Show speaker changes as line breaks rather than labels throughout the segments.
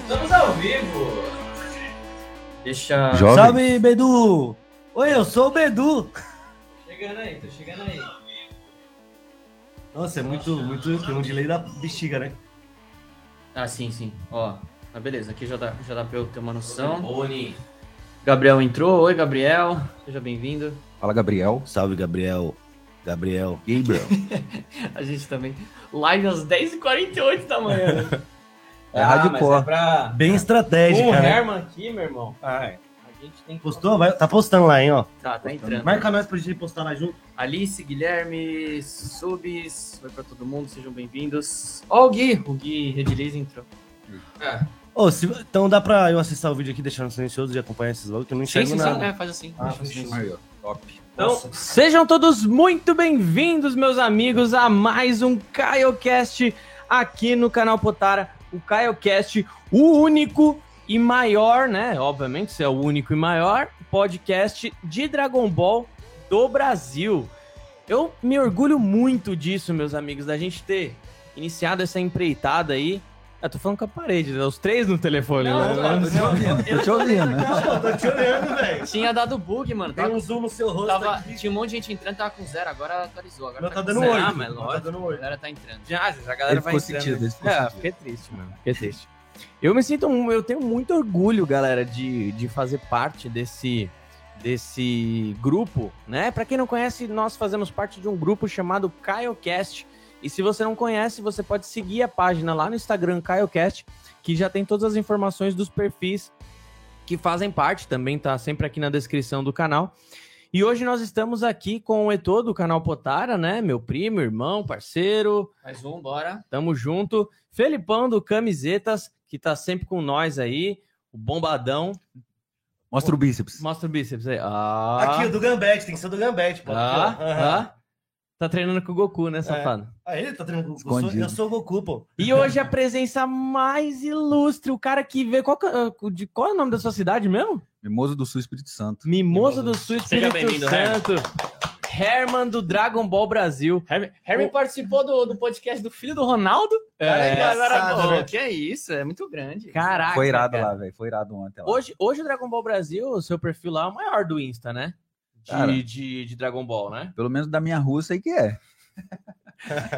Estamos ao vivo.
Deixa.
Jovem.
Salve, Bedu! Oi, eu sou o Bedu!
Chegando aí, tô chegando aí.
Nossa, é muito, muito tem um delay da bexiga, né?
Ah, sim, sim. Ó. Ah, beleza, aqui já dá, já dá pra eu ter uma noção.
Boni.
Gabriel entrou. Oi, Gabriel. Seja bem-vindo.
Fala, Gabriel.
Salve, Gabriel. Gabriel.
Gabriel.
A gente também. Live às 10h48 da manhã. né?
É rádio
mas
pó.
é pra...
Bem
Com
estratégico,
o
né?
Herman aqui, meu irmão. A gente tem que...
Postou? Vai- tá postando lá, hein, ó.
Tá, tá entrando.
Marca nós pra gente postar lá junto.
Alice, Guilherme, subs. Oi pra todo mundo, sejam bem-vindos. Ó, o Gui. O Gui Rediliz entrou.
É,
Ô, se- então dá pra eu acessar o vídeo aqui, deixar no silencioso e acompanhar esses logo que eu não enxergo
Sim, sim, sim.
nada.
É, faz assim.
Ah,
Deixa eu
fechou.
silenciar.
Aí, ó. Top.
Então,
Nossa.
Sejam todos muito bem-vindos, meus amigos, a mais um CaioCast aqui no canal Potara. O CaioCast, o único e maior, né? Obviamente, se é o único e maior podcast de Dragon Ball do Brasil. Eu me orgulho muito disso, meus amigos, da gente ter iniciado essa empreitada aí. Eu tô falando com a parede, né? os três no telefone. né?
Tô te ouvindo, né?
tô te olhando, velho.
Tinha dado bug, mano.
Tem
Tava-
um zoom no seu rosto
Tava,
aqui.
tinha um monte de gente entrando, tava com zero, agora atualizou. Agora
Não, tá
com
dando
zero.
oito.
Ah, mas
Não, tá
lógico,
dando oito.
a galera tá entrando. Já,
ah,
já, já a galera
Ele
vai
ficou
entrando.
sentido, ele ficou
É,
sentido. Uhum.
fiquei triste, mano. Fiquei triste. Eu me sinto, um- eu tenho muito orgulho, galera, de, de fazer parte desse desse grupo, né? Pra quem não conhece, nós fazemos parte de um grupo chamado KaioCast. E se você não conhece, você pode seguir a página lá no Instagram KaioCast, que já tem todas as informações dos perfis que fazem parte, também tá sempre aqui na descrição do canal. E hoje nós estamos aqui com o Etô do canal Potara, né? Meu primo, irmão, parceiro,
mas vambora.
Tamo junto. Felipão do Camisetas, que tá sempre com nós aí. O bombadão.
Mostra o bíceps.
Mostra o bíceps aí. Ah,
Tá Aqui, o do Gambete, tem que ser o do Gambete, pô.
ah,
Aqui, ó. Aham.
ah. Tá treinando com o Goku,
É.
né, safado?
Ah, ele tá treinando com eu sou,
Escondido.
eu sou o Goku, pô.
E hoje a presença mais ilustre, o cara que vê. Qual, que- ah, de, qual é o nome da sua cidade mesmo?
Mimoso do Sul, Espírito Santo.
Mimoso do Sul,
Seja
Espírito
bem-vindo,
Santo. Herman do Dragon Ball Brasil.
Harry, Harry participou do, do podcast do filho do Ronaldo?
Cara,
Cara,
engraçado,
pô,
né?
Que é isso, é muito grande.
É. Caraca.
Foi irado
cara.
lá, velho. Foi irado ontem lá.
Hoje, hoje o Dragon Ball Brasil, o seu perfil lá é o maior do Insta, né? De-
Cara.
de, de Dragon Ball, né?
Pelo menos da minha rua, sei que é.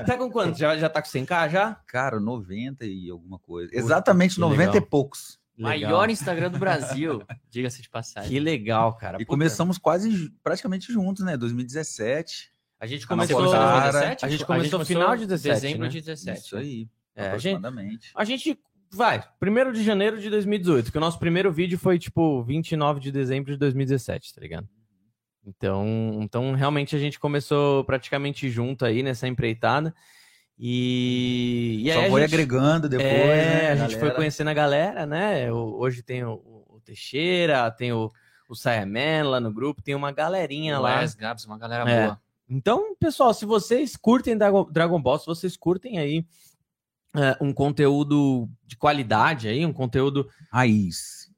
Tá com quanto? Já, já tá com 100k já?
Cara, 90 e alguma coisa. Exatamente
que
90
legal.
e poucos.
Maior Instagram do Brasil, diga-se Tá de passagem.
Que legal, cara.
E
Puta,
começamos quase ju- praticamente juntos, né? 2017.
Tá A gente
Canal
começou no
Potara.
A gente começou final de 17,
dezembro
né?
de 17.
Isso aí.
É, a gente,
aproximadamente.
a gente vai, 1 de janeiro de 2018, que o nosso primeiro vídeo foi tipo 29 de dezembro de 2017, tá ligado? Então, então realmente a gente começou praticamente junto aí nessa empreitada. E, e aí
Só
a
foi
gente-
agregando depois.
é,
né,
a gente foi
galera?
conhecendo a galera, né? O- hoje tem o, o Teixeira, tem o, o Sayaman lá no grupo, tem uma galerinha
O
lá.
Wes Gabs, uma galera
É.
boa. Tá
Então, pessoal, se vocês curtem Drago- Dragon Ball, se vocês curtem aí é, um conteúdo de qualidade aí, um conteúdo.
Raiz.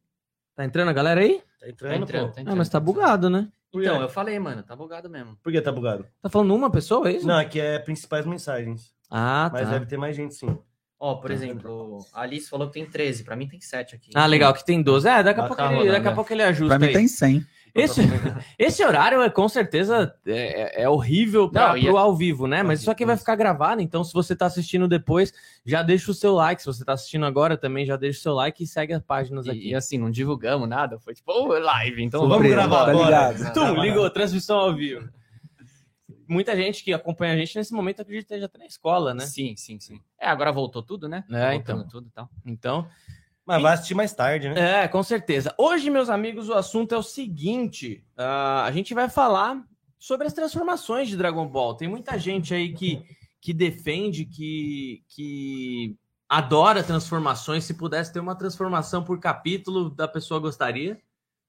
Tá entrando a galera aí?
Tá
Tá
entrando,
entrando,
pô.
tá
Ah,
entrando.
mas tá bugado, né?
Por
Então,
quê?
eu falei, mano, tá bugado mesmo.
Por que tá bugado?
Tá falando uma pessoa, é isso?
Não, aqui é principais mensagens.
Ah, tá.
Mas é deve ter mais gente, sim.
Ó,
Tá
por exemplo, a Alice falou que tem 13, pra mim tem 7 aqui.
Ah, legal, que tem 12. É, daqui a,
Ah,
pouco,
tá
ele,
rolando,
daqui a
é.
pouco ele ajusta
Pra mim tá
aí.
tem 100.
Esse, esse horário é com certeza é, é horrível para
Não, e é-
o ao vivo, né?
Ao
Mas isso
vivo,
aqui vai
isso.
ficar gravado, então se você tá assistindo depois, já deixa o seu like. Se você tá assistindo agora também, já deixa o seu like e segue as páginas
E,
aqui.
e assim, não divulgamos nada, foi tipo, ô, live, então
Vamos
Surpresa,
gravar
tá
agora.
ligado?
é
Tum, ligou, transmissão ao vivo. Muita gente que acompanha a gente nesse momento acredita que esteja até na escola, né?
Sim, sim, sim. É, agora voltou tudo, né?
É,
Voltando
então.
tudo e tal.
Então,
Mas vai assistir mais tarde, né?
É, com certeza. Hoje, meus amigos, o assunto é o seguinte: ah, a gente vai falar sobre as transformações de Dragon Ball. Tem muita gente aí que, que defende, que, que adora transformações. Se pudesse ter uma transformação por capítulo, da pessoa gostaria,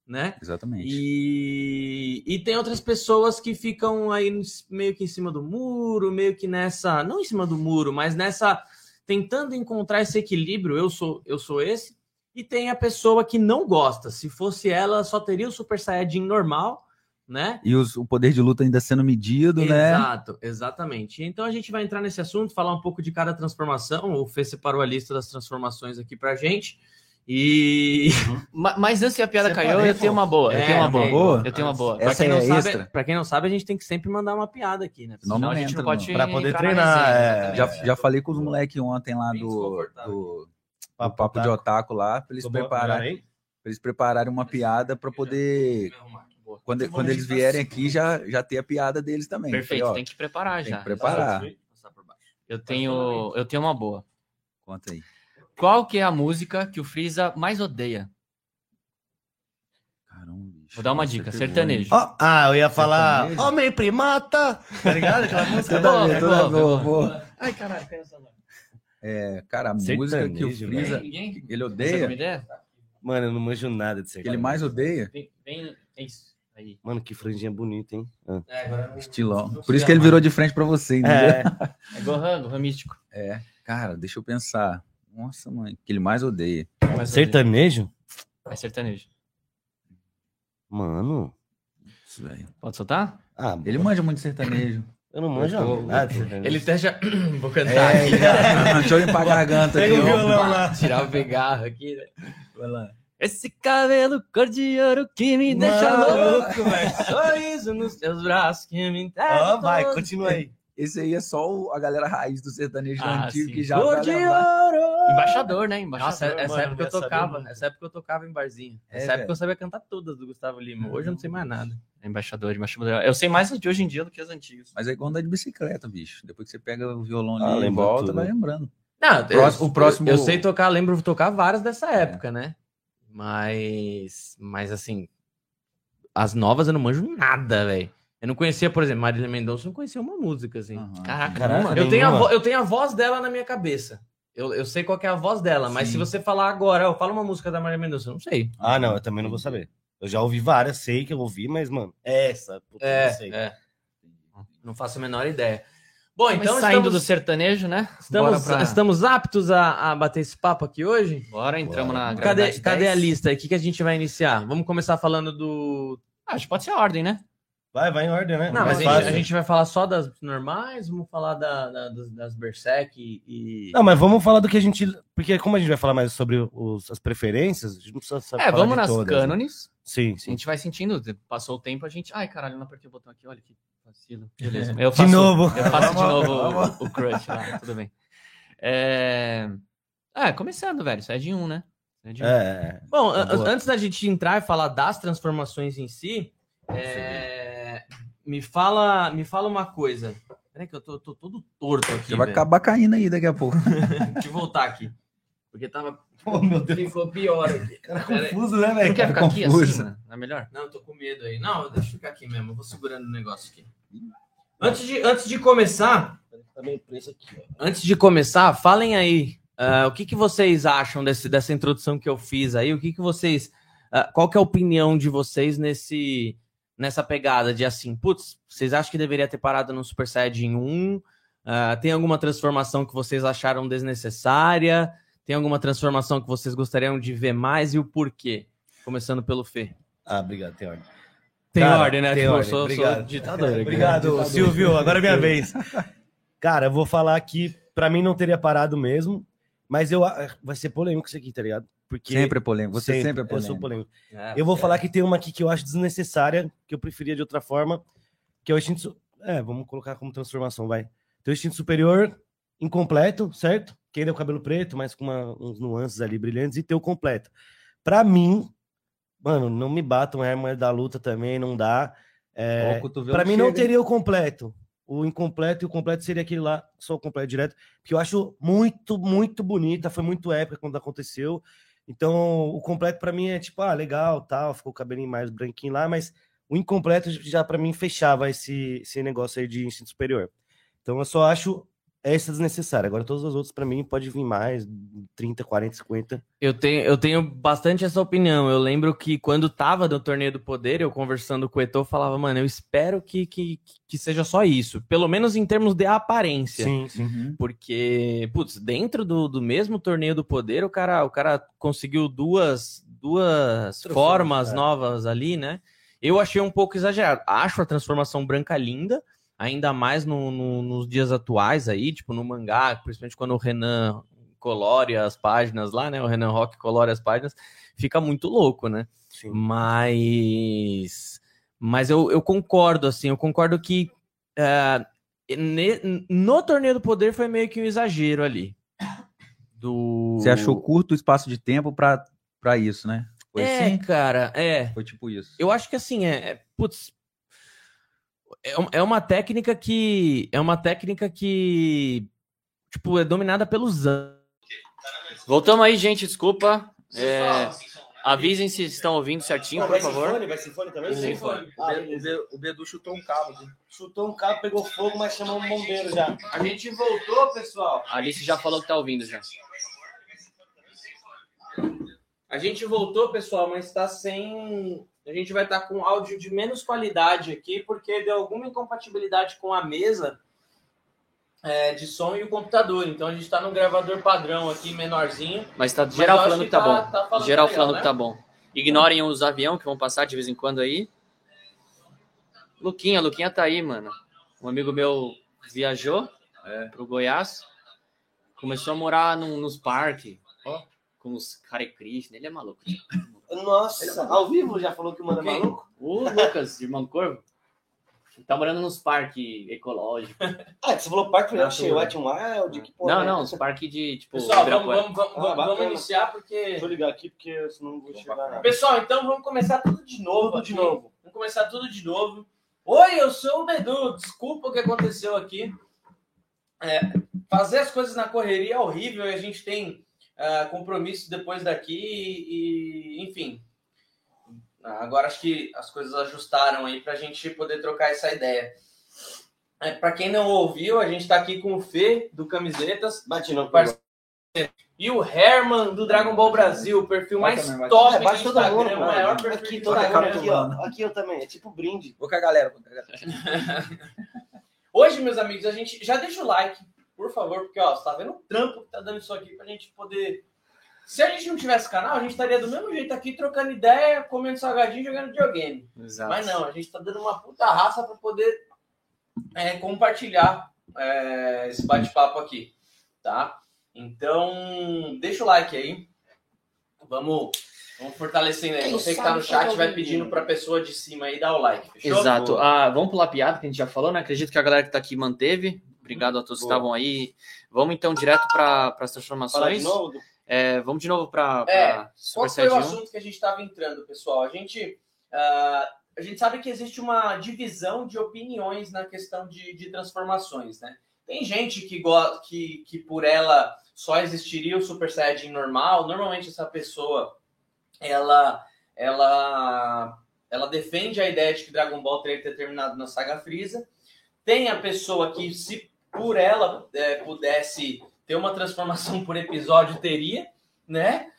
né?
Exatamente.
E, e tem outras pessoas que ficam aí no- meio que em cima do muro, meio que nessa. Não em cima do muro, mas nessa. Tentando encontrar esse equilíbrio. Eu sou, eu sou esse. E tem a pessoa que não gosta. Se fosse ela, só teria o Super Saiyajin normal, né?
E os- o poder de luta ainda sendo medido, né?
Exato, exatamente. Então a gente vai entrar nesse assunto, falar um pouco de cada transformação. O Fê separou a lista das transformações aqui pra gente. E.
Ma- Mas antes que a piada
Separei,
caiu, eu
pô.
tenho uma boa. Eu
É,
tenho uma boa.
ok.
Boa.
Eu tenho uma boa.
Essa
pra, quem
é
não
extra.
sabe, pra quem não sabe, a gente tem que sempre mandar uma piada aqui, né?
Senão
Senão
não
a gente
entra,
não pode
não.
Pra poder
entrar na
treinar,
resenha, né?
é.
exatamente.
Já, já falei com os moleques ontem lá
Bem
do,
desconfortável.
do, do É, Papo
Tá.
de Otaku lá, pra eles, prepararem, pra eles prepararem uma piada pra poder. Quando, quando eles vierem aqui, já, já ter a piada deles também.
Perfeito,
Falei, ó,
tem que preparar
tem
já.
que preparar.
Eu tenho, eu tenho uma boa.
Conta aí.
Qual que é a música que o Freeza mais odeia?
Caramba, bicho.
Vou dar uma
Nossa,
dica,
pegou,
sertanejo.
hein?
Ó, ah, eu ia falar.
Sertanejo?
Homem primata! Tá ligado? Aquela música.
Tá bom,
Toda vez,
é
toda
bom,
boa,
é bom.
boa.
Ai, caralho, caiu essa lá.
É, Cara, a música
Sertanejo,
que o
velho.
Freeza,
Ninguém? Você
ele
tem
odeia,
uma ideia?
Mano, eu não manjo nada de
que
sertanejo.
ele mais odeia,
Vem, vem, é isso. Aí.
Mano, que franjinha bonita, hein? Ah.
É, agora
estilão. Por isso que ele virou de frente pra você, entendeu?
É Gohan, Gohan místico.
Cara, deixa eu pensar. Nossa, mãe, que ele mais odeia.
Mas
Sertanejo?
É sertanejo.
Mano.
Isso, velho.
Pode soltar?
Ah,
Ele manja muito de sertanejo.
eu não manjo nada. tá
Ele até já. Vou
É,
cantar aqui.
deixa eu limpar a garganta aqui. ó.
lá.
Tirar o pegarro aqui. né?
Vai lá.
Esse cabelo cor de ouro que me deixa louco. Sorriso nos teus braços que me interessa.
Ó, vai, continua aí.
Esse aí é só o- a galera raiz do sertanejo
Ah,
antigo
sim.
que já
Cor
vai
de
lembrar.
Embaixador, né? Embaixador.
Nossa, essa época
mano,
eu
não ia saber
tocava.
nunca.
Essa época eu tocava em barzinho.
É,
Essa época
velho.
eu sabia cantar todas do Gustavo Lima. Hoje eu não sei mais nada.
Embaixador, embaixador. Eu sei mais de hoje em dia do que as antigas.
Mas é igual andar de bicicleta, bicho. Depois que você pega o violão
Ah,
ali e
lembra
volta,
tudo.
vai lembrando.
Não,
Próximo-
eu-
o próximo-
Eu, sei tocar, lembro de tocar várias dessa época, né? Mas. Mas assim. As novas eu não manjo nada, velho. Eu não conhecia, por exemplo, Marília Mendonça, eu não conhecia uma música, assim.
Aham.
Caraca,
Caraca,
mano.
Eu tenho, a
Nenhuma.
vo- eu tenho a voz dela na minha cabeça. Eu, eu sei qual que é a voz dela, mas
Sim.
se você falar agora, eu falo uma música da Maria Mendonça, eu não sei.
Ah, não, eu também não vou saber. Eu já ouvi várias, sei que eu ouvi, mas, mano, essa, puta, não sei.
é. Não faço a menor ideia. Bom,
Mas
então
saindo do
estamos,
sertanejo, né?
estamos,
Bora pra-
estamos aptos a, a bater esse papo aqui hoje?
Bora, entramos na
Cadê,
gravidade
cadê a
10?
lista? aí? O que, que a gente vai iniciar? Vamos começar falando do.
Acho que pode ser a ordem, né?
Vai, vai em ordem, né?
Não, mas
Mais
a gente,
fácil.
a gente vai falar só das normais? Vamos falar da, da- das, das Berserk e. e-
Não, mas vamos falar do que a gente. Porque como a gente vai falar mais sobre os- as preferências, a gente não precisa saber.
É, vamos nas
né?
cânones.
Sim,
A
sim.
gente vai sentindo. Passou o tempo, a gente. Ai, caralho, não apertei o botão aqui. Olha que vacilo. Beleza. Eu faço,
novo.
Eu faço de novo o, o crush lá. Tudo bem. É... Ah, começando, velho. Isso é de um, né? Isso É de um.
É.
Bom, an-
Boa.
antes da gente entrar e falar das transformações em si, é, me, fala, me fala uma coisa. Peraí que eu tô, tô todo torto aqui,
Você vai
velho.
acabar caindo aí daqui a pouco.
Deixa eu voltar aqui. Porque tava...
Pô, meu Deus,
Ficou pior aqui.
cara
Pera aí.
confuso, né,
Você
velho?
quer
Cara
ficar aqui assim?
confuso.
né? Não é melhor?
Não, eu tô com medo aí. Não, deixa eu ficar aqui mesmo. Eu vou segurando o negócio aqui. Antes de, antes de começar, Antes de começar, falem aí ah, o que, que vocês acham desse- dessa introdução que eu fiz aí. O que, que vocês. ah, qual que é a opinião de vocês nesse nessa pegada de assim, putz, vocês acham que deveria ter parado no Super Saiyajin 1? Ah, tem alguma transformação que vocês acharam desnecessária? Tem alguma transformação que vocês gostariam de ver mais e o porquê? Começando pelo Fê.
Ah, obrigado, tem ordem.
Tem
Cara,
ordem, né?
tem
Tipo, eu
ordem,
sou, sou
obrigado.
ditador. aqui.
Obrigado, Silvio. Agora é minha vez. Cara, eu vou falar que pra mim não teria parado mesmo, mas eu ah, vai ser polêmico isso aqui, tá ligado? Porque
Sempre é polêmico. Você sempre, é
Eu sou
polêmico.
polêmico.
É,
Eu vou falar que tem uma aqui que eu acho desnecessária, que eu preferia de outra forma, que é o instinto. su- É, vamos colocar como transformação, vai. Tem o instinto superior incompleto, certo? Que ainda é o cabelo preto, mas com uma- uns nuances ali brilhantes, e tem o completo. Pra mim, mano, não me batam, é mas da luta também, não dá. É,
Ó, o cotovelo
Pra mim não
chega, hein?
teria o completo. O incompleto e o completo seria aquele lá, só o completo direto, que eu acho muito, muito bonita, foi muito épica quando aconteceu. Então, o completo pra mim é tipo, ah, legal, tal, ficou o cabelinho mais branquinho lá, mas o incompleto já pra mim fechava esse, esse negócio aí de instinto superior. Então, eu só acho essa desnecessária. Agora, todas as outras pra mim pode vir mais, 30, 40, 50.
Eu tenho, eu tenho bastante essa opinião. Eu lembro que quando tava no Torneio do Poder, eu conversando com o Eto'o, eu falava, mano, eu espero que, que, que seja só isso. Pelo menos em termos de aparência.
sim.
Uhum.
Porque, putz, dentro do, do mesmo Torneio do Poder, o cara, o cara conseguiu duas, duas
Troféu,
formas
cara.
novas ali, né? Eu achei um pouco exagerado. Acho a transformação branca linda, ainda mais no, no- nos dias atuais aí, tipo no mangá, principalmente quando o Renan colore as páginas lá, né? O Renan Rock colore as páginas, fica muito louco, né? Mas, mas eu, eu concordo, assim, eu concordo que ah, ne- no Torneio do Poder foi meio que um exagero ali. Do...
Você achou curto o espaço de tempo pra, pra isso, né? Foi
É,
assim?
cara, é.
Foi tipo isso.
Eu acho que assim, é. é- putz. É, um- é uma técnica que. É uma técnica que. Tipo, é dominada pelos anos.
Voltamos aí, gente, desculpa. É, avisem se estão ouvindo certinho, por favor.
Vai sem fone também?
Sem
fone.
O Be- o Be- O Bedu chutou um cabo aqui.
chutou um cabo, pegou fogo, mas chamou um bombeiro já.
A gente voltou, pessoal.
A Alice já falou que tá ouvindo já.
A gente voltou, pessoal, mas está sem. A gente vai estar com um áudio de menos qualidade aqui, porque deu alguma incompatibilidade com a mesa é, de som e o computador. Então a gente está num gravador padrão aqui, menorzinho.
Mas tá
Mas
geral
eu acho
falando que tá bom.
tá falando
Geral
legal,
falando
né?
que tá bom. Ignorem os avião que vão passar de vez em quando aí. Luquinha, Luquinha tá aí, mano. Um amigo meu viajou
É.
pro Goiás. Começou a morar num- nos parques. ó, Com os Hare Krishna. Ele é maluco.
Nossa, ao vivo já falou que o mano é
Quem?
maluco?
O Lucas, irmão Corvo. Tá morando nos parques ecológicos.
Ah, você falou parque, eu
Não,
achei
tô-
Wet n Wild, que porra.
Não,
é
não, os
essa?
parques de, tipo,
né? Pessoal, vamos,
Ibirapuera.
vamos, vamos-
Ah,
vamos- vamos
bacana.
iniciar, porque.
Deixa eu ligar aqui, porque senão não vou chegar nada.
Pessoal, então vamos começar tudo de novo.
Tudo de
aqui.
novo.
Vamos começar tudo de novo. Oi, eu sou o Bedu. Desculpa o que aconteceu aqui. É, fazer as coisas na correria é horrível e a gente tem ah, compromisso depois daqui e, e, enfim. Agora acho que as coisas ajustaram aí para a gente poder trocar essa ideia. É, para quem não ouviu, a gente está aqui com o Fê do Camisetas
Bate não,
Parceiro e o Herman do Dragon Ball Brasil, o perfil mais
Bate,
top
É,
do
bate todo
Instagram,
mundo,
o
mano.
maior perfil
né? Aqui,
de
todo
Instagram.
mundo aqui, ó. Aqui eu também, é tipo brinde.
Vou com a galera. Vou com a galera.
Hoje, meus amigos, a gente já deixa o like, por favor, porque ó, você tá vendo o trampo que tá dando isso aqui pra gente poder. Se a gente não tivesse canal, a gente estaria do mesmo jeito aqui, trocando ideia, comendo salgadinho, jogando videogame.
Exato.
Mas não, a gente tá dando uma puta raça pra poder é, compartilhar é, esse bate-papo aqui, tá? Então, deixa o like aí. Vamos, vamos fortalecendo aí.
Quem
Você que tá
sabe né?
no
faz
chat vai
algum
pedindo
dia.
pra pessoa de cima aí dar o like, fechou?
Exato. Ah, vamos pular a piada que a gente já falou, né? Acredito que a galera que tá aqui manteve. Obrigado a todos que estavam aí. Vamos então direto para as
Falar
transformações.
de novo?
É, vamos de novo para
É, Qual
Super
foi o
Saiyajin 1.
assunto que a gente estava entrando, pessoal? A gente, ah, a gente sabe que existe uma divisão de opiniões na questão de, de transformações, né? Tem gente que, go- que, que por ela só existiria o Super Saiyajin normal. Normalmente essa pessoa, ela, ela, ela defende a ideia de que Dragon Ball teria que ter terminado na saga Freeza. Tem a pessoa que, se por ela eh, pudesse ter uma transformação por episódio, teria, né?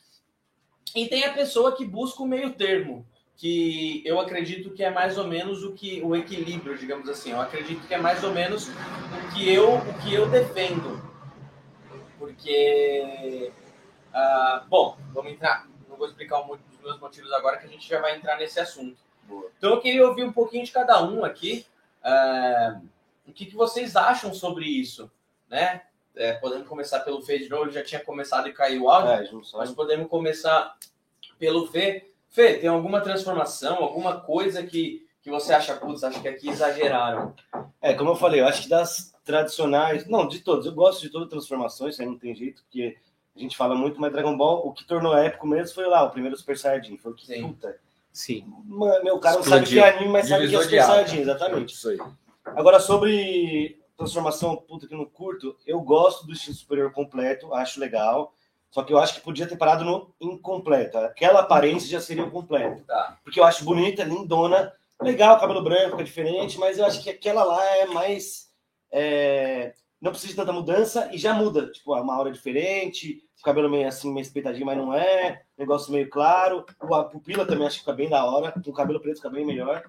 E tem a pessoa que busca o meio termo, que eu acredito que é mais ou menos o que o equilíbrio, digamos assim. Eu acredito que é mais ou menos o que eu, o que eu defendo. Porque. ah, bom, vamos entrar. Não vou explicar um monte dos meus motivos agora, que a gente já vai entrar nesse assunto. Então eu queria ouvir um pouquinho de cada um aqui. ah, o que, que vocês acham sobre isso? Né? É, podemos começar pelo Fade Roll, já tinha começado e caiu o áudio.
É, não
Nós podemos começar pelo Fê. Fê, tem alguma transformação, alguma coisa que, que você acha, putz, acho que aqui exageraram.
É, como eu falei, eu acho que das tradicionais, não, de todas, eu gosto de todas as transformações, isso aí não tem jeito, porque a gente fala muito, mas Dragon Ball, o que tornou épico mesmo foi lá, o primeiro Super Saiyajin, foi o que
Sim.
puta.
Sim.
Mano, meu cara não sabe que
Explodiu.
é anime, mas sabe que é
Divisor de
Super
água.
Saiyajin, exatamente.
Isso aí.
Agora, sobre transformação, puta que eu não curto, eu gosto do estilo superior completo, acho legal, só que eu acho que podia ter parado no incompleto, aquela aparência já seria o completo
Tá.
porque eu acho bonita, lindona, legal, cabelo branco, é diferente, mas eu acho que aquela lá é mais. é, não precisa de tanta mudança e já muda. Tipo, uma aura diferente, o cabelo meio assim, meio espetadinho, mas não é, negócio meio claro. O- A pupila também acho que fica bem da hora, com o cabelo preto fica bem melhor.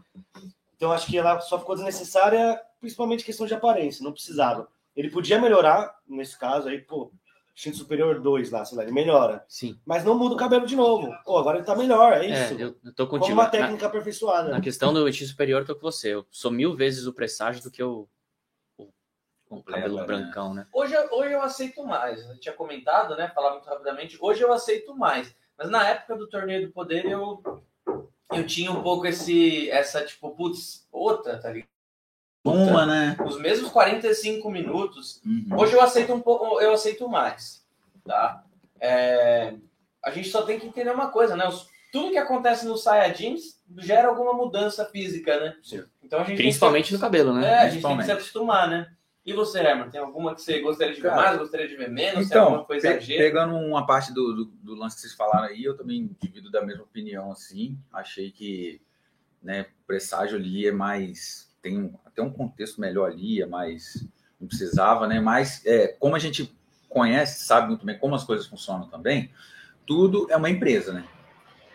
Então acho que ela só ficou desnecessária, principalmente questão de aparência, não precisava. Ele podia melhorar, nesse caso aí, pô, Instinto Superior 2 lá, sei lá, ele melhora.
Sim.
Mas não muda o cabelo de novo. Pô, agora ele tá melhor, é
É,
isso.
eu, eu tô
Como
contigo.
uma
Na,
técnica aperfeiçoada.
na questão do eixo superior, eu tô com você. Eu sou mil vezes o presságio do que o, o, o cabelo
Completo, né?
brancão, né?
Hoje, eu- hoje eu aceito mais. Eu tinha comentado, né? Falar muito rapidamente. Hoje eu aceito mais. Mas na época do torneio do poder, eu, eu tinha um pouco esse. Essa, tipo, putz, outra, tá ligado?
Uma, né?
Os mesmos 45 minutos.
Uhum.
Hoje eu aceito um pouco, eu aceito mais. Tá? É, a gente só tem que entender uma coisa, né? Os- tudo que acontece no Saiyajins gera alguma mudança física, né?
Sim.
Então a gente tem que-
Principalmente no cabelo, né?
é, a gente tem que
Principalmente.
se acostumar, né? E você, Herman, tem alguma que você gostaria de ver
Cara,
mais, gostaria de ver menos? tem
Então,
alguma coisa
pe-
exagero?
pegando uma parte do, do, do lance que vocês falaram aí, eu também divido da mesma opinião, assim. Achei que né, o presságio ali é mais. Tem um- até um contexto melhor ali, é mais. Não precisava, né? Mas é, como a gente conhece, sabe muito bem como as coisas funcionam também, tudo é uma empresa, né?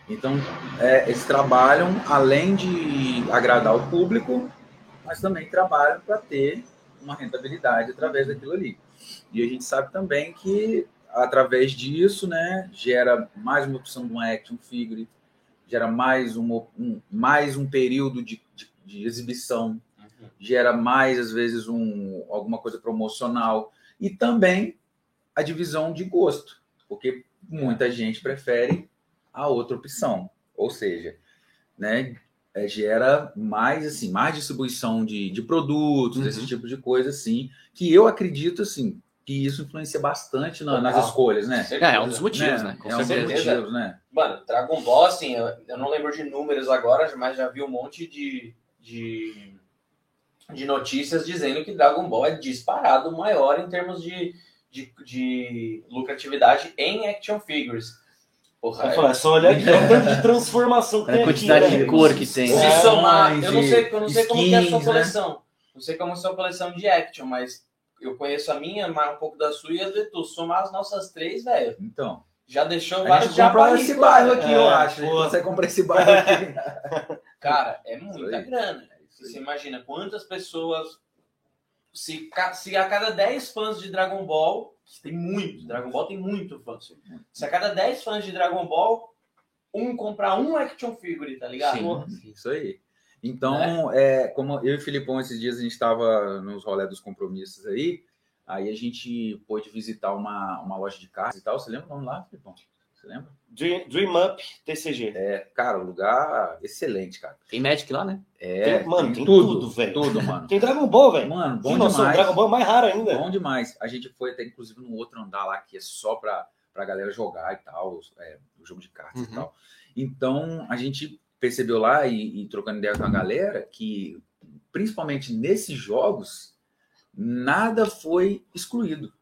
Então, é, eles trabalham além de agradar o público, mas também trabalham para ter uma rentabilidade através daquilo ali. E a gente sabe também que através disso, né, gera mais uma opção de uma action figure, gera mais uma- um, mais um período de, de- de exibição,
Uhum.
gera mais às vezes um, alguma coisa promocional e também a divisão de gosto, porque muita gente prefere a outra opção, ou seja, né, é, gera mais assim, mais distribuição de, de produtos,
Uhum.
desse tipo de coisa assim, que eu acredito assim, que isso influencia bastante na- nas
Total.
escolhas, né?
É, é um dos motivos, né? Com
é um dos
certeza.
certeza.
motivos, né?
Mano, Dragon Ball, assim, eu, eu não lembro de números agora, mas já vi um monte de, de, de notícias dizendo que Dragon Ball é disparado maior em termos de, de, de lucratividade em action figures. Porra, é
Vai falar, é só olhar aqui, olha o tanto de transformação que
Olha
tem
a quantidade
aqui, né?
de cor que tem.
Se
É,
somar, eu não
e
sei, eu não sei como que é a sua
skins, né?
coleção. Não sei como é a sua coleção de action, mas eu conheço a minha, mais um pouco da sua e a do Etu. Somar as nossas três, velho,
Então,
já deixou
a
vários
gente compra
japanistas.
esse bairro aqui,
É,
eu acho.
boa.
Você compra esse bairro aqui.
Cara, é
Isso
muita
aí.
grana. Você imagina quantas pessoas. Se, ca- se a cada 10 fãs de Dragon Ball, que tem muito, Dragon Ball tem muito fã. Se a cada 10 fãs de Dragon Ball, um comprar um action figure, tá ligado?
Sim, isso aí. Então,
Né?
é, como eu e o Filipão, esses dias a gente estava nos rolê dos compromissos aí, aí a gente pôde visitar uma, uma loja de carros e tal. Você lembra o nome lá, Filipão? Você lembra?
Dream, Dream Up TCG.
É, cara, um lugar excelente, cara.
Tem Magic lá, né?
É,
Tem- mano, tem tudo, velho.
Tudo, mano.
Tem Dragon Ball, velho.
Mano, bom
Tem noção,
demais.
Dragon Ball é mais raro ainda.
Bom demais. A gente foi até, inclusive, num outro andar lá que é só pra, pra galera jogar e tal, é, o jogo de cartas e tal. Então, a gente percebeu lá e, e trocando ideia com a galera que, principalmente nesses jogos, nada foi excluído.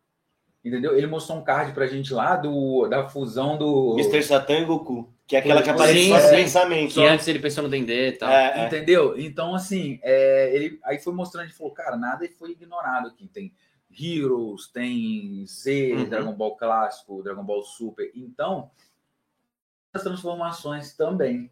Entendeu? Ele mostrou um card pra gente lá do, da fusão do.
Mr. Satan e Goku, que é aquela que
Sim,
aparece só nos
sim.
pensamentos.
Que antes ele pensou no Dendê e tal.
É, é.
Entendeu? Então, assim, é, ele aí foi mostrando, e falou, cara, nada foi ignorado aqui. Tem Heroes, tem Z,
Uhum.
Dragon Ball Clássico, Dragon Ball Super. Então, as transformações também.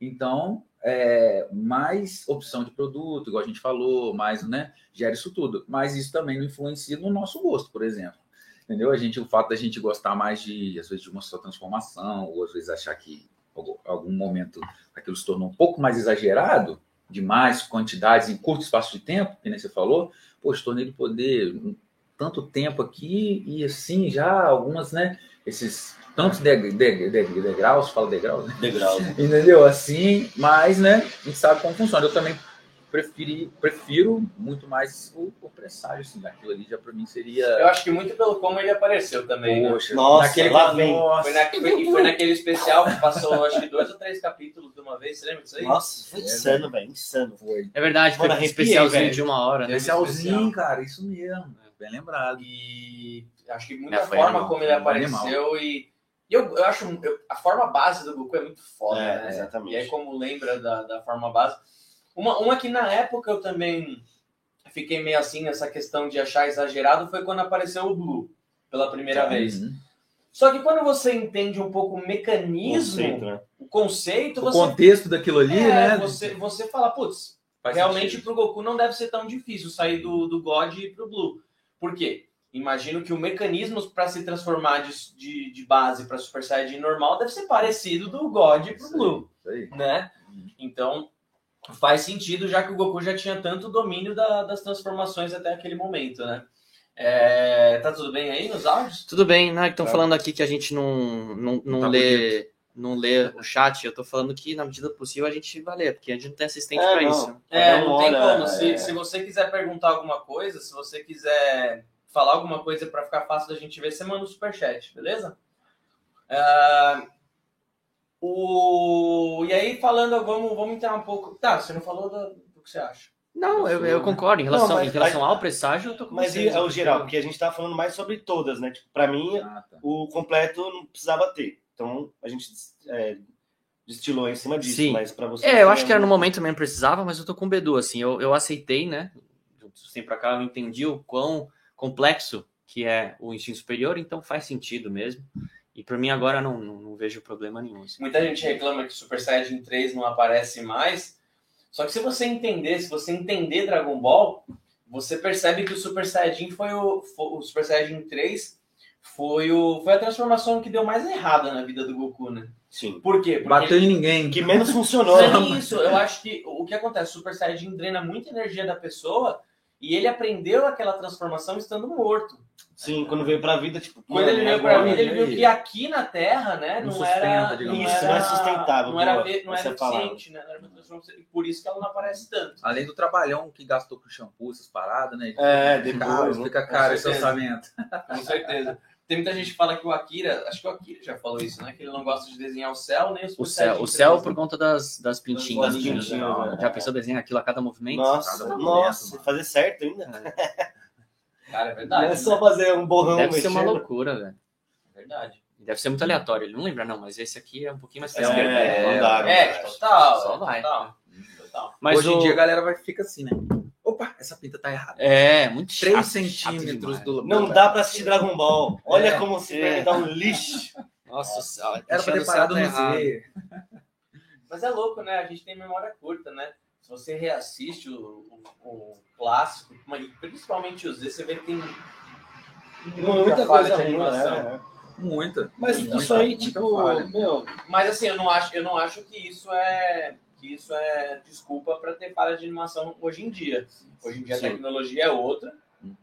Então, é, mais opção de produto, igual a gente falou, mais, né? Gera isso tudo. Mas isso também não influencia no nosso gosto, por exemplo. Entendeu? A gente, o fato da gente gostar mais de, às vezes, de uma só transformação, ou às vezes achar que algum- algum momento aquilo se tornou um pouco mais exagerado, de mais quantidades em curto espaço de tempo, que nem você falou, poxa, tornei do poder um tanto tempo aqui e assim já algumas, né, esses tantos de- de- de- degraus, falo degraus, né?
Degrau.
entendeu? Assim, mas, né, a gente sabe como funciona. Eu também preferi, prefiro muito mais o, o presságio, assim, daquilo ali já para mim
Eu
seria...
acho que muito pelo como ele apareceu também. né?
Poxa,
Nossa, lá vem.
Foi,
Nossa,
na- foi- foi naquele especial que passou, acho que dois ou três capítulos de uma vez, você lembra disso aí?
Nossa, foi insano, velho. Insano.
É foi.
É verdade, foi
Mano,
um
arrepiei,
especialzinho
velho.
de uma hora, né?
Esse alzinho, cara, isso mesmo. né, Bem lembrado.
E acho que muita
É, foi
forma
animal,
como
foi
ele
animal.
apareceu e. e eu, eu acho eu- a forma base do Goku é muito foda,
É,
né?
exatamente.
E aí, como lembra da, da forma base. Uma, uma que na época eu também fiquei meio assim nessa questão de achar exagerado foi quando apareceu o Blue pela primeira vez.
Uhum.
Só que quando você entende um pouco o mecanismo,
Conceito, né?
o conceito,
O
Então você,
contexto daquilo ali,
é,
né?
você, você fala, putz,
Faz
realmente
sentido.
pro Goku não deve ser tão difícil sair do, do God e ir pro Blue. Por quê? Imagino que o mecanismo para se transformar de, de, de base para Super Saiyajin normal deve ser parecido do God pro
Isso aí,
Blue,
isso aí.
né? Então faz sentido, já que o Goku já tinha tanto domínio da- das transformações até aquele momento, né? É, tá tudo bem aí nos áudios?
Tudo bem, né? Estão
Tá.
falando aqui que a gente não, não, não,
Tá
lê, não lê o chat. Eu tô falando que, na medida do possível, a gente vai ler, porque a gente não um tem assistente
É,
pra
não.
isso.
É,
Cada
não
uma
tem
hora,
como. Se,
é.
se você quiser perguntar alguma coisa, se você quiser falar alguma coisa para ficar fácil da gente ver, você manda um superchat, beleza? Ah, o... E aí, falando, vamos, vamos entrar um pouco. Tá, você não falou do, do que você acha.
Não, eu, eu concordo. Em
um Não,
relação,
mas-
em relação ao presságio, eu tô com né?
Mas e
vocês,
é o
eu
geral?
prefiro-
Porque a gente tá falando mais sobre todas, né? Tipo, pra mim,
Ah, tá.
o completo não precisava ter. Então, a gente é, destilou em cima disso.
Sim.
Mas pra você...
É, eu acho que era no momento mesmo precisava, mas eu tô com o Bedu, assim, eu, eu aceitei, né? De um tempo pra cá eu entendi o quão complexo que é o ensino superior, então faz sentido mesmo. E pra mim agora não, não, não vejo problema nenhum. assim.
Muita gente reclama que Super Saiyajin 3 não aparece mais. Só que se você entender, se você entender Dragon Ball, você percebe que o Super Saiyajin foi o, fo- o Super Saiyajin 3 foi, o, foi a transformação que deu mais errada na vida do Goku, né?
Sim.
Por quê? Porque
Bateu em ninguém.
Que menos funcionou.
Não é
né?
nem isso. Eu acho que o que acontece, o Super Saiyajin drena muita energia da pessoa e ele aprendeu aquela transformação estando morto.
Sim, quando veio pra vida, tipo...
Quando ele veio pra
agora-
vida, ele
e
viu
aí?
que aqui na Terra, né,
Não
não,
sustenta,
era, não
digamos.
Isso,
era
não é sustentável,
não era,
boa,
ve- não era
essa palavra.
eficiente, né, não era uma transformação, e por isso que ela não aparece tanto.
Além do trabalhão que gastou com shampoo, essas paradas, né?
É,
Cara,
depois... né?
fica caro esse
certeza.
orçamento.
Com certeza. Tem muita gente que fala que o Akira, acho que o Akira já falou isso, né, que ele não gosta de desenhar o céu nem o Super
O céu,
Saiyajin
o céu
três,
por conta das, das pintinhas.
Das pintinhas,
né?
né?
Já pensou desenhar aquilo a cada um movimento?
Nossa,
cada
nossa,
momento,
fazer certo ainda.
É né? Cara, é verdade.
Não é
né?
só fazer um borrão
Deve ser
mexendo.
uma loucura, velho.
É verdade.
Deve ser muito aleatório. Ele não lembra, não, mas esse aqui é um pouquinho mais
É,
fresquinho.
não dá, né?
É, total.
Só vai.
Total. total.
Mas
Hoje
o-
em dia a galera vai fica assim, né? Opa, essa pinta tá errada.
É, muito chato.
3
chato
centímetros
demais.
do
Não dá pra assistir Dragon Ball. Olha
É.
como se
É.
dá um lixo.
Nossa, o céu.
Era pra ter
Tinha
parado
no
no
céu, tá errado.
Z.
Mas é louco, né? A gente tem memória curta, né? Se você reassiste o, o- o clássico, mas principalmente os Z, você vê que tem
Muita
falha
coisa
de
ruim,
animação.
né?
Muita.
Mas
muita,
isso aí,
muita
tipo,
falha.
meu,
Mas assim, eu não acho, eu não acho que isso é que isso é desculpa para ter falha de animação hoje em dia. Hoje em dia
Sim.
a tecnologia é outra.
Uhum.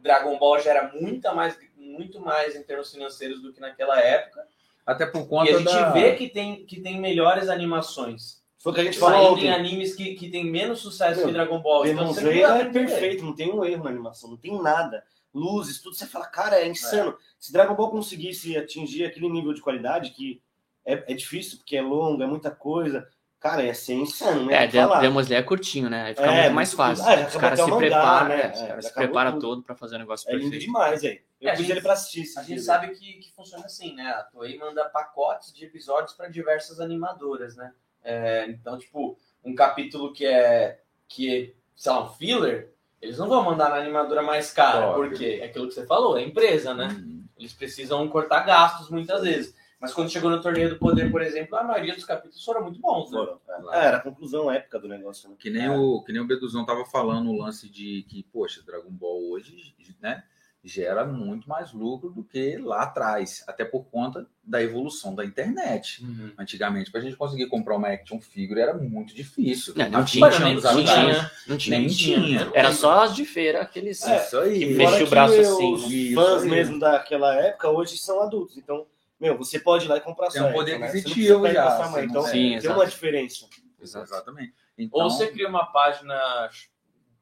Dragon Ball gera muita mais, muito mais em termos financeiros do que naquela época.
Até por
E
conta
a gente
da...
vê que tem, que tem melhores animações.
foi o que a gente falou
Saindo em
ontem.
animes que, que tem menos sucesso
Meu,
que Dragon Ball. Então,
Demon
você
Slayer
não vai
é
aprender.
perfeito, não tem um erro na animação, não tem nada. Luzes, tudo, você fala, cara, é insano. Se Dragon Ball conseguisse atingir aquele nível de qualidade, que é, é difícil, porque é longo, é muita coisa, cara, ia ser insano, né?
É,
Tem que falar.
Demon Slayer é curtinho, né? Aí fica
É,
muito mais
muito-
fácil.
Ah, já
os
acabou
caras se
até o mangá,
preparam,
né?
né? Os
É,
caras
já
se
acabou
preparam
tudo.
todo pra fazer um negócio
é lindo
perfeito.
demais, aí. Eu
É, a
pedi
gente-
ele pra assistir. esse
A gente
dia,
sabe que, que funciona assim, né? A Toei manda pacotes de episódios para diversas animadoras, né? É, então, tipo, um capítulo que é, que é, sei lá, um filler, eles não vão mandar na animadora mais cara,
Óbvio.
porque é aquilo que você falou, é
Hum,
empresa, né?
Uhum.
Eles precisam cortar gastos muitas vezes. Mas quando chegou no Torneio do Poder, por exemplo, a maioria dos capítulos foram muito bons, né?
Foram, é. Ah, era a conclusão épica do negócio, né?
Que nem, o, que nem o Beduzão tava falando o lance de que, poxa, Dragon Ball hoje, né, gera muito mais lucro do que lá atrás, até por conta da evolução da internet. Antigamente, pra gente conseguir comprar uma action figure era muito difícil.
É, não
Há
tinha,
20 anos
não
atrás,
tinha. Não tinha.
nem tinha.
Era só as de feira, aqueles.
É,
Isso aí.
que
Fora
Mexia o
que
braço
eu-
assim,
Os
isso
fãs
aí.
mesmo daquela época hoje são adultos. Então, meu, você pode ir lá e comprar
Tem
sua
um poder
época, né? Você não
aquisitivo
precisa
já,
pegar sua mãe.
você não é.
Então,
Sim,
tem
exato.
uma diferença.
Exatamente.
Ou
Então,
você cria uma página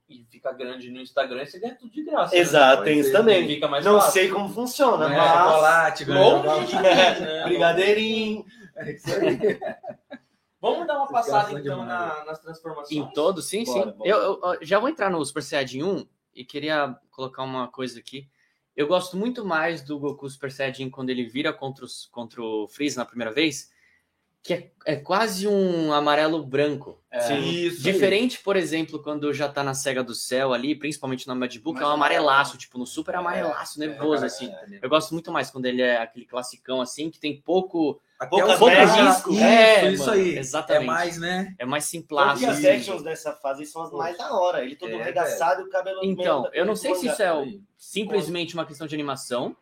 e fica grande no Instagram e você ganha tudo de graça. né?
Exato,
Pode
tem isso
ser,
Também.
também.
Fica mais
Não
fácil. né? É,
sei como funciona,
ganha
mas... é
chocolate, ganha
Longe de mim, né?
Brigadeirinho.
É isso aí.
Vamos dar uma
Vocês
passada
gastam
então
demais.
na- nas transformações.
Em todo, sim,
Bora,
sim.
bora.
Eu, eu- eu já vou entrar no Super Saiyajin 1 e queria colocar uma coisa aqui. Eu gosto muito mais do Goku Super Saiyajin quando ele vira contra, os, contra o Freeza na primeira vez, que é, é quase um amarelo branco. É
Isso.
Diferente, por exemplo, quando já tá na cega do céu ali, principalmente na Mad Book, é um amarelaço, tipo, no super amarelaço, nervoso, assim. Eu gosto muito mais quando ele é aquele classicão, assim, que tem pouco...
Poucas
pouco
merdas.
risco.
Isso,
é,
isso
mano,
aí. É
Exatamente.
mais, né?
É mais
Tanto que
simplástico.
as sections dessa fase aí são as mais da hora. Ele todo
É,
arregaçado e o cabelo no
Então,
meio da-
eu não sei se isso é
Aí.
simplesmente uma questão de animação,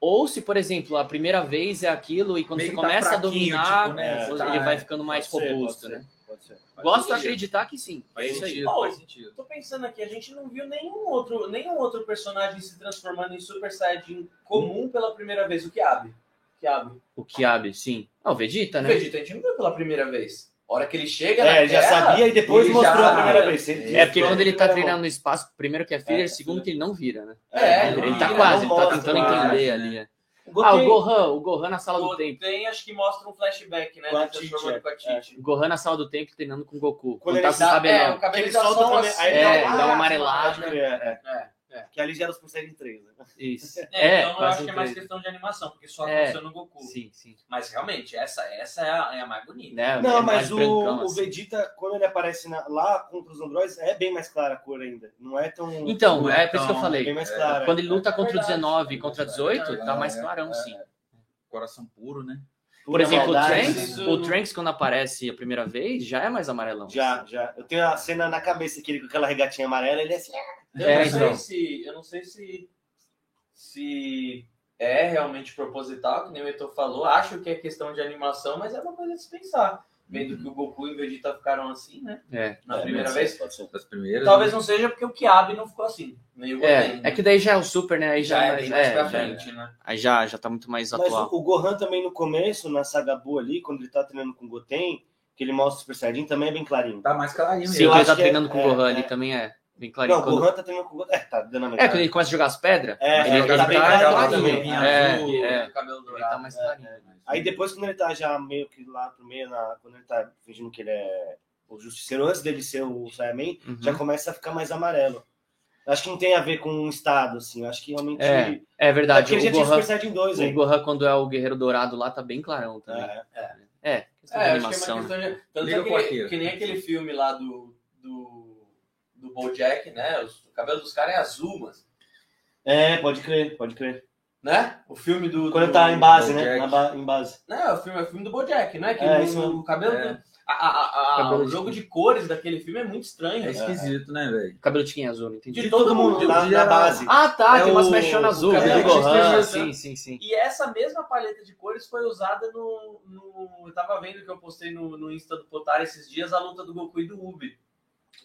ou se, por exemplo, a primeira vez é aquilo e quando
Meio
você
que tá
começa a
fraquinho,
dominar,
tipo, né?
ele
Tá,
vai
é.
ficando mais
Pode ser,
robusto,
pode
né?
ser, pode ser.
Faz
Gosto de
sentido.
acreditar que sim.
Faz
Isso aí.
sentido, faz sentido.
Tô pensando aqui, a gente não viu nenhum outro, nenhum outro personagem se transformando em Super Saiyajin comum pela primeira vez. O Kiabe. Kiabe.
O Kiabe, sim. Ah, o Vegeta,
O
né?
Vegeta a gente não viu pela primeira vez. A hora que ele chega na
É, ele já
Terra,
sabia e depois
ele
mostrou
já-
a primeira vez. Se
É porque quando ele tá
era
treinando no espaço, primeiro que é filler,
É,
segundo que ele não vira, né?
É,
ele,
ele
tá
não
quase, ele tá
mostra,
tentando
quase,
entender
né?
ali. é.
Goten-
Ah, o Gohan, o Gohan na sala do tempo.
Tem, acho que mostra um flashback, né?
Com a
se transformando
Titi, é.
com a Titi.
O Gohan na sala do tempo treinando com o Goku. Quando,
ele
tá com o
dá-
cabelão.
o cabelo
Ele
dá
solta
só um
também,
assim,
aí
É,
um-
dá uma
ah,
amarelada.
É,
É,
é. Que ali já elas conseguem três, né?
Isso.
É,
É,
então eu
quase
acho
um
que é mais
três.
questão de animação, porque só
É.
aconteceu no Goku.
Sim, sim.
Mas realmente, essa, essa é, a, é a mais bonita.
Né, é
Não,
mais
mas o,
brancão,
o
assim.
Vegeta, quando ele aparece na- lá contra os androides, é bem mais clara a cor ainda. Não é tão.
Então,
Não
é,
é
por isso que eu
tão-
bem
falei.
mais clara.
Quando ele luta contra o
verdade.
19 e contra 18,
É,
tá mais
é,
clarão,
é.
sim.
Coração puro, né?
Por exemplo, o
maldade,
Trunks,
isso-
o Trunks, quando aparece a primeira vez, já é mais amarelão.
Já, já. Eu tenho a cena na cabeça que ele com aquela regatinha amarela, ele é assim. ah,
Eu
É,
não sei
então.
se. Eu não sei se. Se é realmente proposital, que nem o Eto falou. Acho que é questão de animação, mas é uma coisa a se pensar. Vendo que o Goku e o Vegeta ficaram assim, né?
Uhum. É.
Na
É,
primeira
mas-
vez.
pode ser.
Das primeiras. né?
Talvez não seja porque o Kiabe não ficou assim. Nem o Goten.
É, é que daí já é o Super, né? Aí já,
já é bem mais pra
já-
frente, né?
Aí já, já tá muito mais
Mas
atual.
o, o Gohan também no começo, na saga Buu ali, quando ele tá treinando com o Goten, que ele mostra o Super Saiyajin, também é bem clarinho.
Tá mais clarinho
Sim,
eu
quando ele
acho
tá
que é-
treinando com o
é,
Gohan
é.
ali também é bem clarinho.
Não,
quando...
o Gohan tá treinando com o Goten. É, tá dando a
É,
metade.
quando ele começa a jogar as pedras,
É,
ele
ele tá bem Uhum.
joga-
claro
ele
também.
É,
Azul,
é.
cabelo
tá
dourado.
mais clarinho.
Aí depois, quando ele tá já meio que lá pro meio, na- quando ele tá fingindo que ele é o justiceiro, antes dele ser o Saiyaman,
Uhum.
já começa a ficar mais amarelo. Acho que não tem a ver com o estado, assim. Acho que realmente.
É, é
É
verdade.
porque ele já
o,
tinha
Gohan,
Super Saiyajin 2
o
aí.
Gohan, quando é o Guerreiro Dourado lá, tá bem clarão também.
É.
É, questão
É,
de
acho que é
animação.
uma
né?
questão de. Tanto
Liga
é
pro
que,
arqueiro.
que nem aquele filme lá do. do, do Bojack, né? Os- o cabelo dos caras é azul, mas.
É, pode crer, pode crer.
Né? O filme do.
Quando
do-
ele tá em base,
do
né?
Jack.
Na ba- em base.
Não, é o filme, é o filme do Bojack, né? Que
É,
no-
isso mesmo.
o cabelo.
É.
do- a- a- a-
Cabelo
o
de-
jogo de cores daquele filme é muito estranho.
É
né?
esquisito, né, velho?
Cabelo tiquinho azul, não entendi.
De todo mundo.
lá na
geral.
base.
Ah, tá,
É
tem umas
o-
mechonas
o
azul.
cabelo
né?
de
Gohan,
estrela,
sim,
né?
sim, sim.
E essa mesma paleta de cores foi usada no. no- eu tava vendo que eu postei no, no Insta do Potar esses dias a luta do Goku e do Ubi.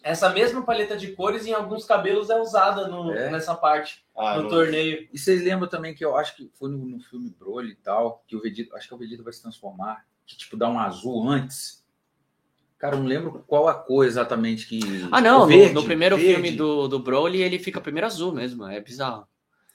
Essa mesma paleta de cores em alguns cabelos é usada no-
É?
nessa parte,
Ah,
no
não-
torneio.
E vocês lembram também que eu acho que foi no, no filme Broly e tal, que o Vegeta, acho que o Vegeta vai se transformar, que tipo dá um azul antes. Cara, eu não lembro qual a cor exatamente que.
Ah, não,
O
no,
verde,
no primeiro
verde.
filme do, do Broly, ele fica primeiro azul mesmo, é bizarro.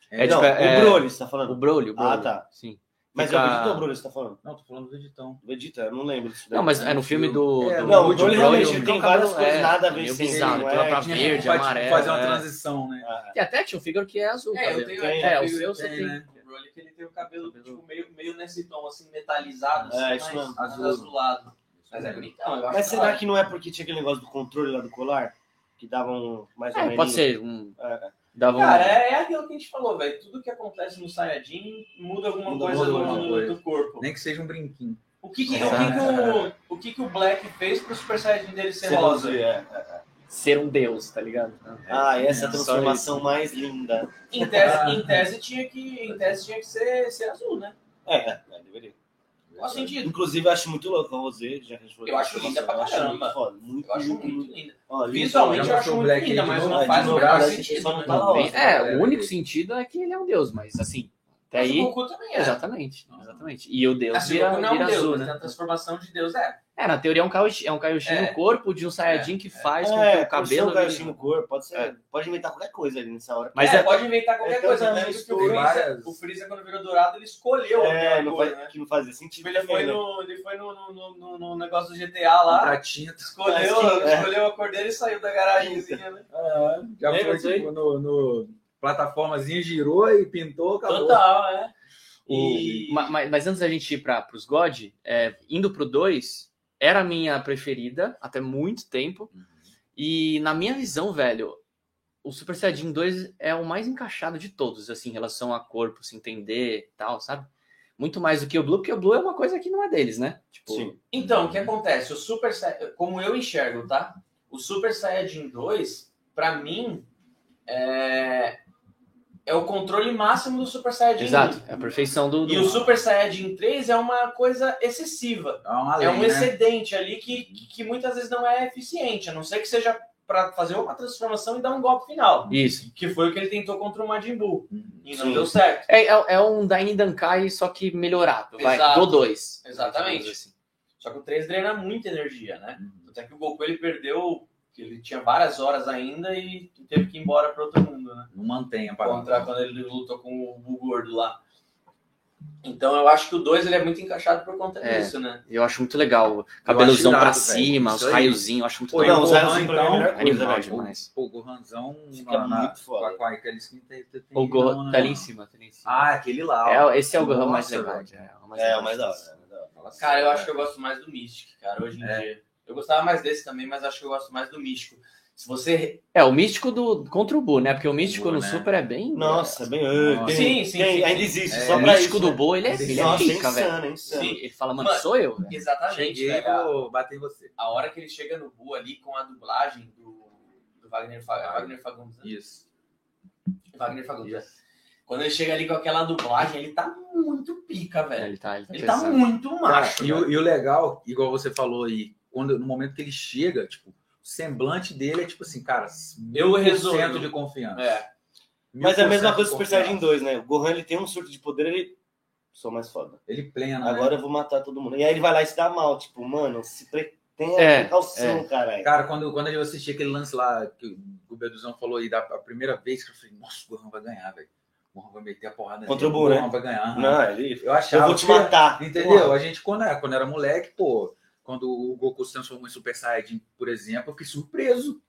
É,
É
Não,
tipo, é-
o Broly, você tá
O
falando.
Broly, o Broly.
Ah, tá.
Sim.
Mas
Fica-
é o Vegeta ou o Broly você tá falando?
Não, tô falando do Vegetão.
Vegeta, eu não lembro disso daí.
Não, mas é no filme do.
É,
do
Não,
Broly, o
o Broly
Broly,
realmente
o
ele tem
cabelo
várias coisas,
é
nada a ver
meio
sem
bizarro,
não
então é pra
que-
verde,
Vai, tipo,
amarelo,
Fazer uma
é.
transição, né?
Ah,
Tem até action figure que é azul.
É, eu
cabelo.
tenho,
Tem,
é,
é,
eu
o seu
eu
você
tenho.
tem. né?
O Broly que ele tem o cabelo
Cabelo.
tipo, meio, meio nesse tom assim, metalizado,
É,
assim,
isso
mais,
mesmo.
mais
Azul.
azulado. Mas é bonitão, eu acho.
Mas
da
será
hora.
que não é porque tinha aquele negócio do controle lá do colar? Que davam mais ou
É,
menos.
pode ser um.
É.
Dava um.
Cara, é, é aquilo que a gente falou, velho. Tudo que acontece no Saiyajin muda alguma
Muda
coisa
alguma
no-
coisa.
do corpo.
Nem que seja um brinquinho.
O que que, o, que que o, o que que o Black fez pro Super Saiyajin dele ser rosa?
Ser um deus, tá ligado?
é. Ah, essa
Só
transformação mais linda.
Em tese, em tese tinha que, em tese tinha que ser, ser azul, né?
É, é, deveria.
Qual sentido?
Inclusive, eu acho muito louco a Rosé, já que a gente falou
Eu acho linda pra
transformação, eu acho
caramba.
foda, muito,
Eu acho
muito,
muito lindo.
Ó, lindo.
Visualmente eu
Já
acho
mostrou o
muito
Black
linda,
de
mas
novo,
não
né? De
faz o
novo,
menor
né?
sentido.
Só não
né?
tá na hora.
É, o único sentido é que ele é um deus, mas assim, até
Mas o
aí.
Goku também é.
Exatamente, exatamente. E o deus
Assim, o
vira,
Goku não é um
vira
deus,
azul,
mas
né?
tem a transformação de Deus, é.
É, na teoria é um Kaioshin, é um Kaioshin
É.
no corpo de um Saiyajin que faz com que
É,
o cabelo.
cabelo
vire-
no corpo, pode ser.
É.
Pode inventar qualquer coisa ali nessa hora.
Mas
é,
é,
pode inventar qualquer
é
coisa.
tanta
Lembra que o
mistura.
Freeza, o Freeza, quando virou dourado, ele escolheu
É,
aquela
não
cor,
faz,
né?
que não fazia
Tipo,
sentido.
ele
também,
foi,
né?
no, ele foi no, no, no- no- no negócio do GTA lá,
Comprar tinta.
escolheu,
Mas que-
escolheu a cor dele e saiu da garagenzinha, né?
Já
Lembra
foi
disso aí?
Então,
tipo, no, no plataformazinha, girou e pintou, acabou.
Total, é.
E... Ma- ma- Mas, antes da gente ir para os God, é, indo pro 2, era a minha preferida até muito tempo. E na minha visão, velho, o Super Saiyajin 2 é o mais encaixado de todos, assim, em relação a corpo, se entender e tal, sabe? Muito mais do que o Blue, porque o Blue é uma coisa que não é deles, né? Tipo,
Sim.
Então, o que acontece? O Super Sai- como eu enxergo, tá? O Super Saiyajin 2, pra mim, é... é o controle máximo do Super Saiyajin
Exato, é a perfeição do.
1.
do...
E o Super Saiyajin 3 é uma coisa excessiva.
É uma
É
lei,
um
né?
excedente ali que, que muitas vezes não é eficiente, a não ser que seja pra fazer uma transformação e dar um golpe final.
Isso.
Que foi o que ele tentou contra o Majin Buu.
Uhum.
E não deu certo.
É, é, é um Dain Dankai, só que melhorado, vai,
Exato.
do 2.
Exatamente.
assim.
Só que o 3 drena muita energia, né?
Uhum.
Até que o Goku ele perdeu, que ele tinha várias horas ainda e teve que ir embora para outro mundo, né?
Não mantém a parada.
Contra quando ele lutou com o Buu gordo lá. Então eu acho que o 2 ele é muito encaixado por conta
É.
disso, né?
Eu acho muito legal. o Cabelozão
acho
pra
irado, velho.
cima,
Isso
os
aí.
raiozinhos, eu acho muito
Pô,
Pô,
legal.
não,
o
o Zero
um Gohan, então.
Super é a melhor coisa,
animal
velho.
demais.
Pô, o Gohanzão
Isso que é
na, na,
muito foda.
com a- com aqueles que tem- tem- tem-
O Gohan
não, não,
tá ali
não.
em cima, tá ali em cima.
Ah, aquele lá. ó.
É, esse é o Gohan mais
Nossa,
legal.
velho.
É, o mais
É,
legal.
o mais da hora. é o mais da hora.
Fala
Cara,
sério,
eu acho que eu
velho.
gosto mais do Mystic, cara, hoje em
É.
dia. Eu gostava mais desse também, mas acho que eu gosto mais do Místico. Se você.
É, o místico do contra o Bu, né? Porque o místico
Bu,
no
né?
Super é bem.
Nossa, bem.
Nossa.
tem-
Sim, sim,
tem-
sim,
Ainda
sim.
existe,
É,
o
só pra
místico
isso.
do
né?
Bu, ele é, ele é
Nossa, é
pica, velho.
insano, é insano.
Sim.
Ele fala, mano,
Mano,
sou eu. velho.
Exatamente,
Cheguei,
velho. A-
vou bater em você.
A hora que ele chega no Bu ali com a dublagem do, do Wagner, Fa-
Ah.
Wagner Fagundes, né?
Isso.
Wagner Fagundes. né? Quando ele chega ali com aquela dublagem, ele tá muito pica,
É,
velho.
Ele tá, ele tá
Ele tá
pesado.
muito macho.
Cara, e,
velho.
o, e o legal, igual você falou aí, quando, no momento que ele chega, tipo, o semblante dele é tipo assim, cara,
Eu
mil por
resolvo.
cento de confiança.
É.
Mil
Mas é a
por
mesma
cento
coisa
de
do Super
confiança.
Saiyajin 2, né? O Gohan ele tem um surto de poder, ele. Sou mais foda.
Ele
Uhum.
pleno, né?
Agora eu vou matar todo mundo. E aí ele vai lá e se dá mal, tipo, mano, se pre... tem a
É,
precaução, caralho.
né? Cara, quando, quando eu assisti aquele lance lá que o Beduzão falou aí da a primeira vez, que eu falei, nossa, o Gohan vai ganhar, velho. O Gohan vai meter a porrada.
Contra
nele,
o Buu, né?
Gohan vai ganhar.
Uhum.
Não, ele.
Eu achava
Eu vou te
que-
matar.
Entendeu? A gente, quando era, quando era moleque, pô, quando o Goku se transformou em Super Saiyajin, por exemplo, eu fiquei surpreso.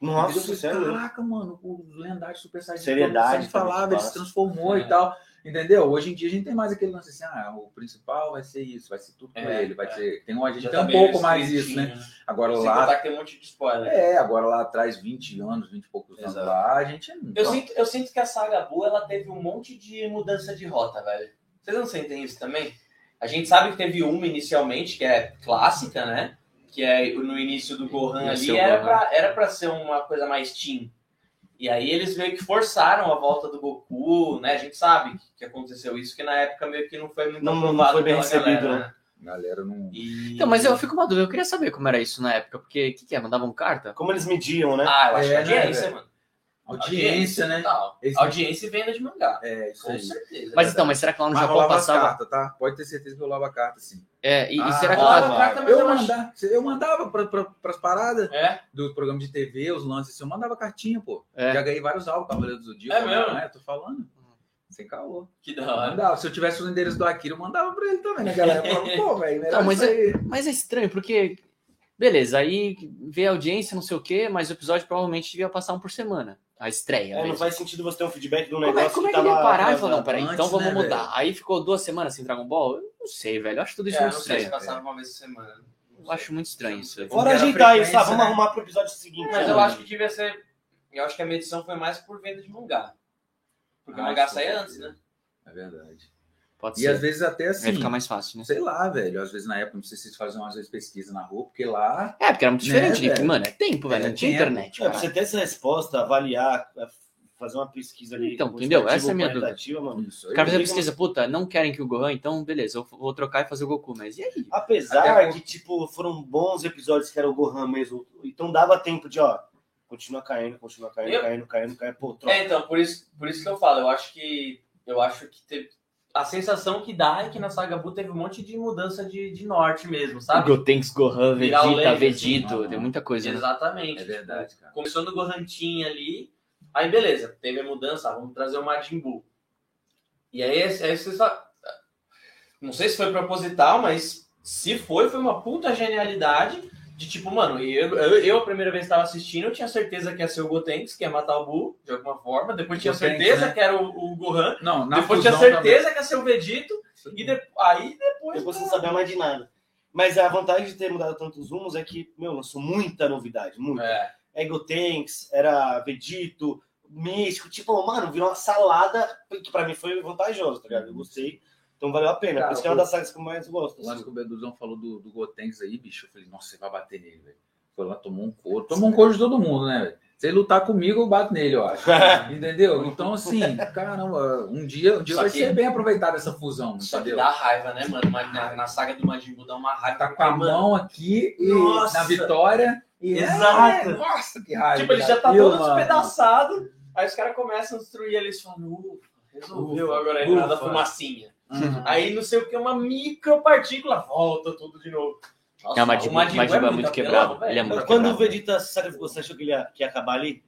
Nossa, é
Entendeu? Eu
sério.
falei, caraca, mano, o lendário Super Saiyajin.
Seriedade
todo mundo sabe falava,
também,
ele se
nossa.
transformou
É.
e tal. Entendeu? Hoje em dia a gente tem mais aquele lance assim, ah, o principal vai ser isso, vai ser tudo com
É,
ele, vai
é.
ser. Tem um, a gente
Já
tem
tá
um
meio
pouco mais isso,
escritinho,
né? Agora
Sem
lá.
contar que tem um monte de spoiler.
É, agora lá atrás, 20 anos, 20 e poucos anos
Exato.
lá, a gente. tá
Eu, sinto, eu sinto que a saga boa ela teve um monte de mudança de rota, velho. Vocês não sentem isso também? A gente sabe que teve uma inicialmente, que é clássica, né? Que é no início do Gohan
Esse
ali,
é o
era
Gohan.
pra, era pra ser uma coisa mais teen. E aí eles meio que forçaram a volta do Goku, né? A gente sabe que aconteceu isso, que na época meio que não foi muito
Não- não
aprovado
foi bem
pela
recebido,
galera,
né?
né?
Galera, não.
E-
Então, mas eu fico com uma dúvida, eu queria saber como era isso na época, porque o que, que é? Mandavam carta?
Como eles mediam, né?
Ah, eu acho
É,
que a
né,
audiência,
velho?
mano.
Audiência, né?
Total.
Esse-
Audiência e venda de mangá.
É, isso
Com
aí.
certeza.
Mas então, mas será que lá no
Mas
Japão
rolava as
passava.
cartas, tá? Pode ter certeza que rolava a carta, sim.
É, e, e
Ah,
será que
rolava
lá.
carta, mas
Eu,
eu acho-
mandava, eu mandava pra, pra, pras paradas
É.
do programa de TV, os lances, assim, eu mandava cartinha, pô.
É.
Já ganhei vários alvos, Cavaleiro do Zodíaco,
É mesmo?
né? Eu tô falando. Sem calor.
Que da hora.
Mandava. Se eu tivesse o endereço do Akira, eu mandava pra ele também, né, galera? Eu falava, pô, velho, melhor
Tá,
Não, mas
isso aí.
Mas é estranho, porque. Beleza, aí vê a audiência, não sei o quê, mas o episódio provavelmente devia passar um por semana. A estreia.
É,
né?
não faz sentido você ter um feedback de um
Como é,
negócio
como é
que
que ele
tava.
ia parar e
atrasado.
falar, não, peraí, então
antes,
vamos
né,
mudar.
velho?
Aí ficou duas semanas sem Dragon Ball? Eu não sei, velho. Eu acho tudo isso
É, não
muito
sei se
estranho.
passava uma vez por semana. Não
Eu
sei.
acho muito estranho isso. velho.
Como
Bora
era a
ajeitar isso,
frequência,
tá? Vamos
né?
arrumar pro episódio seguinte.
Mas
né?
eu acho que devia ser. Eu acho que a minha edição foi mais por venda de mangá. Porque o
Ah,
mangá
sim,
saía
com
antes, né?
É verdade.
Pode
E às
ser.
vezes até
Vai
assim,
ficar mais fácil, né?
sei lá, velho. Às vezes na época, não sei se vocês faziam às vezes pesquisa na rua, porque lá
É, porque era muito
Né,
diferente, né?
velho?
Mano, é tempo, velho.
É
Não tinha
tempo.
internet,
É, pra
cara.
você ter essa resposta, avaliar, é, fazer uma pesquisa ali.
Então, entendeu?
quantitativa
Essa é a minha
ou qualitativa, mano.
isso
O
aí.
cara fez a
Eu digo-
pesquisa, puta, não querem que o Gohan, então beleza, eu vou trocar e fazer o Goku. Mas e aí?
Apesar
Até por-
que, tipo, foram bons episódios que era o Gohan mesmo. Então dava tempo de, ó, continua caindo, continua caindo,
Eu-
caindo, caindo, caindo. Pô, troca.
É, então, por isso, por isso que eu falo, eu acho que. Eu acho que teve. A sensação que dá é que na saga Buu teve um monte de mudança de, de norte mesmo, sabe?
Gotenks, Gohan,
Virar o
Vegeta,
Leite, assim,
Vegito,
aham.
tem muita coisa, né?
Exatamente.
É verdade, cara.
Começou no Gohantin ali, aí beleza, teve a mudança, ah, vamos trazer o Majin Buu. E aí, aí vocês falam, não sei se foi proposital, mas se foi, foi uma puta genialidade de tipo, mano, eu, eu, eu a primeira vez que tava assistindo, eu tinha certeza que ia ser o Gotenks, que ia matar o Buu, de alguma forma. Depois tinha
Gotenks,
certeza
né?
que era o, o Gohan.
Não, na
depois tinha
fusão
certeza que ia ser o Vegito.
também.
E de- aí depois.
Depois você não sabia mais de nada. Mas a vantagem de ter mudado tantos rumos é que, meu, lançou muita novidade, muita.
É.
É Gotenks, era Vegito, Místico, tipo, mano, virou uma salada que pra mim foi vantajoso, tá ligado? Eu gostei, então valeu a pena.
Cara,
Por isso que é uma das sagas que eu mais gosto.
O lance
Assim.
que o Beduzão falou do, do Gotenks aí, bicho, eu falei, nossa, você vai bater nele, velho. Foi lá, tomou um couro. Tomou um couro de todo mundo, né, velho? Se ele lutar comigo, eu bato nele, eu acho. Entendeu? Então, assim, caramba, um dia, um dia
Só
vai
que-
ser bem aproveitada essa fusão,
Só que
entendeu?
dá raiva, né, mano? Mas Na, na saga do Majin Buu dá uma raiva.
Tá com a
mano.
mão aqui e
Nossa!
na vitória. E...
Exato.
É, nossa, que raiva.
Tipo, ele já tá
Eu,
todo
mano.
despedaçado. Aí os caras começam a destruir ele. Eles falam, ufa, resolveu
Ufa,
agora a
ufa.
entrada da fumacinha.
Uhum.
Aí não sei o que, uma micropartícula volta tudo de novo. Nossa,
Não, mas o Majin Buu é muito quebrado. Ele é muito
Mas Quando
quebrado,
o
né?
Vegeta se sacrificou, você achou que ele ia, que ia acabar ali?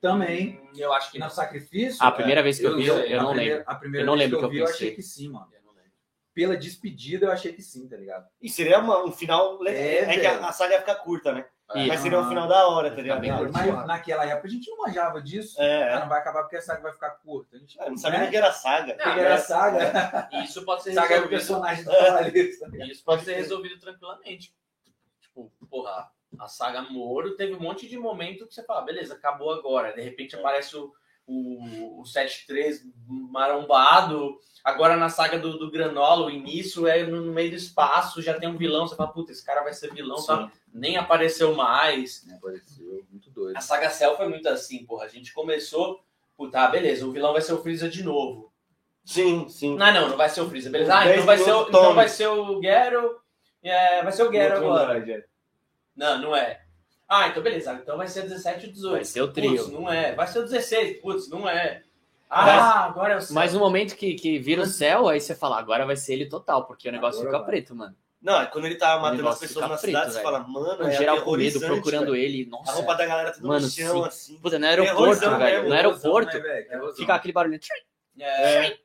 Também.
Eu acho que
No
não.
sacrifício?
A primeira vez que eu vi, eu- eu
a
não
primeira-
lembro.
A primeira
Eu não
vez
lembro
que eu
o que
vi,
eu
eu
pensei.
achei que sim, mano. Pela despedida, eu achei que sim, tá ligado?
E seria uma- um final legal.
É,
É, que
velho.
a, a saga ia ficar curta, né?
É.
E-
Mas seria um final da hora, tá ligado?
bem
Ah,
Mas
tipo,
naquela época a gente não manjava disso.
É,
Ah,
é.
não vai acabar porque a saga vai ficar curta. A gente
Eu É, não sabia
né?
nem que era saga.
Porque era saga.
E Isso pode ser
Saga é o
resolvido.
personagem da Fortaleza.
Isso pode ser resolvido tranquilamente. Tipo, porra, a saga Moro teve um monte de momento que você fala, beleza, acabou agora. De repente aparece o, o, o 7-3 marombado. Agora na saga do, do Granola, o início é no, no meio do espaço, já tem um vilão. Você fala, puta, esse cara vai ser vilão, tá? Nem apareceu mais.
É, Apareceu, muito doido.
A saga Cell foi muito assim, porra. A gente começou, puta, ah, beleza, o vilão vai ser o Freeza de novo.
Sim, sim.
Não, não, não vai ser o Freeza, beleza? Ah,
Dez
então vai ser o,
minutos,
então
tome.
vai ser o Gero. É, vai ser o Gero
Outro
agora.
Andrade, é.
Não, não é. Ah, então beleza. Então vai ser 17 ou 18.
Vai ser o
Putz,
trio.
não é. Vai ser o 16. Putz, não é. Ah, agora eu sei.
Mas no momento que, que vira o céu, aí você fala, agora vai ser ele total, porque o negócio
Agora
fica
vai.
preto, mano.
Não, é quando ele tá matando as
negócio
pessoas
fica
na
preto,
cidade, você
velho.
fala, mano,
O
é
geral com medo,
aterrorizante,
procurando
velho.
ele.
A
Nossa,
roupa da galera tudo
Mano,
no chão,
sim.
assim.
puta, no aeroporto,
Terrorzão,
velho.
né?
No aeroporto,
é
fica
um
aquele barulho.
É,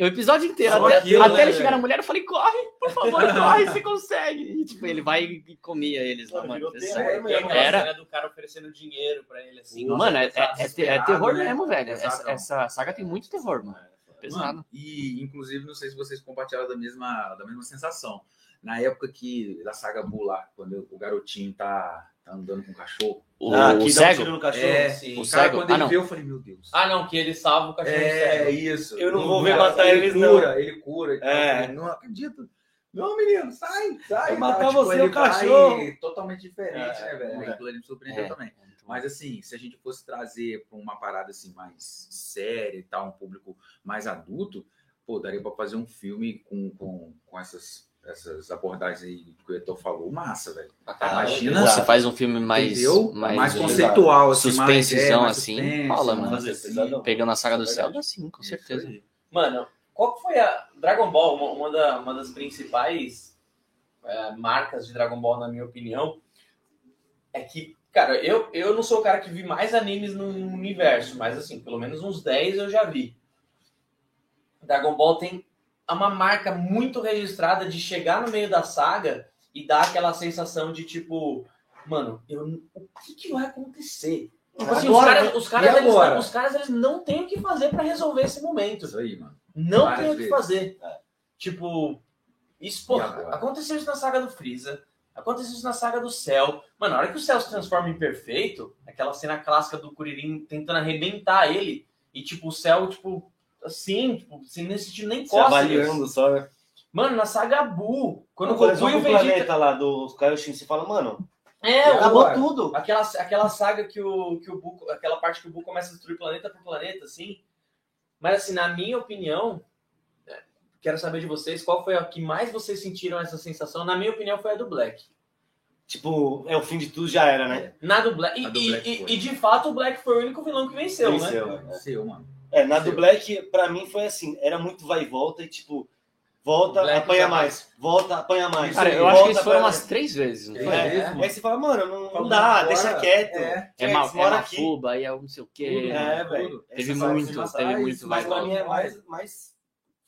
O episódio inteiro,
Só
até,
aquilo,
até
né,
ele chegar
velho?
na mulher, eu falei, corre, por favor, corre, você consegue. E, tipo, ele vai e comia eles lá,
Mano,
mano.
virou
Isso
terror,
é-
tem aquela
Era.
cena do cara oferecendo dinheiro pra ele assim.
mano, é, é- é- é
desesperado,
terror
né?
mesmo, velho. Essa,
Pesadão.
essa saga tem muito terror, mano. Pesado.
Mano, e inclusive, não sei se vocês compartilharam da mesma, da mesma sensação. Na época que da saga Buu lá, quando o garotinho tá, tá andando com o cachorro.
O,
Ah, que dá
o
um
cego,
tiro no cachorro.
É,
sim.
o
O cara,
cego.
quando
Ah,
ele
não.
vê, eu falei, meu Deus.
Ah, não, que ele salva o cachorro
É
cego.
isso.
Tá Eu não
Ele
vou ver
cura,
matar
ele
eles, não.
cura, Ele cura, ele
É.
Eu falei, Não acredito. Não, menino, sai, sai. Tá, tipo,
Vai matar você,
ele
o cachorro.
vai Totalmente diferente, né, velho?
É.
Aquilo ali me surpreendeu
É.
também. Mas assim, se a gente fosse trazer para uma parada assim mais séria e tal, um público mais adulto, pô, daria para fazer um filme com, com, com essas, essas abordagens aí que o Etor falou. Massa, velho. Imagina.
Nossa, faz um filme mais,
entendeu?
mais,
conceitual, assim, mais, é,
suspensezão,
mais
assim,
suspense,
fala,
mais
mano.
assim.
Pegando a saga do
Isso é
céu,
verdade.
dá sim, com certeza.
Isso aí.
Mano, qual que foi a. Dragon Ball, uma, uma da- uma das principais é, marcas de Dragon Ball, na minha opinião, é que, cara, eu, eu não sou o cara que vi mais animes no, no universo, mas assim, pelo menos uns 10 eu já vi. Dragon Ball tem uma marca muito registrada de chegar no meio da saga e dar aquela sensação de tipo, mano, eu, o que, que vai acontecer? Tipo assim, os
Agora,
caras, os caras,
e
eles,
agora?
os caras eles não têm o que fazer pra resolver esse momento.
Isso aí, mano.
Não
Várias
tem o que
vezes.
fazer.
É.
Tipo, isso,
E
porra,
agora?
aconteceu isso na saga do Freeza, aconteceu isso na saga do Cell. Mano, na hora que o Cell se transforma em perfeito, aquela cena clássica do Kuririn tentando arrebentar ele, e tipo, o Cell, tipo, assim, tipo, sem nem sentido nem
Se
costas.
avaliando só, né?
Mano, na saga Buu, quando o
Quando eles
Goku
vão
e o
pro
Vegeta...
planeta lá do Kaioshin, você fala, mano,
É, o
acabou
agora?
tudo.
Aquela, aquela saga que o, que o Buu, aquela parte que o Buu começa a destruir planeta por planeta, assim. Mas, assim, na minha opinião, é, quero saber de vocês qual foi a que mais vocês sentiram essa sensação. Na minha opinião, foi a do Black.
Tipo, é o fim de tudo, já era, né?
Na do Black. E,
A do
e-
Black
e-
foi.
e, de fato, o Black foi o único vilão que venceu, né?
Venceu, né?
Seu, mano.
É, na do
Seu.
Black, pra mim, foi assim, era muito vai e volta, e tipo, volta,
O Black
apanha
já-
mais, volta, apanha mais.
Cara, eu
volta,
acho que eles foram
apanha
umas três vezes, não
Três
foi?
mais.
vezes,
É,
mano.
Aí você fala, mano, não, não
Vamos
dá,
embora.
deixa quieto.
É.
É,
Eles
ma- é
moram aqui.
Mafuba, aí é um não sei o quê.
É, velho.
Teve
Essa saga
muito,
de
se
teve
matar,
muito
isso
vai
Mas
e
vai
é pra
volta.
mim é mais, mais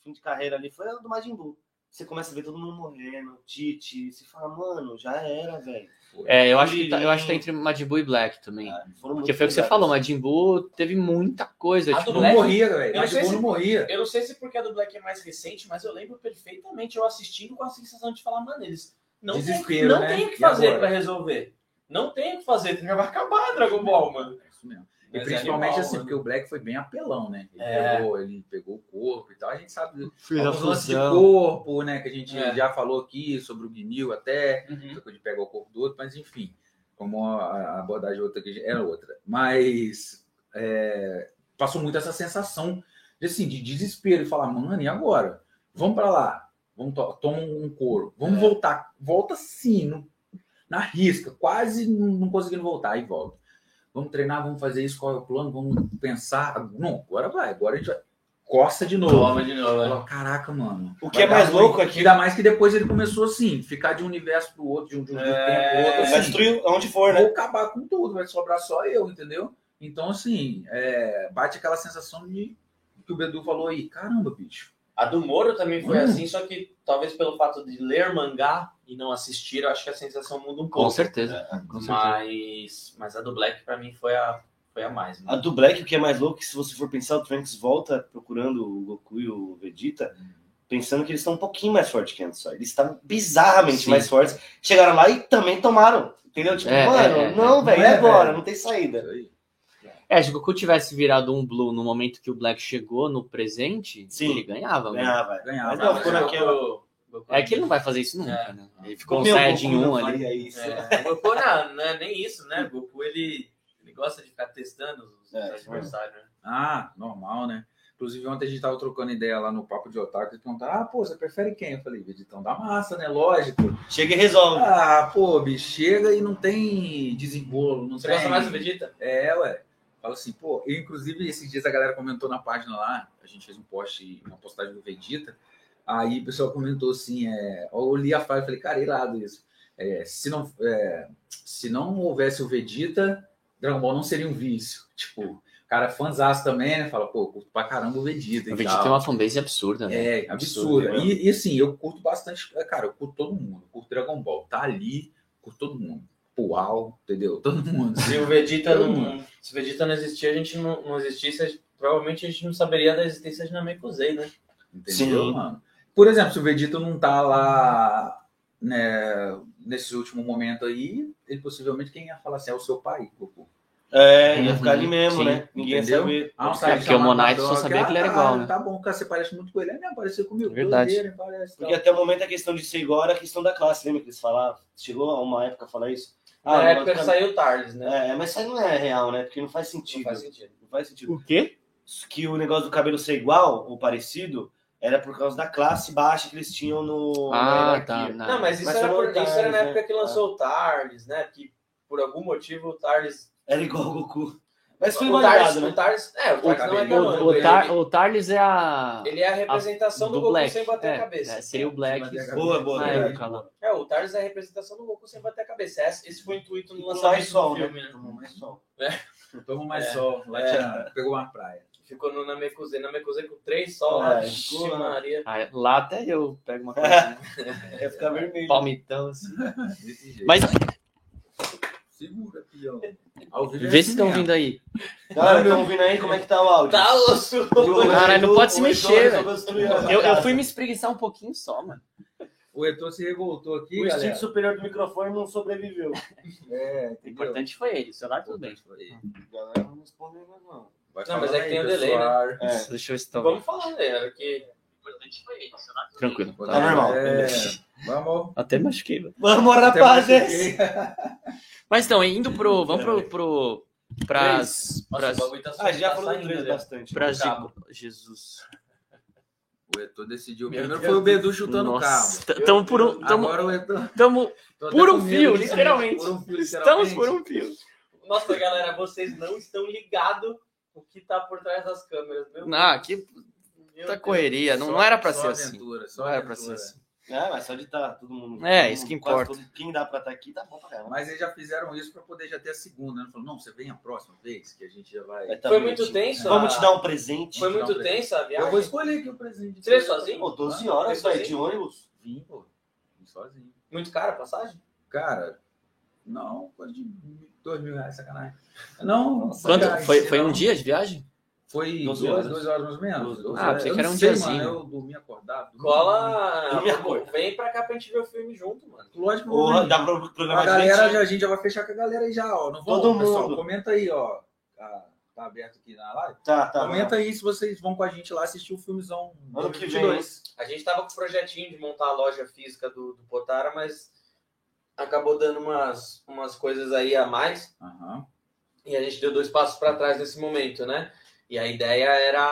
fim de carreira ali foi a do Majin Buu. você começa a ver todo mundo morrendo, Tite, você fala, mano, já era, velho.
É, eu acho, que tá, eu acho que tá entre Madimbu e Black também.
Cara,
Porque
foram muito
foi o que você
pesados.
falou, Madimbu teve muita coisa.
A
tipo,
do
Não
Black-
morria, velho.
Eu não
Mas
sei
o
se-
não morria.
Eu não sei se porque a do Black é mais recente, mas eu lembro perfeitamente eu assistindo com a sensação de falar, mano, eles não tem-
Desespero,
não
né?
tem o que
E
fazer
agora?
pra resolver. Não tem o que fazer, já vai acabar Dragon Ball, mano.
É isso mesmo. E
Mas é
principalmente
animal,
assim,
mano.
porque o Black foi bem apelão, né? Ele,
É.
pegou, ele pegou o corpo e tal. A gente sabe
Fez
alguns lances de corpo, né? Que a gente
É.
já falou aqui sobre o Guinil até,
Uhum.
essa coisa de pegar o corpo do outro, mas enfim, como a a abordagem outra que era outra. Mas é, passou muito essa sensação de, assim, de desespero e falar, mano, e agora? Vamos para lá, vamos to toma um couro,
É.
vamos voltar, volta sim, no- na risca, quase não não conseguindo voltar, aí volta. Vamos treinar, vamos fazer isso, qual é o plano, vamos pensar. Não, agora vai, agora a gente vai. Costa de novo.
Toma de novo, né?
Fala, Caraca, mano.
O que é
Vai
mais
dar ruim.
louco é que-
Ainda mais que depois ele começou assim, ficar de um universo pro outro, de um, de um tempo pro outro.
É, Vai
Assim,
destruir onde for, né?
Vou acabar com tudo, vai sobrar só eu, entendeu? Então, assim, é, bate aquela sensação de que o Bedu falou aí, caramba, bicho.
A do Moro também foi
Hum.
assim, só que talvez pelo fato de ler mangá e não assistir, eu acho que a sensação muda um
Com
pouco.
certeza. com certeza.
Mas, mas a do Black pra mim foi a, foi a mais.
A
Mano.
do Black, o que é mais louco, que se você for pensar, o Trunks volta procurando o Goku e o Vegeta, pensando que eles estão um pouquinho mais fortes que antes. Só. Eles estavam bizarramente
Sim.
mais fortes. Chegaram lá e também tomaram. Entendeu? Tipo,
É,
mano,
é, é,
não,
é.
velho,
Não
é
é,
agora,
velho.
não tem saída.
Isso aí.
É, se o Goku tivesse virado um Blue no momento que o Black chegou no presente,
Sim.
ele ganhava. mano.
Ah, vai.
Ganhava.
Mas não, ficou
Mas o
naquela-
Goku- Goku-
É que ele não vai fazer isso nunca,
É.
né? Ele ficou um
Meu,
sad em
Goku
um
não
ali.
faria isso.
É, o Goku não, não é nem isso, né? O Goku, ele, ele gosta de ficar testando os,
É,
os adversários. né?
Ah, normal, né? Inclusive, ontem a gente tava trocando ideia lá no Papo de Otaku e perguntaram, ah, pô, você prefere quem? Eu falei, Vegetão da Massa, né? Lógico.
Chega e resolve.
Ah, pô, bicho, chega e não tem desembolo, não
Você
tem...
gosta mais do Vegeta?
É, ué. Fala assim, pô, eu, inclusive esses dias a galera comentou na página lá, a gente fez um post, uma postagem do Vegeta, aí o pessoal comentou assim, é, eu li a fala e falei, cara, irado isso. É, se, não, é, se não houvesse o Vegeta, Dragon Ball não seria um vício. Tipo, o cara fãzaço também, né? Fala, pô, eu curto pra caramba o Vegeta.
O
e
Vegeta
tal.
tem uma fanbase absurda, né?
É, absurda. E, e, assim, eu curto bastante. Cara, eu curto todo mundo. Eu curto Dragon Ball. Tá ali, curto todo mundo. Pual, entendeu? Todo mundo.
Se o Vegeta
Eu
não, se o Vegeta não existia, a gente não, não existisse, provavelmente a gente não saberia da existência de Namekusei, né?
Entendeu,
Sim.
mano? Por exemplo, se o Vegeta não tá lá né, nesse último momento aí, ele possivelmente quem ia falar assim é o seu pai, Goku.
É, ia ficar
Uhum,
ali mesmo,
sim.
né? Ninguém ia
Entendeu?
saber.
Ah, não
É, porque o Monite só sabia que ele era igual, né?
Tá bom, cara, você parece muito com ele. É, né? Parecia comigo.
Verdade.
doideira, né, parece, tal.
Porque até o momento a questão de ser igual era a questão da classe, lembra que eles falavam? Chegou a uma época a falar isso?
Na
Ah, não,
época
mas-
saiu Tardes, né?
É, mas isso aí não é real, né? Porque não faz sentido.
Não faz sentido.
Não faz sentido.
O quê?
que o negócio do cabelo ser igual ou parecido era por causa da classe baixa que eles tinham no. na
Ah,
hierarquia.
tá. na-
Não, mas isso,
Mas
era,
foi
por-
o Tardes,
isso era na
né?
época que lançou o Tardes, né? Que por algum motivo o Tardes.
Era igual o Goku. Mas foi
o Tardes,
validado, né?
o Tardes. É, o Tardes não é
O,
canônico.
o,
Ele,
Tar, o Tarlis é a.
ele é a representação do, Goku sem bater
é,
a cabeça.
é, seria o Black.
Sem bater a
Boa, boa.
Na
É,
verdade.
época lá.
É, o Tardes é a representação do Goku sem bater a cabeça. Esse, esse foi o intuito no
Com
lançamento
mais sol,
do filme, né?
Tomou mais sol.
Toma mais
É.
sol. Lá
É.
tinha- pegou uma praia.
Ficou no Namekusei. Namekusei com três sol lá.
É,
Vixe,
ficou lá.
Maria.
Ah, lá até eu pego uma coisa, né?
Ia ficar vermelho.
palmitão assim.
Desse jeito.
Mas
Segura, pião. Ao vivo é
vê se
assim
estão
mesmo.
vindo aí.
Galera, estão ouvindo aí como é que tá o áudio?
Tá osso!
Caralho, não pode se mexer, velho. Eu,
Eu,
eu fui me espreguiçar um pouquinho só, mano.
O Etor se revoltou aqui,
O instinto
galera.
superior do microfone não sobreviveu.
É,
O
entendeu?
importante foi ele, o celular tudo bem.
Galera, não responde mais não.
Vai
Não, mas
falando
é que tem
aí,
o delay,
pessoal.
É.
Deixa eu estourar.
Vamos falar, né? Era que.
Tranquilo.
Tá
Tá normal.
É, vamos.
Até machuquei, mano.
Vamos,
Até mais
rapazes!
aqui.
Mas então, indo pro. Vamos pro. pro pras.
Nossa, o
pras.
bagulho tá
Ah, já
tá
falou
saindo,
inglês
já.
bastante.
pras
cabo.
Jesus.
O Etor decidiu.
Meu
Primeiro
Deus
foi o Bedu chutando o
Nossa,
cabo.
tá
t- tamo por um. Tamo,
Agora o Etor.
tamo,
tô até
Por
com
um
medo
fio,
disso,
literalmente.
Por um fio,
estamos
literalmente.
por um fio.
né? Nossa, galera, vocês não estão ligados o que tá por trás das câmeras, meu
Ah,
Deus.
que
Meu
puta
Deus.
correria. Não,
Só-
não era pra
só
ser assim.
aventura, Só
Não era pra ser
aventura.
assim.
É, mas só de tá todo mundo.
É,
todo
isso
mundo-
que
quase
importa.
todo- quem dá pra estar aqui tá bom pra caramba.
Mas eles já fizeram isso para poder já ter a segunda. Né? Falou, não, você vem a próxima vez, que a gente já vai.
Vai tá
Foi
bonitinho.
muito tenso.
Vamos
a-
te dar um presente.
Foi muito
Não,
tenso a viagem.
Eu vou escolher aqui o presente.
Você veio sozinho?
Pô, 12
Tem
horas, velho,
sozinho?
de ônibus.
Vim, pô. Vim sozinho.
Muito cara a passagem?
Cara, não, coisa de dois mil reais, sacanagem. Não,
Quanto?
sacanagem,
Foi, foi um
não.
dia de viagem?
Foi
12
duas,
horas.
duas horas mais ou menos.
Ah, pensei
eu
que era
não
um
sei,
diazinho.
Mano, eu dormi acordado. dormi-
Cola.
Minha cor.
Vem pra cá pra gente ver o filme junto, mano.
Lógico,
Porra,
mano.
dá pra
A
programar
galera,
direitinho.
já- a gente já vai fechar com a galera aí já, ó. Não vou,
Todo
pessoal,
mundo.
Comenta aí, ó. Ah, tá aberto aqui na live.
Tá, tá.
comenta aí se vocês vão com a gente lá assistir o filmezão.
Ano que
2022.
A gente tava com o projetinho de montar a loja física do, do Potara, mas acabou dando umas, umas coisas aí a mais.
Aham.
E a gente deu dois passos para trás nesse momento, né? E a ideia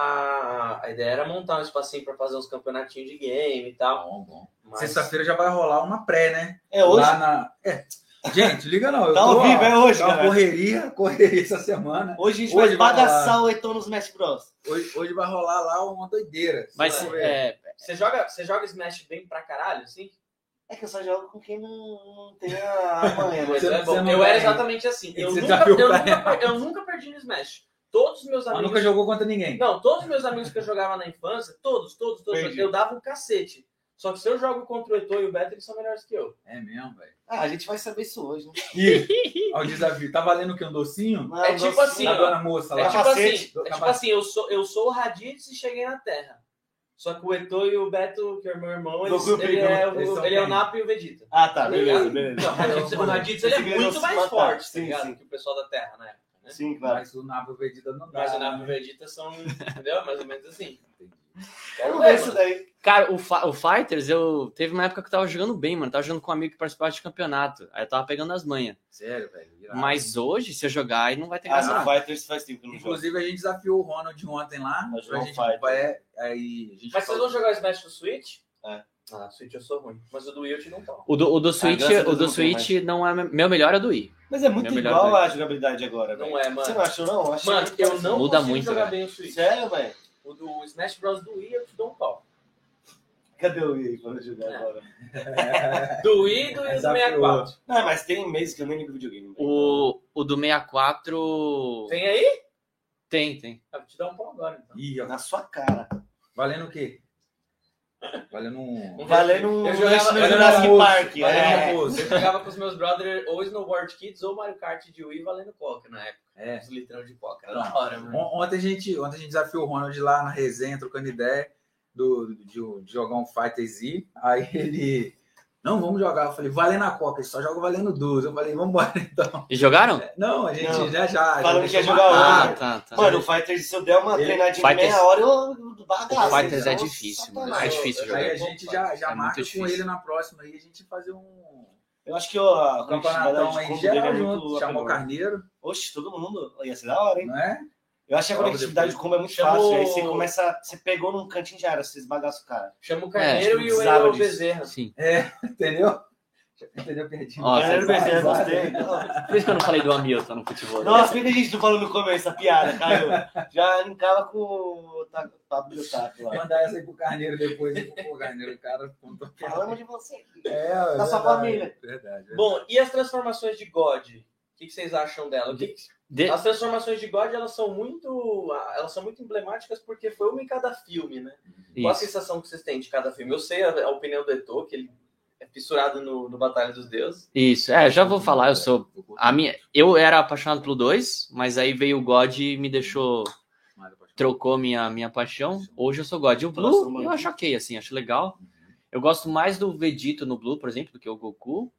era a ideia era montar um espacinho para fazer uns campeonatinhos de game e tal.
Bom, bom.
Mas...
Sexta-feira já vai rolar uma pré, né?
É hoje?
Lá na... É. Gente, liga não. Eu
Tá
tô,
ao
ó,
vivo, é hoje,
tá uma
galera.
correria, correria essa semana.
Hoje a gente
Hoje
vai
vai
bagaçar o Eiton nos Smash Bros.
Hoje, hoje vai rolar lá uma doideira.
Mas
Vamos ver.
é,
Você joga, você joga Smash bem pra caralho, assim?
É que eu só jogo com quem não, não tem a né? arma lembra.
Mas
Você-
é bom.
você não
Eu era
ganha.
exatamente assim. Eu
Você
nunca,
desafiou
eu,
pra
nunca, per- eu nunca perdi no Smash. Todos os meus
Mas
amigos.
nunca jogou contra ninguém.
Não, todos os meus amigos que eu jogava na infância, todos, todos, todos,
Entendi.
eu dava um cacete. Só que se eu jogo contra o Eto'o e o Beto, eles são melhores que eu.
É mesmo, velho.
Ah, a gente vai saber isso hoje, né?
E ao desafio, tá valendo o que? Um docinho?
Não,
É
não
tipo
sei. Tá
assim,
Da
ó.
dona moça
É
lá.
tipo
Capacete.
assim, é tipo assim, eu sou, eu sou o Raditz e cheguei na Terra. Só que o Eto'o e o Beto, que é meu irmão, eles-
Goku e
ele,
Goku.
é, o-
Eles são
ele é o
bem.
Napa e o Vegeta.
Ah, tá, beleza,
Tá
beleza.
Então, o Raditz, o Raditz, ele é
Esse
muito
ganhou
mais
se matar.
forte, tá
Sim,
ligado?
sim.
Que o pessoal da Terra na época, né?
Sim, claro.
Mas o Nabo Vegeta não dá. né?
Mas o Napa e o Vegeta são, entendeu? Mais ou menos assim.
Quero
Quero
ver
ver,
isso daí.
cara, o, Fa- o Fighters, eu teve uma época que eu tava jogando bem, mano. Tava jogando com um amigo que participava de campeonato. Aí eu tava pegando as manhas.
Sério, velho. irado.
Mas hoje, se eu jogar, aí não vai ter
Ah,
graça.
não
não.
vai ter isso faz tempo que eu não jogo.
Inclusive, a gente desafiou o Ronald ontem lá.
Mas né?
Pra
não
gente
vai.
vai. Aí, a gente
Mas vocês
falou-
vão jogar Smash no Switch?
É.
Ah, Switch eu sou ruim. Mas o do Wilt não pau.
O do, o do Switch,
graças a
o
Deus
do
não tem
Switch não é meu melhor é do I.
Mas é muito
Minha melhor
igual a jogabilidade agora, velho.
Não é,
Você
mano.
não achou, não? Achei
Mano,
muito
eu não
Muda
consigo
muito, né?
jogar
velho.
bem o
parecido.
Switch.
Sério, velho?
O do Smash Bros. do Wii, eu te dou um pau.
Cadê o Wii pra eu jogar
É.
agora?
Do Wii e do Wii do 64.
Não, mas tem meses que eu nem ligo videogame. velho.
O, o do 64.
Tem aí?
Tem, tem.
Ah, vou te dar um pau agora, então.
Ih, ó.
Na sua cara.
Valendo o quê? Valendo um.
Valendo um
Eu jogava-
lanche no
eu
Jurassic
jogava-
Park.
Valendo
É.
um
Eu
almoço.
jogava com os meus brothers ou Snowboard Kids ou Mario Kart de Wii valendo coca na época.
É.
Os litrão de coca. Era da hora, mano.
On- Ontem a, gente, ontem a gente desafiou o Ronald lá na resenha, trocando ideia do, de, de jogar um Fighter Z. Aí ele. Não, vamos jogar. Eu falei, valendo a Coca, ele só joga valendo 12. Eu falei, vambora então.
E jogaram?
Não, a gente
Não.
já já.
Falando
já
que ia
deixou
jogar
matar.
Ah,
ontem.
tá, tá.
Mano, o Fighters, se eu der uma
Ele-
treinadinha de meia
Fighters-
hora, eu bagaço.
O Fighters é
então,
difícil,
satanás.
mano. É difícil
Eu-
jogar.
Aí a gente já, já
É muito
marca com
difícil.
ele na próxima aí, a gente fazer um
Eu acho que ó, a
campeonatão aí
é
é
geral junto. Chamou o
apelona.
Carneiro,
né? Oxe, todo mundo. Ia ser da hora, hein?
não é?
Eu acho que a
Logo
conectividade
depois.
do combo é muito
Chamou-
fácil. Aí você começa. Você pegou num cantinho de área, você esbagaça o cara.
Chama o
É,
Carneiro
acho que
e o
precisava
Elo
disso.
Bezerra.
Sim.
Entendeu? Entendeu? Perdi.
Ó,
Galera,
você-
vai,
beleza, gostei.
Por isso que eu não falei do Hamilton no futebol.
Nossa, por que a gente não falou no começo essa piada, Caio? Já linkava com o Ta- Fábio Tato lá.
Mandar essa aí pro Carneiro depois. hein? Pô, Carneiro, o cara contou
Falamos de você.
É,
Da sua família.
Verdade. é. Bom,
Bom, e as transformações de God? O que que vocês acham dela? O que que-
De-
As transformações de God elas são muito, elas são muito emblemáticas porque foi uma em cada filme, né? Qual a
Isso.
sensação que vocês têm de cada filme? Eu sei a, a opinião do Eto'o, que ele é fissurado no, no Batalha dos Deuses.
Isso. É, já vou falar, eu sou. A minha... Eu era apaixonado pelo 2, mas aí veio o God e me deixou. Trocou minha, minha paixão. Hoje eu sou God. E o
Nossa,
Blue,
mano.
eu acho ok, assim, acho legal. Eu gosto mais do Vegito no Blue, por exemplo, do que o Goku.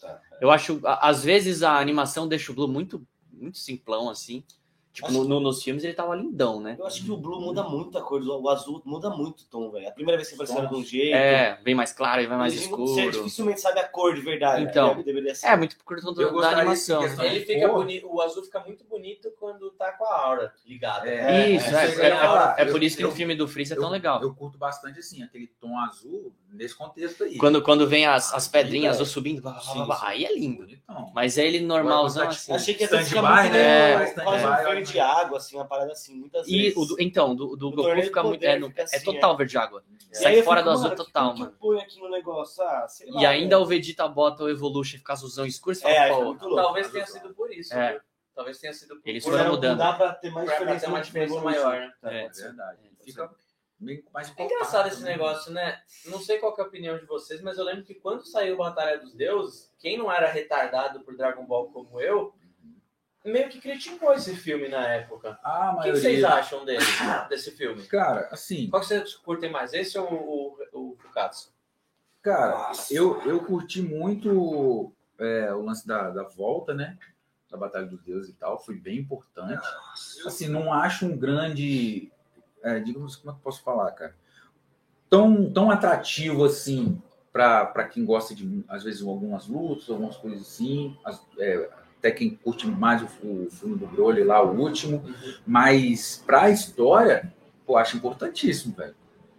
Tá.
Eu acho, a- às vezes, a animação deixa o Blue muito, muito simplão, assim. Tipo,
Acho-
no- no- nos filmes ele tava lindão, né?
Eu acho que o blue muda muito a cor, o azul muda muito o tom, velho. A primeira vez que apareceu era de um jeito.
É, vem mais claro, aí vai mais
Eles não- Você
escuro.
dificilmente sabe a cor de verdade.
Então.
né? Deveria ser.
É, muito por conta
Eu
do- da
gostaria
animação.
que-
né?
Ele fica
Porra.
bonito, o azul fica muito bonito quando tá com a aura ligada.
É.
Isso, é,
isso
é,
eu ia falar.
é por isso que
Eu-
no filme do Freeze é
eu-
tão legal.
Eu curto bastante, assim, aquele tom azul nesse contexto aí.
Quando, quando vem as, as pedrinhas
Sim,
azul subindo, é. blá, blá, blá,
Sim,
blá,
sim.
aí é lindo.
Bonitão.
Mas é ele normalzão
Agora,
assim.
Achei que ia ficar
Stand-by,
né?
muito meio-
É,
quase um
stand-by,
filme
né?
de água, assim, uma parada assim, muitas
E
vezes.
o do- então, do, do
O
Goku
torneio
fica
do
muito.
poder
É, no-
fica
é
assim,
total verde água.
E aí
Sai
eu
fora
fico,
do azul
mano,
total,
que, que
mano.
põe aqui no negócio? Ah, sei lá,
E ainda
velho.
o Vegeta bota o Evolution e fica azulzão escuro e você
É,
fala,
aí fica
pô,
muito louco.
Talvez tenha sido por isso.
É.
viu? Talvez tenha sido por
Eles
por
foram
ela
mudando.
Não dá pra ter mais
Pra- pra ter uma
no
diferença
evolução.
maior, né?
Tá,
É.
É verdade.
É,
Fica- bem mais
É engraçado
compacto,
esse
né?
negócio, né? Não sei qual que é a opinião de vocês, mas eu lembro que quando saiu Batalha dos Deuses, quem não era retardado por Dragon Ball como eu, meio que criticou esse filme na época.
Ah,
O
mas
que que vocês acham dele, desse filme?
Cara, assim,
Qual que vocês curtem mais, esse ou o, o, o Fukatsu?
cara, eu, eu curti muito é, o lance da, da volta, né? Da Batalha dos Deuses e tal, foi bem importante. Assim, não acho um grande. É, digamos, como é que eu posso falar, cara? Tão, tão atrativo assim para quem gosta de, às vezes, algumas lutas, algumas coisas assim. As- é, até quem curte mais o, o filme do Broly lá, o último. Mas para a história, pô, acho importantíssimo, velho.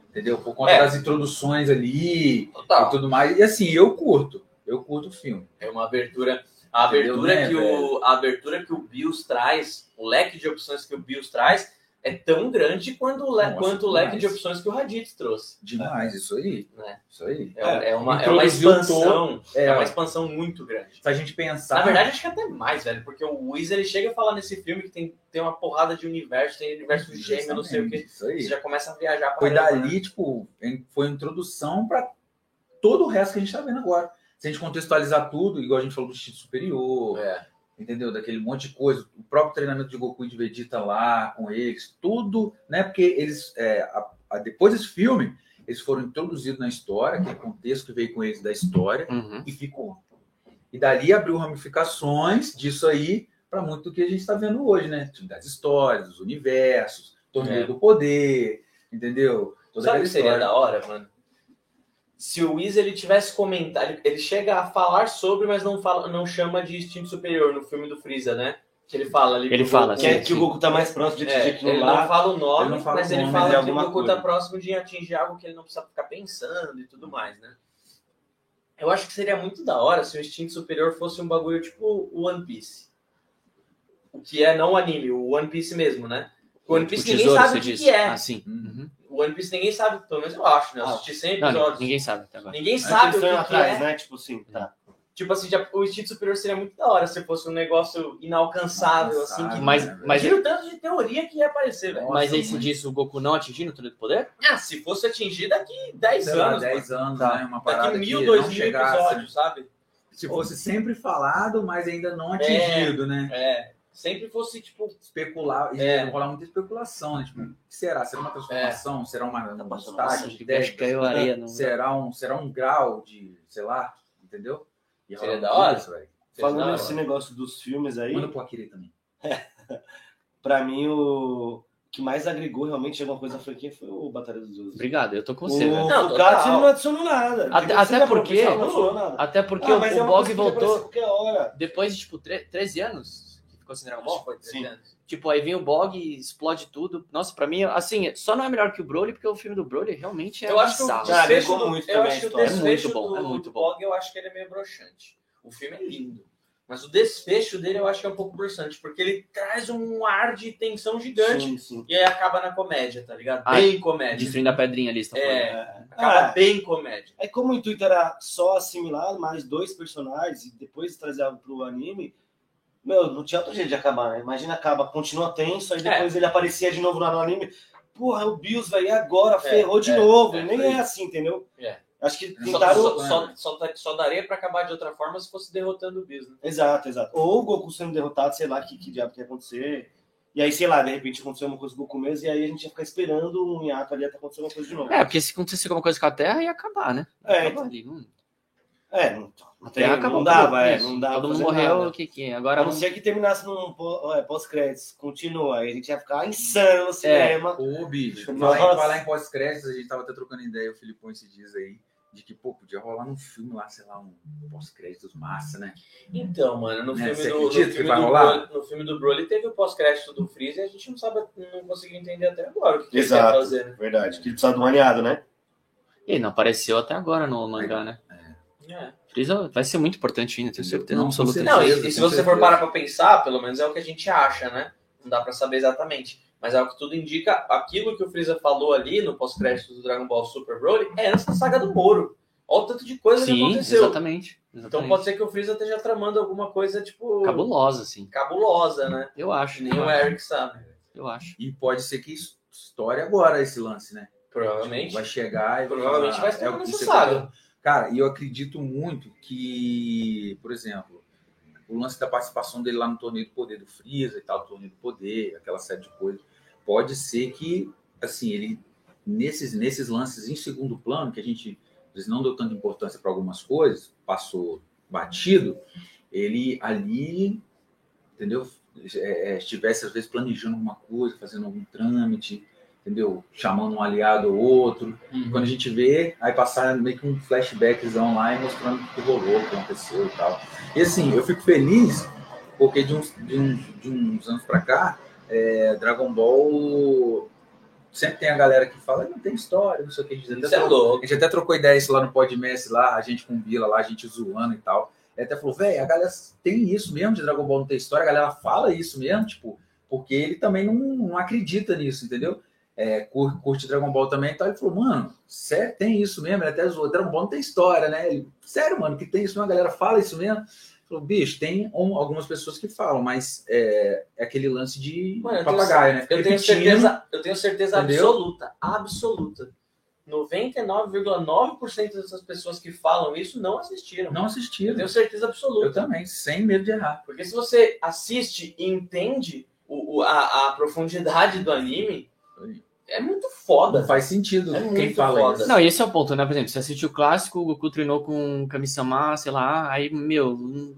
Entendeu? Por conta
É.
das introduções ali, e
Total.
tudo mais. E assim, eu curto. Eu curto o filme.
É uma abertura. A
Entendeu,
abertura,
né,
que o, a abertura que o Bills traz, o leque de opções que o Bills traz, é tão grande quanto o, le-
Nossa,
quanto o
demais.
leque de opções que o Raditz trouxe.
Demais, isso aí.
Né?
Isso aí.
É, é uma, é uma
introduziu
expansão.
É,
É uma expansão muito grande.
se a gente pensar.
Na verdade, acho que até mais, velho, porque o Wiz ele chega a falar nesse filme que tem, tem uma porrada de universo, tem universo gêmeo, não sei o que.
Isso aí.
Você já começa a viajar pra
Foi
caramba, né?
dali, tipo, em- foi a introdução para todo o resto que a gente tá vendo agora. Se a gente contextualizar tudo, igual a gente falou do instinto superior,
É.
entendeu? Daquele monte de coisa, o próprio treinamento de Goku e de Vegeta lá com eles, tudo, né? Porque eles, é, a- a- depois desse filme, eles foram introduzidos na história, aquele contexto que veio com eles da história.
Uhum.
e ficou. E dali abriu ramificações disso aí para muito do que a gente está vendo hoje, né? Tipo, Das histórias, dos universos, torneio
É.
do poder, entendeu? Toda
Sabe o
aquela
que seria
história.
da hora, mano? Se o Wiz ele tivesse comentário, ele chega a falar sobre, mas não fala, não chama de instinto superior no filme do Freeza, né? Que ele fala ali.
Ele
pro
fala,
Goku.
Que, é que o Goku tá mais próximo de
É,
atingir aquilo
ele
lá.
não fala o nome,
Ele não fala
mas
o
ele
nome,
mas é
fala que o
alguma
Goku
coisa.
tá próximo de atingir algo que ele não precisa ficar pensando e tudo mais, né? Eu acho que seria muito da hora se o instinto superior fosse um bagulho tipo o One Piece. O que é não o anime, o One Piece mesmo, né? O One Piece ninguém sabe o que, que é.
Ah, sim.
Uhum.
O One Piece ninguém sabe, pelo menos eu acho, né? Eu
Ah,
assisti 100
Não,
episódios. ninguém
ninguém sabe até agora.
sabe o
Eles
que,
estão
que
atrás,
é.
né? Tipo assim, tá.
Tipo assim, já- o instinto superior seria muito da hora se fosse um negócio inalcançável, assim. Que...
Inalcançável.
Mas, mas,
Mas tira o tanto de teoria que ia aparecer, velho.
mas aí se diz o Goku não atingindo o torneio do poder?
Ah, se fosse atingir daqui 10
Sei lá,
anos, mano.
10 anos,
Tá.
né? Uma parada
daqui mil,
que
dois
não
mil
chegasse,
episódios, sabe?
Se fosse sempre falado, mas ainda não atingido, né?
É, sempre fosse, tipo,
Especular,
É.
é. rolar muita especulação, né? Tipo, o que será? Será uma transformação? Será uma, um estágio de
acho que caiu areia. Não...
Será um, será um grau de, sei lá, entendeu? E
Seria
rolar
da
tudo
hora.
isso, velho.
Falando
Não,
é.
nesse negócio dos filmes aí,
Manda pro Akira também.
pra mim o que mais agregou realmente alguma coisa à franquia foi o Batalha dos Deuses.
Obrigado, eu tô com você, velho.
Não,
O Fukatsu
total.
ele não adicionou nada.
Até-
Você
até
já parou
porque-
pra pensar, Não adicionou nada.
Até porque
Ah,
o,
mas é
o
uma
Bog
coisa que aparece a
voltou
qualquer hora.
depois de, tipo, tre- 13 anos que ficou sem Dragon Ball.
foi 13
Sim.
anos.
Tipo, aí vem o Bog e explode tudo. Nossa, pra mim, assim, só não é melhor que o Broly, porque o filme do Broly realmente é
Eu acho que o
bizarro.
Cara,
desfecho
pegou
do-
muito
eu
também a
acho que o
história.
É muito
desfecho
bom,
do,
é muito
do
bom.
Bog, eu acho que ele é meio broxante. O filme é lindo. Mas o desfecho dele eu acho que é um pouco broxante, porque ele traz um ar de tensão gigante
Sim, sim.
e aí acaba na comédia, tá ligado?
Ah,
Bem comédia.
Destruindo a pedrinha ali, você tá falando.
É, acaba
Ah,
bem comédia.
Aí, como o intuito era só assimilar mais dois personagens e depois trazer algo pro anime, meu, não tinha outro jeito de acabar, né? Imagina, acaba, continua tenso, aí depois ele aparecia de novo lá no anime. Porra, é o Bills, velho, e agora? Ferrou de
é,
novo.
é,
Nem
foi
é assim, entendeu?
É.
Acho que
Só,
tentaram.
só- só- só dar- só daria pra acabar de outra forma se fosse derrotando o Bis, né?
Exato, exato. Ou o Goku sendo derrotado, sei lá que, que diabo que ia acontecer. E aí, sei lá, de repente aconteceu uma coisa com o Goku mesmo, e aí a gente ia ficar esperando um hiato ali até acontecer uma coisa de novo.
É, porque se acontecesse alguma coisa com a Terra, ia acabar, né? Ia
É,
acabar ali. Não,
É, não, não,
a
tem,
Terra
não
acabou.
dava, é,
Isso.
não dava.
Todo mundo
fazer
morreu,
nada.
o que que é? Agora
A não ser que terminasse num pó- é, pós-créditos, continua, aí a gente ia ficar insano
É.
no cinema.
Ô, bicho,
Nossa.
falar em, falar em pós-créditos, a gente tava até trocando ideia, o Filipão esses dias aí, de que, pô, podia rolar um filme lá, sei lá, um pós-créditos massa, né?
Então, mano, no
Né,
filme
você
do, no
acredita que
filme
vai
do
rolar?
Broly, no filme do Broly teve o pós-crédito do Freeze e a gente não sabe, não conseguiu entender até agora o que, que ele quer
Exato.
fazer, né?
Verdade, que ele precisava de uma aliada, né?
Ele não apareceu até agora no mangá, né?
É.
Frieza vai ser muito importante ainda, tenho certeza
Não, com
absoluta.
certeza.
Não,
disso.
e,
Certeza,
e se
com
você
certeza.
for parar pra pensar, pelo menos é o que a gente acha, né? Não dá pra saber exatamente. Mas é o que tudo indica, aquilo que o Freeza falou ali no pós-crédito do Dragon Ball Super Broly é antes da saga do Moro. Olha o tanto de coisa que
Sim,
aconteceu.
exatamente.
Então
exatamente.
pode ser que o Freeza esteja tramando alguma coisa, tipo,
Cabulosa, assim.
cabulosa, né?
Eu acho.
Nem
eu
o
acho,
Eric sabe.
Eu acho.
E pode ser que his- história agora esse lance, né?
Provavelmente.
Vai chegar e
Provavelmente
falar,
vai ser
ah, é o que você
necessário.
falou. Cara, e eu acredito muito que, por exemplo, o lance da participação dele lá no torneio do poder do Freeza e tal, torneio do poder, aquela série de coisas, pode ser que, assim, ele nesses nesses lances em segundo plano que a gente às vezes, não deu tanta importância para algumas coisas, passou batido, ele ali, entendeu? É, é, estivesse às vezes planejando alguma coisa, fazendo algum trâmite, entendeu? Chamando um aliado ou outro,
Uhum.
quando a gente vê, aí passar meio que um flashbackzão lá e mostrando o que rolou, o que aconteceu e tal. E assim, eu fico feliz porque de uns, de uns, de uns anos pra cá, é, Dragon Ball sempre tem a galera que fala, não tem história, não sei o que. tá A gente até,
Isso é
trocou,
louco.
a gente até trocou ideia isso lá no Podmess, lá, a gente com Bila lá, a gente zoando e tal. Ele até falou, velho, a galera tem isso mesmo de Dragon Ball não ter história, a galera fala isso mesmo, tipo, porque ele também não, não acredita nisso, entendeu? é, cur- curte Dragon Ball também e tal. Ele falou, mano, sério, tem isso mesmo? Ele até zoou, Dragon Ball não tem história, né? Ele, sério, mano, que tem isso mesmo? A galera fala isso mesmo? Ele falou, bicho, tem um- algumas pessoas que falam, mas é, é aquele lance de
Mano, eu tenho
papagaio, né? Fica
Eu tenho
repetindo.
certeza, eu tenho certeza
Entendeu?
absoluta, absoluta. 99,9% dessas pessoas que falam isso não assistiram.
Não
Eu
assistiram.
tenho certeza
Eu
absoluta.
também, sem medo de errar.
Porque se você assiste e entende o, o- a, a profundidade do anime, é muito foda.
Não faz sentido né?
É
quem
muito
fala
foda.
isso.
Não, e esse é o ponto, né? Por exemplo, você assistiu o clássico, o Goku treinou com um Kami-sama, sei lá, aí, meu, no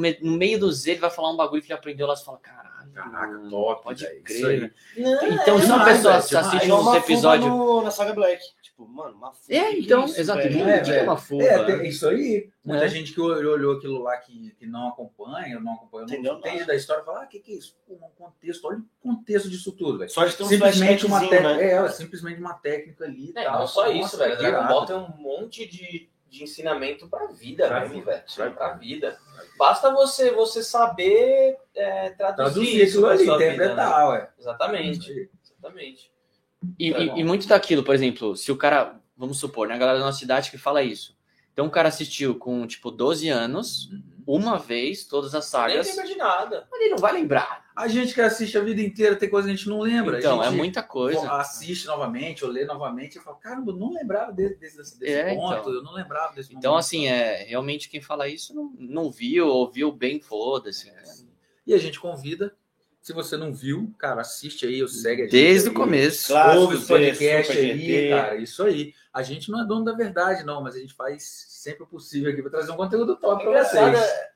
me- no meio do Z ele vai falar um bagulho que ele aprendeu lá, você fala, caralho,
Caraca,
mano,
top,
pode
velho, isso aí.
crer.
Não,
Então,
é
se é uma
demais, É
pessoa
velho.
assiste assiste
Igual
uns
Mafuba
episódios...
no- na saga Black. Tipo, mano, uma
É, então, exato.
velho?
Quem
É,
indica
velho.
uma né? fuga?
É, tem- é isso aí. Muita
É.
gente que olhou, olhou aquilo lá que, que não acompanha, não acompanha,
Entendeu
não entende
nada.
da história, fala, ah, o que, que é isso? Pô, um contexto, olha o contexto disso tudo, velho.
Só de ter um
simplesmente uma técnica.
né?
É, simplesmente uma técnica ali. e
É,
tal.
não só
Nossa,
isso, velho.
que
Dragon
irado.
Ball tem um monte de, de ensinamento pra vida
Pra
mesmo,
vida,
velho.
pra
Pra,
vida.
vida. Basta você, você saber é, traduzir,
Traduzir isso
pra
ali,
sua vida, né?
interpretar, ué.
Exatamente, exatamente.
E,
Tá
e-
bom.
e muito daquilo, por exemplo, se o cara, vamos supor, né, a galera da nossa idade que fala isso. Então o cara assistiu com, tipo, 12 anos, uma vez, todas as
Nem
sagas,
lembra de nada.
mas ele não vai lembrar.
A gente que assiste a vida inteira, tem coisa que a gente não lembra.
Então, é
a gente
muita coisa.
Assiste novamente, ou lê novamente, e fala, caramba, eu não lembrava desse, desse, desse
É,
ponto,
então.
eu não lembrava desse
Então,
Uhum.
momento.
assim, é realmente quem fala isso não, não viu, ouviu bem, foda-se. né?
E a gente convida. Se você não viu, cara, assiste aí, eu segue a gente
Desde o
aí.
começo.
Clássico,
ouve os podcasts
Super
aí,
GT.
cara. Isso aí. A gente não é dono da verdade, não, mas a gente faz sempre o possível aqui para trazer um conteúdo top para
É Engraçado, né?
vocês.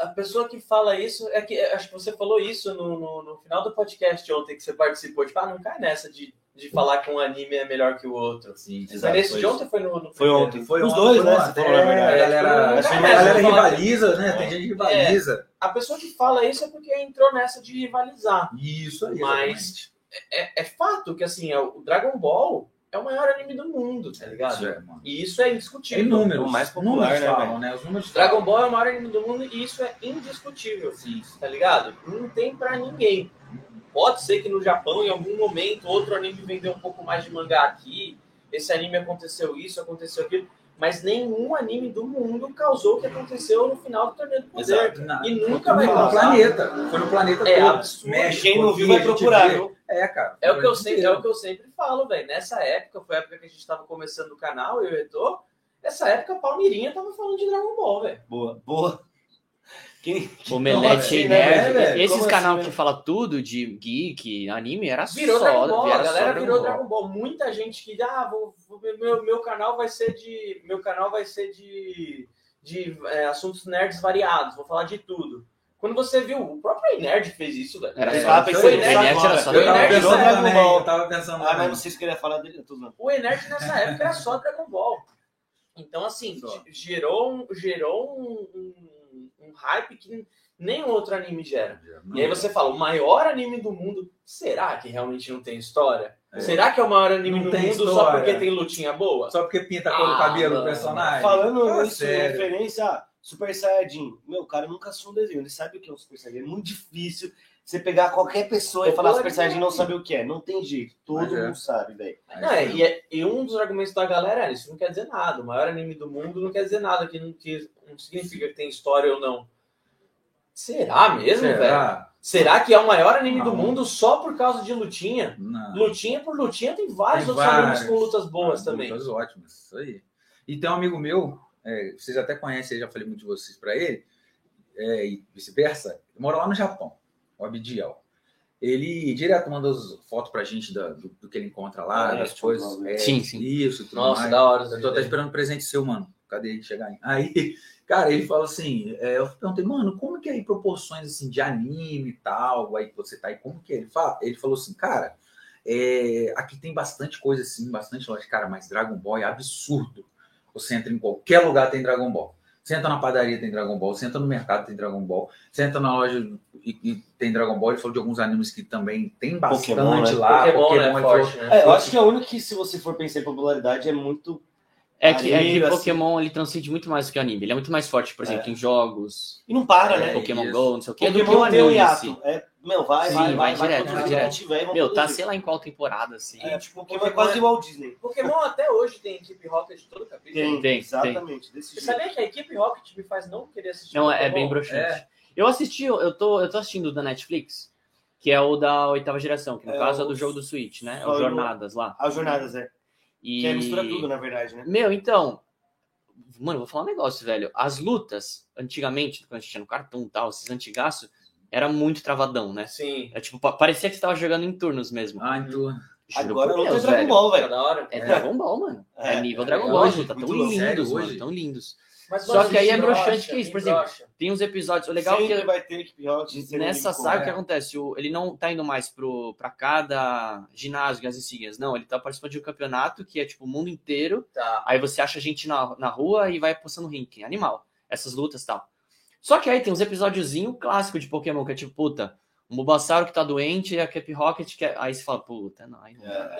a pessoa que fala isso é que acho que você falou isso no, no, no final do podcast ontem que você participou. Tipo, ah, não cai nessa de, de falar que um anime é melhor que o outro.
Sim,
Mas
Exato,
nesse
foi
de
isso.
ontem ou foi no,
Foi
no primeiro?
ontem.
Foi
Os
ontem,
dois,
foi
né?
ontem.
Você falou, na
A
verdade.
galera,
É,
a
mas
galera
eu vou falar-
rivaliza, né? Tem gente que rivaliza.
A pessoa que fala isso é porque entrou nessa de rivalizar.
Isso aí.
Mas é, é fato que assim, é o Dragon Ball é o maior anime do mundo, tá
exatamente. Isso
ligado?
é, mano.
E isso é
Tem
indiscutível.
números.
o mais popular,
números
né,
falam, né? Os números
Dragon Ball é o maior anime do mundo e isso é indiscutível,
Sim.
tá ligado? Não tem pra ninguém. Pode ser que no Japão, em algum momento, outro anime vendeu um pouco mais de mangá aqui, esse anime aconteceu isso, aconteceu aquilo, mas nenhum anime do mundo causou o que aconteceu no final do Torneio do Poder.
Na-
E
Foi
nunca vai
no
causar.
planeta. Foi no planeta
É
todo.
absurdo.
Mexe,
Quem não
aqui,
viu
a
vai
gente
procurar,
vê.
viu?
É, cara.
É o, que eu sempre, é o que eu sempre falo, velho. Nessa época, foi a época que a gente tava começando o canal, eu e o Etor. Nessa época, a Palmeirinha tava falando de Dragon Ball, velho.
Boa, boa. Quem...
Como
Omelete
assim,
e
né,
Nerd.
velho?
Esses
Como
canal
assim,
que fala tudo de geek, anime, era
né? Virou
só...
Dragon Ball,
era
a
só
galera virou
Ball.
Dragon Ball. Muita gente que, ah, vou, vou- meu, meu canal vai ser de. Meu canal vai ser de. de é, assuntos nerds variados, vou falar de tudo. Quando você viu, o próprio nerd fez isso, velho.
Era
É,
só...
pensando
foi
nisso
nerd,
Omelete era
agora.
só
Eu tava
Tá Dragon
pensando
Ball.
também, eu tava pensando
Ah, mas
também.
não sei se queria falar dele. eu Tô usando.
O Enerd nessa época era só Dragon Ball. Então, assim,
Só.
ge- gerou, um- gerou um, um- um hype que nenhum outro anime gera. E aí você fala, o maior anime do mundo, será que realmente não tem história?
É.
Será que é o maior anime
Não
do
tem
mundo só
história.
porque tem lutinha boa?
Só porque pinta a cor do
Ah,
cabelo do
mano.
personagem.
Falando
Fala
isso, em
sério.
referência a Super Saiyajin. Meu, o cara nunca assistiu um desenho. Ele sabe o que é um Super Saiyajin. É muito difícil você pegar qualquer pessoa e falar Super Saiyajin e não saber o que é. Não tem jeito. Todo
Mas é.
mundo sabe, velho.
Não, é, e, é- e um dos argumentos da galera é, isso não quer dizer nada. O maior anime do mundo não quer dizer nada, que não, que não significa que tem história ou não. Será mesmo, velho?
Será?
Será que é o maior anime do
Não.
mundo só por causa de lutinha?
Ah.
Não.
Lutinha por lutinha tem vários
Tem
outros
vários.
animes com lutas boas
Ah,
também.
Lutas ótimas, isso aí. E tem um amigo meu, é, vocês até conhecem, eu já falei muito de vocês para ele, é, e vice-versa, ele mora lá no Japão, o Abdiel. Ele direto manda as fotos pra gente da- do, do que ele encontra lá,
Ah, é,
das
tipo,
né?
coisas. é,
Sim, sim.
Isso, tudo
Nossa,
mais.
da hora. essa
Eu tô até
ideia.
esperando presente seu, mano. Cadê ele chegar aí? Aí, cara, ele fala assim: é, eu perguntei, mano, como que é aí proporções assim de anime e tal? Aí você tá aí, como que é? Ele, fala, ele falou assim, cara, é, aqui tem bastante coisa assim, bastante loja. Cara, mas Dragon Ball é absurdo. Você entra em qualquer lugar, tem Dragon Ball. Você entra na padaria, tem Dragon Ball. Você entra no mercado, tem Dragon Ball. Você entra na loja e, e tem Dragon Ball. Ele falou de alguns animes que também tem bastante
Pokémon, né?
lá.
Pokémon, né?
ele falou-
Forte, né?
É, eu acho que é o único que, se você for pensar em popularidade, é muito.
É que, é que
Anime, assim.
Pokémon ele transcende muito mais do que o anime. Ele é muito mais forte, por exemplo, em jogos,
E não para, né?
É,
Pokémon
isso.
Go, não sei o que. É do que o
Pokémon tem um
anime. assim.
hiato. É, meu, vai,
Sim,
vai,
vai
vai, vai,
direto,
quantos
vai
direto.
direto.
tiver, vão
Meu, tá
produzir.
sei lá em qual temporada, assim.
É, tipo, Pokémon é
Pokémon
quase
é-
igual ao Disney.
Pokémon até hoje tem equipe Rocket todo capítulo.
Tem, tem.
Exatamente, desse
Você
jeito.
sabia que a equipe Rocket me faz não querer assistir?
Não, é, é
Pokémon?
bem broxante. Eu assisti, eu eu tô, eu tô assistindo o da Netflix, que é o da oitava geração, que no
É,
caso é do
os-
jogo do Switch, né? É
Foi
o
o-
Jornadas lá.
As jornadas, é.
E...
Que aí mistura tudo, na verdade, né?
Meu, então. Mano, eu vou falar um negócio, velho. As lutas, antigamente, quando a gente tinha no cartão e tal, esses antigaços, era muito travadão, né?
Sim.
É tipo, pa- parecia que você tava jogando em turnos mesmo.
Ah, então.
Juro
Agora
por
não é
Deus,
Dragon
velho.
Ball,
Era
velho.
da hora.
É Dragon Ball, mano. É,
É,
nível
é,
Dragon Ball,
hoje,
luta. Tão
muito louco.
lindos,
Sério,
mano.
hoje?
Tão lindos.
Mas,
Só que aí é
me
broxante
broxa,
que isso, por
me
exemplo.
broxa.
Tem uns episódios. O legal é que
Sempre vai ter equipe Rocket. sempre
Nessa
tem
saga, o
como.
que acontece? O- ele não tá indo mais pro, pra cada ginásio, as insígnias, não. Ele tá participando de um campeonato que é tipo o mundo inteiro.
Tá.
Aí você acha gente na, na rua e vai postando ranking. Animal. Essas lutas e tal. Só que aí tem uns episódiozinho clássico de Pokémon, que é tipo, puta, o Bulbasauro que tá doente e a Cap Rocket que é... Aí você fala, puta, não.
É,
Aí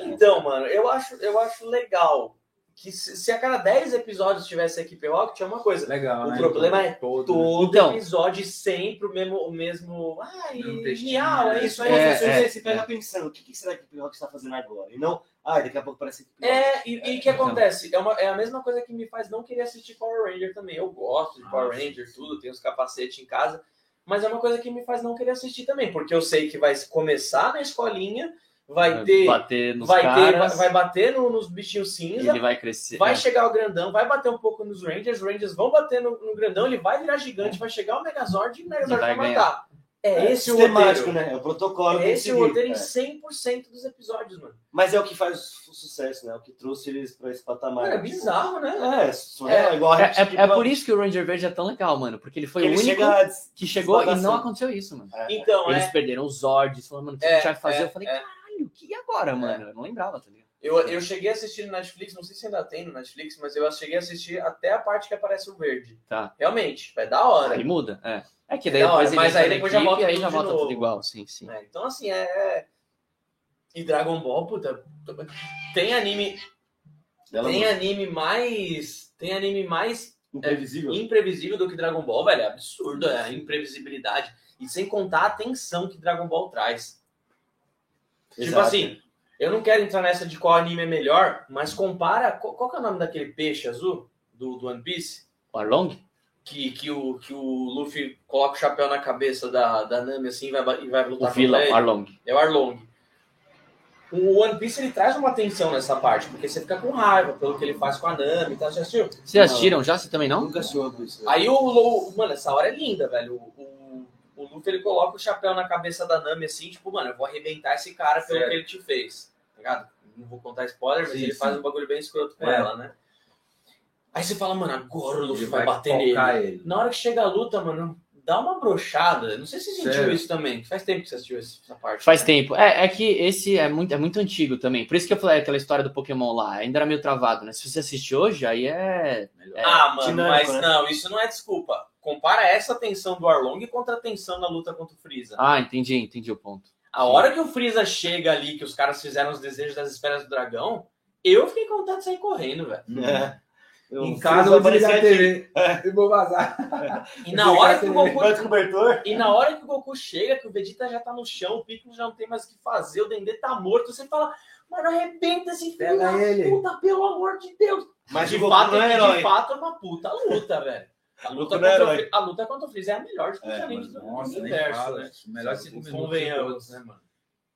não.
Então, mano, eu acho, eu acho legal que se, se a cada 10 episódios tivesse a equipe Rocket, é uma coisa.
Legal,
O
né?
problema é
todo.
Todo
Então.
episódio sempre o mesmo. O mesmo Ai,
Mesmo textinho,
genial, é
né?
isso aí.
Aí
É,
você,
é,
você pega pensando, o que, que será que o Rocket está fazendo agora? E não, ah, daqui a pouco parece que
É, e e o que
Então.
acontece? É, uma- é a mesma coisa que me faz não querer assistir Power Ranger também. Eu gosto de
Ah,
Power Ranger, tudo, tenho os capacetes em casa, mas é uma coisa que me faz não querer assistir também, porque eu sei que vai começar na escolinha, vai ter.
bater nos
Vai, ter, vai
caras,
vai bater no- nos bichinhos cinza,
ele vai crescer.
vai
é.
chegar o grandão, vai bater um pouco nos Rangers, os Rangers vão bater no, no grandão, ele vai virar gigante, vai chegar o Megazord e o Megazord É. vai,
vai ganhar.
matar. É, esse o
temático,
roteiro.
né? É o protocolo.
É
tem que
esse o
seguir.
roteiro em
É.
100% dos episódios, mano.
Mas é o que faz o sucesso, né? O que trouxe eles pra esse patamar.
Cara, é
Tipo,
bizarro, né?
É, surreal, igual tipo a
É, é- é por isso que o Ranger Verde é tão legal, mano. Porque ele foi
que
o
ele
único
chega a des-
que chegou e não
desbagaçando.
aconteceu isso, mano.
Então,
Eles
é,
perderam os Zords, falaram, mano, o que
É,
a gente vai fazer?
é,
eu falei,
é.
caralho, o que e agora, mano? Eu não lembrava, tá ligado?
eu, eu cheguei a assistir no Netflix, não sei se ainda tem no Netflix, mas eu cheguei a assistir até a parte que aparece o verde.
Tá.
Realmente, é da hora.
Aí muda, é. É que daí
Da hora,
depois ele
mas
entra
aí
na
depois já
equipe
volta
e aí
tudo
já
de
volta
novo.
tudo igual, sim, sim.
né? Então, assim, é... E Dragon Ball, puta... Tem anime,
Dela
tem anime mais... Tem anime mais
Imprevisível.
imprevisível do que Dragon Ball, velho. É absurdo é a imprevisibilidade. E sem contar a atenção que Dragon Ball traz. Tipo
Exato.
assim, eu não quero entrar nessa de qual anime é melhor, mas compara. Qual, qual que é o nome daquele peixe azul do, do One Piece?
O Arlong?
Que, que, o, que o Luffy coloca o chapéu na cabeça da, da Nami assim e vai, ba- e vai
O
lutar
vilão,
ele.
Arlong.
É o Arlong. O One Piece ele traz uma atenção nessa parte, porque você fica com raiva pelo que ele faz com a Nami e tal. Já assistiu?
Vocês assistiram já? Você também não?
Nunca soube isso.
Aí o, Lu- mano, essa hora é linda, velho. O, o, o Luffy ele coloca o chapéu na cabeça da Nami assim, tipo, mano, eu vou arrebentar esse cara pelo
Certo.
que ele te fez. Tá ligado? Não vou contar spoiler, mas
Sim,
ele
sim.
faz um bagulho bem escroto com
É.
ela, né? Aí você fala, mano, agora o Luffy
então? Ele
vai, bater nele.
focar ele.
Na hora que chega a luta, mano, dá uma brochada. Não sei se você sentiu
Sério?
isso também. Faz tempo que você assistiu esse- essa parte.
Faz
né?
tempo. É, é que esse é muito, é muito antigo também. Por isso que eu falei é aquela história do Pokémon lá. Ainda era meio travado, né? Se você assistir hoje, aí é.
Melhor.
é
Ah, mano,
dinâmico, né?
mas não, isso não é desculpa. Compara essa tensão do Arlong contra a tensão na luta contra o Freeza.
Ah, entendi, entendi o ponto.
A hora que o Freeza chega ali, que os caras fizeram os desejos das esferas do dragão, eu fiquei com vontade de sair correndo, velho.
É. Eu-
Em casa eu
vai
vou desligar a
aparecer aqui.
TV. Eu vou vazar.
E na hora que o
Vai de
Goku.
cobertor.
E na hora que o Goku chega, que o Vegeta já tá no chão, o Piccolo já não tem mais o que fazer, o Dendê tá morto, você fala, mano, arrebenta esse filho
Pega
da
ele."
puta, pelo amor de Deus.
Mas
de
o Goku
fato,
não é
de
herói.
fato é uma puta luta, velho. A luta,
Procura
contra o,
herói.
Fri- a luta contra o Freeza é a melhor de todos os
É,
animes do
Nossa, nem
universo,
fala.
né?
Melhor cinco minutos.
Convenhamos, né, mano?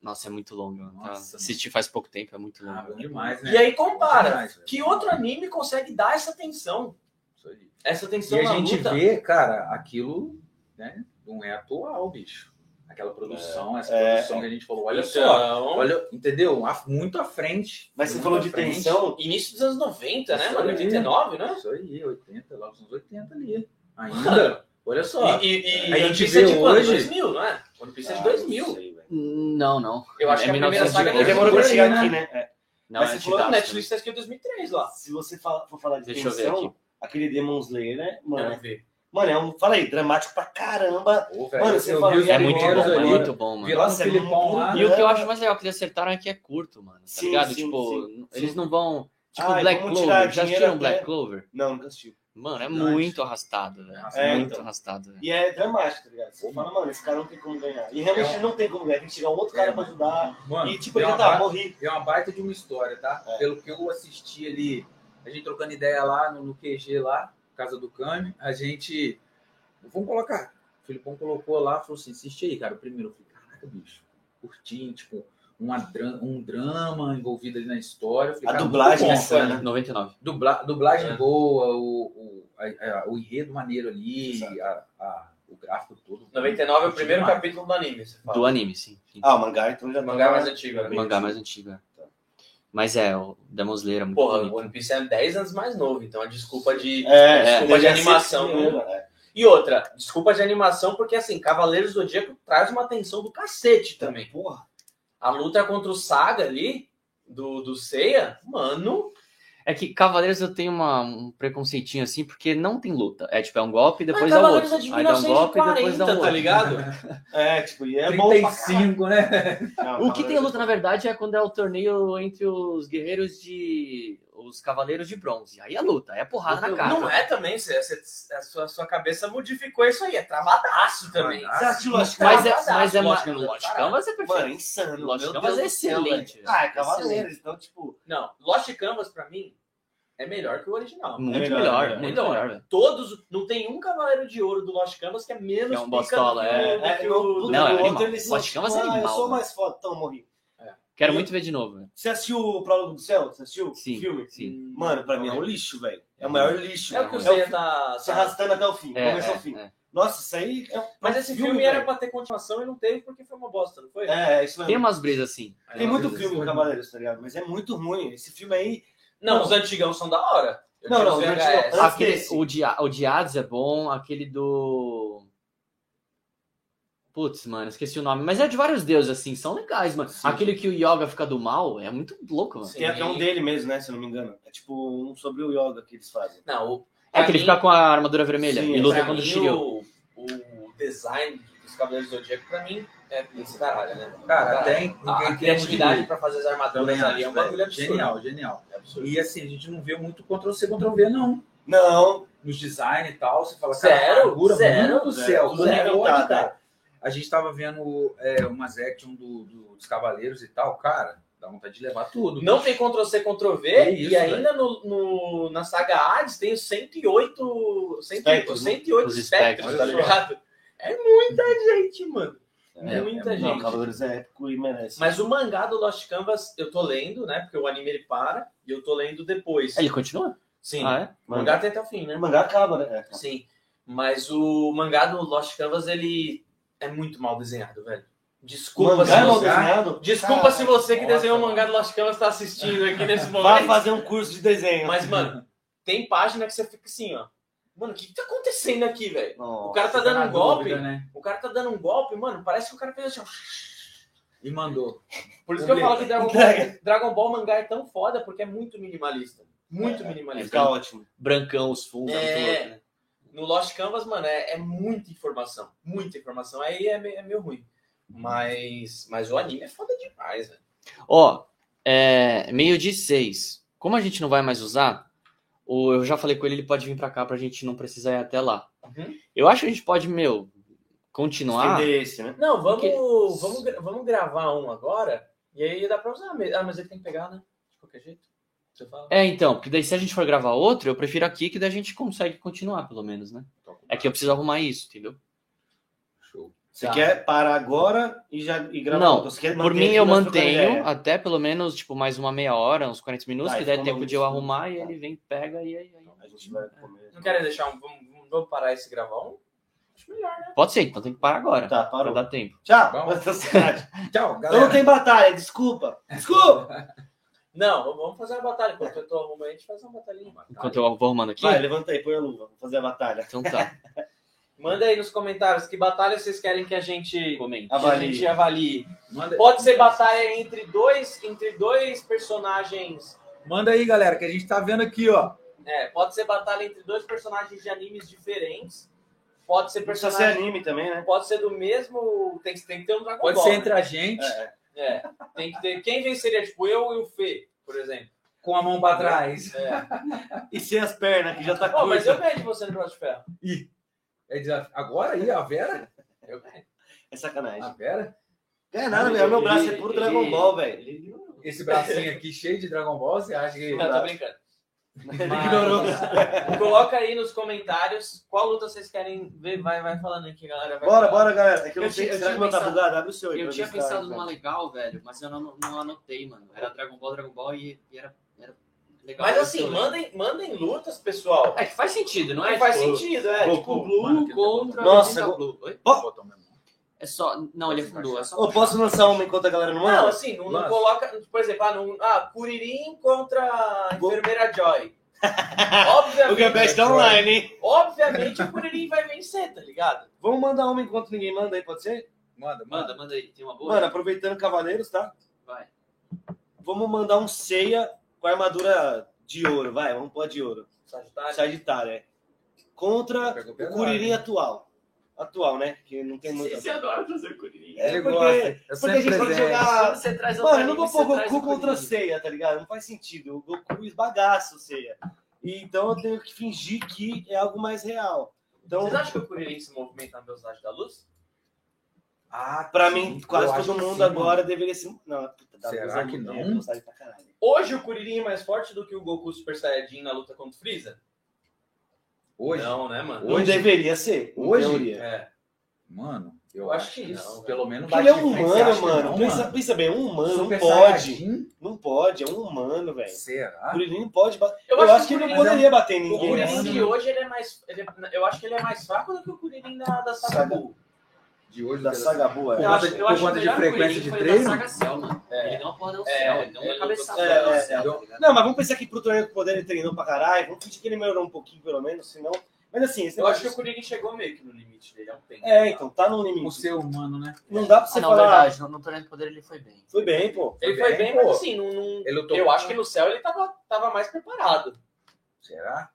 Nossa, é muito longo. mano. Tá?
Nossa,
Assisti faz pouco tempo, é muito
Ah,
longo.
bom demais, né?
E aí compara.
Demais, velho.
Que outro anime consegue dar essa tensão?
Isso aí.
Essa
E
tensão
a
na
gente
é luta.
vê, cara, aquilo né, não é atual, bicho. Aquela produção, essa
É.
produção que é a gente falou, olha
Então,
só. Olha, entendeu? À- Muito à frente.
Mas você
muito
falou
à
de
frente.
tensão,
Início dos anos 90, né,
Isso
mano?
aí.
89, né?
Isso aí, 80, lá nos anos 80 ali. Ainda,
Mano,
olha só.
E, e, e
A gente
One Piece é
vê
de quando?
hoje- Ah,
2000, não é? One Piece é de 2000.
Não, não.
Eu acho
É
que a primeira
1900
saga
e
que
demorou pra
eu
chegar
vi,
aqui,
né?
né? É.
Não,
Mas
é
você
de
falou
Pô,
Daft,
o
né?
Netflix tá escrito em 2003 lá.
Se você fala- for falar de
Deixa eu ver
tensão, aquele Demon Slayer, né?
Eu
Mano,
não vi.
mano, é um, fala aí, dramático pra caramba.
Pô, velho,
Mano,
eu
você
vi
fala-
os
É muito
primeiros
bom, é
ali,
muito bom, mano.
Vi lá no
Nossa, é
Filipão
muito
lá. né?
bom.
E o que eu acho mais legal que eles acertaram é que é curto, mano. Tá
Sim,
ligado?
sim,
tipo,
sim,
eles
sim.
não vão. Tipo,
Ai,
Black
vamos tirar
Clover. Já
dinheiro
assistiram
até-
Black Clover?
Não, nunca assisti.
Mano, é
Verdade.
muito arrastado, velho.
É,
muito
então.
arrastado, velho.
E é dramático, tá ligado? Você fala, mano, esse cara não tem como ganhar. E realmente
É.
ele não tem como ganhar, tem que tirar um outro cara pra ajudar.
Mano,
E tipo,
deu
ele
uma
tá,
ba-
morri.
deu é uma baita de uma história, tá?
É.
Pelo que eu assisti ali, a gente trocando ideia lá no, no QG lá, Casa do Cami, a gente. Vamos colocar. O Filipão colocou lá, falou assim: assiste aí, cara. O primeiro, eu falei, caraca, bicho, curti, tipo, uma dra- um drama envolvido ali na história. Eu falei,
A
cara,
dublagem
muito
é
bom,
insana,
cara.
né?
99.
Dubla- dublagem
É.
boa, o, o, a- a- o enredo maneiro ali, a- a- o gráfico todo.
99 é o
Curti
primeiro
demais.
capítulo do anime, você fala.
Do anime, sim. Sim.
Ah, tá. o mangá, então já
tá
O mangá é mais antigo, né?
Mangá mais antigo, é. Mas é, o Demon Slayer é muito
Porra,
bonito.
o One Piece é 10 anos mais novo, então a desculpa de.
É,
desculpa
é,
de
já sei
animação.
que primeiro,
né?
é.
E outra, desculpa de animação, porque assim, Cavaleiros do Zodíaco traz uma atenção do cacete também.
Porra.
A luta contra o Saga ali, do, do Seiya, mano.
É que Cavaleiros eu tenho uma- um preconceitinho assim, porque não tem luta. É tipo, é um golpe e depois
mas
dá um
Cavaleiros
outro.
é de
Aí dá um golpe e depois dá
1940,
um
tá
outro.
ligado?
É, tipo, e é bom pra caralho.
35, né?
Não,
O que tem
Cavaleiros-
luta, na verdade, é quando é o torneio entre os guerreiros de. os cavaleiros de bronze. Aí é luta, é porrada na cara.
Não é também, você, você- a, sua, sua cabeça modificou isso aí, é travadaço também.
Você assistiu Lost
Mas
Canvas?
é, mas é
Lógico,
ma-
lógico,
Lost
caralho.
Canvas é
Mano, é
perfeito.
insano.
Lost
meu
Canvas
Deus
é
do céu, velho.
excelente.
Ah, é
velho. Excelente.
Cavaleiros, então, tipo...
Não, Lost Canvas, pra mim, é melhor né? que o original.
Muito
É melhor,
melhor,
é melhor.
muito melhor, velho.
Todos, não tem um Cavaleiro de Ouro do Lost Canvas que é menos
Que é um
pica
bostola,
do que
é.
o- do que o- do-
Não, é
o
animal.
outro, eles são,
Pode chamar, mas é
tipo, ah,
animal,
Eu sou
mano.
mais foda, então eu morri.
Quero
E-
muito ver de novo, velho.
Você assistiu o Prólogo do Céu? Você assistiu o
Sim,
filme?
sim.
Mano, pra mim é um lixo, velho. É o maior lixo.
É o que o
É o
Zé
filme
tá.
Se arrastando até o fim,
É,
começou
é,
ao
assim.
fim.
é.
Nossa, isso aí é um
Mas esse filme era
velho.
pra ter continuação e não teve porque foi uma bosta, não foi?
É, é isso
Tem
mesmo.
umas brisas assim.
Tem, muito filme do Cavaleiros, tá ligado? Mas é muito ruim. Esse filme aí.
Não,
Não.
os antigão são da hora. Eu
Não,
tinha
não,
os
os antigão-
VHS.
Antes
Aquele,
assim.
desse.
o, de, o de Hades é bom, aquele do. Putz, mano, esqueci o nome. Mas é de vários deuses, assim, são legais, mano. Aquele que o Yoga fica do mal é muito louco, mano.
Sim.
Tem até um dele mesmo, né? Se eu não me engano. É tipo um sobre o yoga que eles fazem.
Não, o-
É que ele
pra
fica com a armadura vermelha
Sim,
e luta
pra
contra o
mim,
Shiryu.
O, o design dos Cavaleiros do Zodíaco, pra mim, é esse caralho, né?
Cara,
Caralho.
tem. um
A, a criatividade pra fazer as armaduras ali é um bagulho absurdo.
Genial, genial.
É absurdo.
E assim, a gente não vê muito Ctrl-C, Ctrl-V, não.
Não,
Nos design e tal, você fala,
Zero,
cara, figura,
zero, né?"
mano do
zero,
céu, como é
zero,
pode,
tá,
cara? A gente tava vendo é, umas action do, do- dos Cavaleiros e tal, cara, dá vontade de levar tudo.
Não tem Ctrl-C, Ctrl-V,
É isso,
e ainda no, no- na saga Hades tem os 108, 108,
Espectros,
108
né? Os
espectros,
espectros,
tá
olha
ligado? É muita gente, mano.
É,
muita
é,
gente.
não, Cavaleiros é épico e merece.
Mas o mangá do Lost Canvas eu tô lendo, né? Porque o anime ele para e eu tô lendo depois.
Ele continua?
Sim.
É Ah, é?
O mangá tem até o fim, né?
O mangá acaba, né? É.
Sim. Mas o mangá do Lost Canvas ele é muito mal desenhado, velho.
O
Desculpa, se
mangá é mal
você...
desenhado?
Desculpa
Cara,
se você que
nossa,
desenhou o
mano.
mangá do Lost Canvas tá assistindo aqui nesse momento.
Vai fazer um curso de desenho.
Mas, mano, tem página que você fica assim, ó. Mano, o que, que tá acontecendo aqui, velho?
Nossa.
O cara tá
Fica
dando
na
um golpe.
dúvida, né?
O cara tá dando um golpe, mano. Parece que o cara fez assim. ó.
E mandou.
Por isso que eu
Obrigado.
falo que Dragon Ball,
Entrega.
Dragon Ball mangá é tão foda, porque é muito minimalista. Muito
É, Vai
minimalista.
ficar ótimo.
Brancão, os fundos.
É.
É. muito louco, né?
No Lost Canvas, mano, é, é muita informação. Muita informação. Aí é, me- é meio ruim. Mas, mas o anime é foda demais, velho.
Ó, é, meio de seis. Como a gente não vai mais usar, o, eu já falei com ele, ele pode vir pra cá pra gente não precisar ir até lá.
Uhum.
Eu acho que a gente pode, meu, continuar.
Estender esse, né?
Não, vamos,
Porque-
vamos, gra- vamos gravar um agora. E aí dá pra usar. mesmo. Ah, mas ele tem que pegar, né? De qualquer jeito.
Você fala.
É, então, porque daí se a gente for gravar outro, eu prefiro aqui, que daí a gente consegue continuar, pelo menos, né?
um
É que eu preciso arrumar isso, entendeu?
Show.
Você
Tá.
quer parar agora e já e gravar?
Não,
outra? Você quer
Por
manter
mim,
aqui
eu
nós trocando
mantenho
ideia?
até pelo menos, tipo, mais uma meia hora, uns 40 minutos,
Tá,
que der
então
tempo
vamos
de eu
isso.
arrumar e ele vem, pega e aí. aí-
A gente vai comer.
Não querem deixar um. Vamos, vamos parar esse gravar um? Acho melhor, né?
Pode ser, então tem que parar agora.
Tá,
Pra
parou.
dar tempo.
Tchau.
Bom.
Mas tá sacanagem.
Tchau,
Então não
galera.
tem batalha, desculpa. Desculpa.
Não, vamos fazer uma batalha. Enquanto eu tô arrumando, a gente faz uma batalhinha.
Enquanto eu vou arrumando aqui.
Vai, levanta aí, põe a luva. Vou fazer a batalha.
Então tá,
Manda aí nos comentários que batalha vocês querem que a gente,
comenta.
que a
Avalie.
gente avalie.
Manda,
Pode ser batalha entre dois, entre dois personagens.
manda aí, galera, que a gente tá vendo aqui, ó.
É, pode ser batalha entre dois personagens de animes diferentes. Pode ser
Precisa ser
personagem.
anime também, né?
Pode ser do mesmo. Tem, que- tem que ter um Dragon
Pode
Ball.
ser
né?
entre a gente,
É.
É, tem que ter. Quem venceria? Tipo, eu e o Fê, por exemplo.
com a mão pra trás.
É.
E sem as pernas, que já
É
tá
Pô,
curta.
mas eu ganhei de você no Braço de Ferro.
É desaf- Agora aí, a Vera?
Eu ganho.
É sacanagem.
A Vera?
É nada, meu. Meu braço é puro Dragon Ball, velho.
Esse bracinho aqui cheio de Dragon Ball, você acha que.
tá
Não, tô brincando.
Ele ignorou.
Coloca aí nos comentários qual luta vocês querem ver. Vai, vai falando aqui, galera. Vai
Bora,
falando.
bora, galera. É que eu
Eu
não sei.
tinha- eu
Será
tinha
que o meu tá
pensado-
bugado? Abre o seu aí.
Eu
pra
tinha
ver se tá-
pensado numa legal, velho, mas eu não, não anotei, mano. Era Dragon Ball, Dragon Ball e, e era, era legal.
Mas assim,
Eu-
mandem, mandem lutas, pessoal.
É que faz sentido, não é?
Não faz
Tipo,
sentido, é.
Goku,
Tipo,
Blue
Mano, aquele
contra
botão. Nossa,
Vegeta
go-
Blue. Oi?
Ó.
Botão mesmo.
É só. Não, ele afundou. É só...
Ô, posso lançar uma enquanto a galera não
Não,
manda?
assim, não,
Lança.
não coloca. Por exemplo, ah, não, ah, Curirim contra a
Gol.
enfermeira Joy. obviamente,
tá online, hein?
obviamente o Curirim vai vencer, tá ligado?
Vamos mandar uma enquanto ninguém manda aí, pode ser?
Manda, manda.
Manda, manda aí. Tem uma boa?
Mano, aproveitando Cavaleiros, tá?
Vai.
Vamos mandar um ceia com armadura de ouro, vai, vamos pôr de ouro.
Sagitário.
Sagitário, é. Contra
Pegou
o
pesado,
Curirim
hein?
atual. Atual, né? Que não tem muito.
adora trazer Kuririn.
É,
Ele
porque-
gosta. Eu
porque a
sempre
gente pode
presente.
Ah,
jogar-
Você traz
Mano, eu
Otarinho,
não vou
você
pôr
traz
Goku
o Kuririn.
contra ceia, tá ligado? Não faz sentido. O Goku esbagaça o ceia. E, então eu tenho que fingir que é algo mais real. Então,
Vocês acham que o Curirim se movimenta na velocidade da luz?
Ah,
pra
sim,
mim,
eu
quase
acho
todo
que
mundo
sim,
agora deveria ser. Não, puta, dá
Será
luz é
que
muito,
não?
é velocidade pra caralho.
Hoje o Curirim é mais forte do que o Goku Super Saiyajin na luta contra o Freeza?
Hoje,
Não, né, mano?
Não
Hoje?
deveria ser. em
Hoje?
teoria.
É.
mano, eu,
Eu
acho,
acho
que
que
isso.
não,
pelo menos
Porque ele é
bate
um
de frente, você acha
humano,
que
mano.
não,
pensa, pensa bem, um humano não
Super
pode.
Saiyajin?
Não pode, é um humano, velho. O
Será?
Curirim não pode bater.
Eu,
Eu, que
acho, que, é
ele
o
não
Kuririn,
poderia bater em
o
ninguém.
Kuririn
né?
de hoje ele é mais. ele é- eu acho que ele é mais fraco do que o Curirim da, da Sagabu.
De hoje
Da
deve-
saga boa.
Eu
É,
acho- conta- por conta de
melhor
frequência
Kuririn
de
foi
treino?
Da saga Cell, mano.
É.
Ele deu uma porrada no
É,
céu, ele deu uma
ele
cabeçada.
lutou-
no
é,
céu,
é.
tá ligado?
Não, mas vamos pensar que pro torneio do poder ele treinou pra caralho. Vamos pedir que ele melhorou um pouquinho, pelo menos, senão. Mas assim, esse
Eu acho que
negócio.
o Curirim chegou meio que no limite dele há um tempo.
É, então, tá no
O
limite.
ser humano, né?
Não dá pra você
Ah, não,
falar.
verdade. No, no torneio do poder ele foi bem.
Foi bem, pô.
Ele foi bem,
pô.
mas assim, não, não-
Ele lutou.
eu acho que no céu ele tava, tava mais preparado.
Será?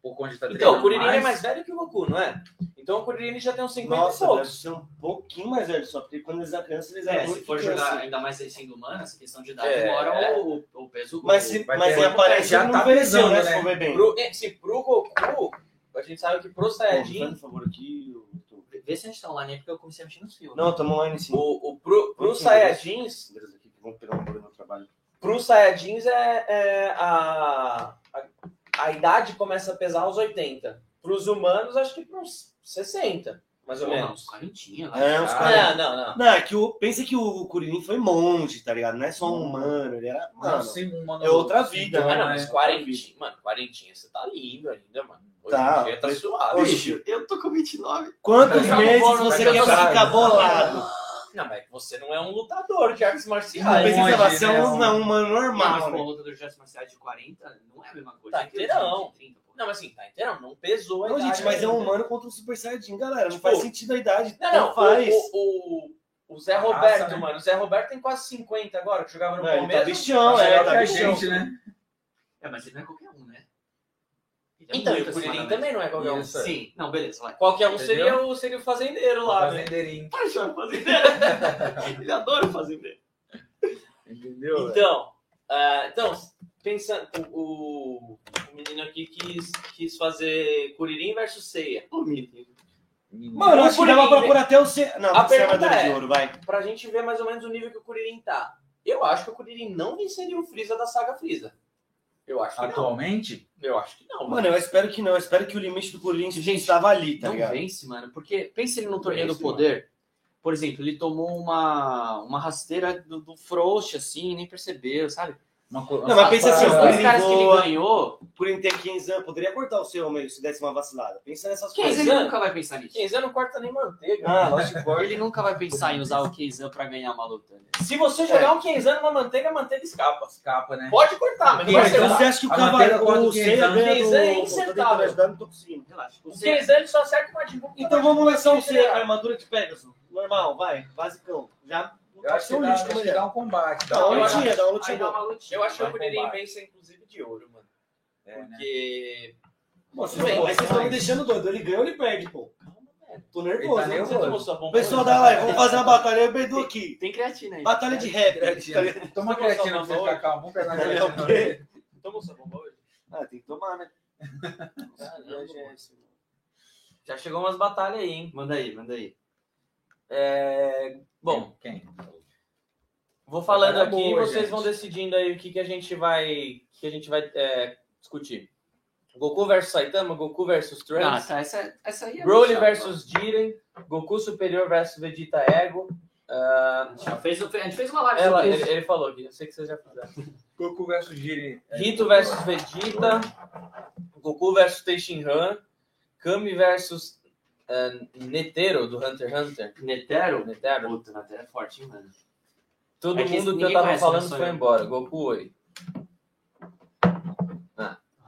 Por conta de tá treinando
Então, o Kuririn é mais velho que o Goku, não é? Então o Kuririn já tem uns 50
Nossa,
e
deve
poucos.
ser um pouquinho mais velho só, porque quando eles eram crianças, eles eram
É, se
muito
for
crianças.
jogar ainda mais sendo humano, essa questão de idade,
É.
uma hora o, o- o peso.
Mas,
o-
se,
Vai
mas
ter-
em aparência
já
ele
tá
não venceu,
pesando,
né?
né?
Se for ver bem.
Pro, é, se pro Goku, a gente sabe que pro
Pô, faz
Saiyajin,
um favor aqui, o YouTube.
Vê se a gente tá online, é porque eu comecei a mexer nos fios.
Não, tamo online sim.
o, o, pro, pro
Vamos
Saiyajins,
Beleza, aqui, que Vamos pegar um problema no trabalho.
pro Saiyajins é, é a, a, a idade começa a pesar aos 80. Pros humanos, acho que uns 60, mais ou
Porra,
menos.
uns quarentinha, lá.
É, uns
Ah,
caras-
Não, não, não.
Não, é que o... pensa que o Curirim foi monge, tá ligado? Não é só um humano, ele era.
Não,
Mano,
ser humano.
é outra vida,
Ah,
né?
não, mas
é
quarentinha, mano, quarentinha, você tá lindo ainda, mano. Hoje
Tá,
em dia tá
mas-
suave.
Oxe,
Eu tô com 29.
quantos
Não,
meses
não, não,
você
não,
quer
não,
ficar
não.
bolado?
Não, mas você não é um lutador de artes marciais.
Pensa que
longe,
você vai ser
né?
um, não, um humano normal,
Mas com a
né?
luta do Jurassic Marcial de 40, não é a mesma coisa.
Tá
Tem que ter
inteirão.
20, 30, pô.
Não, mas assim, tá inteirão, não pesou a
Não,
idade
gente, mas é
ainda.
um humano contra um Super Saiyajin, galera. Não
Tipo,
faz sentido a idade.
Não, não,
faz.
O, o, o, o Zé
Raça,
Roberto,
né?
mano, o Zé Roberto tem quase 50 agora, que jogava no
Não, ele tá
Palmeiras.
bichão, é, tá
a
bichão.
gente, né?
É, mas ele não é qualquer um, né? Ele é
Então, e
muito
o Curirim
acima da
também não é qualquer um.
média. Sim, não, beleza, vai.
Qualquer um
Entendeu?
seria o, seria o fazendeiro lá, né?
Fazendeirinho.
Paixão fazendeiro. ele adora fazendeiro.
é.
Entendeu?
Então, ah, então pensando, o, o, o menino aqui quis, quis fazer Curirim versus Ceia.
Ô, menino.
Mano,
Não,
acho que
Kuririn,
dava pra procurar até o C. Não,
A
você é
pergunta
armadura de
é-
ouro, vai.
pra gente ver mais ou menos o nível que o Kuririn tá. Eu acho que o Kuririn não venceria o Freeza da saga Freeza. Eu
Ah,
acho que
Atualmente,
não. Eu acho que não.
Mano, eu espero que não. Eu espero que o limite do Corinthians
Gente,
estava ali, tá
não
ligado?
vence, mano. Porque pensa ele no torneio do
vence,
poder. Por exemplo, ele tomou uma, uma rasteira do, do Frouxo, assim, nem percebeu, sabe?
uma co-
Não, mas pensa assim,
Os
ó,
dois
ele
caras que ele
voa,
ganhou,
por ele ter 15 anos, poderia cortar o seu Romero se desse uma vacilada. Pensa
mas
nessas coisas.
ele nunca vai pensar nisso.
Quinzena não corta nem manteiga.
Ah, lógico.
Ele nunca vai pensar em usar o Keizan pra ganhar uma luta. né?
Se você jogar um quinzena na manteiga, a manteiga escapa.
escapa, né?
Pode cortar, mas não vai
Mas
ser
você acha que o
A matéria
Cavaleiro,
acorda
o
quem?
Senna ganha
Quem?
do...
Senna é
Tô tentando
insentável.
ajudar, não tô conseguindo.
Relaxa.
O quinzena só serve uma divulga.
Então vamos lançar um C, armadura de Pegasus. Normal, vai, basicão. Já não
Eu acho que,
um
dá,
lixo
acho
como
que
ele é.
dá um combate.
Dá uma
eu acho-
lutinha, dá uma
Aí
lutinha.
dá uma lutinha. Eu acho que
Vai
o Curirim
bombar.
vence, é, inclusive, de ouro, mano.
um É, né?
Porque.
Pô, vocês
Tudo bem,
estão-
mas
vocês estão me deixando doido. Ele ganha ou ele perde, pô. Tô
Ele
nervoso.
tá
né?
nervoso.
Você tomou sua bomba.
Pessoal da live, vamos fazer uma batalha. Eu Bedu
Tem,
aqui.
tem creatina aí.
Batalha de rap. tá
Creatina. Toma
Você gostou
creatina pra
do
você
Mauro?
ficar calmo. Vamos pegar na
É o
creatina.
quê?
Tomou sua bomba hoje?
Ah, tem que tomar, né?
Caramba, mano. Já chegou umas batalhas aí, hein?
Manda aí, manda aí.
É, Bom,
quem?
vou falando
Batalha
aqui e
boa,
vocês
gente.
vão decidindo aí o que, que a gente vai, o que a gente vai é, discutir. Goku versus Saitama, Goku versus
Ah,
Trunks,
tá. Essa, essa aí é
Broly
muito chata,
versus Jiren, Goku superior versus Vegeta Ego. Ah,
mano. Já fez, a gente fez uma live
ela,
sobre
ele,
isso.
ele falou aqui, eu sei que vocês já né? fizeram.
Goku versus Jiren.
Rito versus Vegeta, Goku versus Tenshinhan, Kami versus ah, Netero do Hunter x Hunter.
Netero?
Netero.
Puta, Netero é forte, hein, mano.
Todo
É que
mundo que eu
ninguém
tava
conhece,
falando
né,
foi
Sonho?
embora. Goku, oi.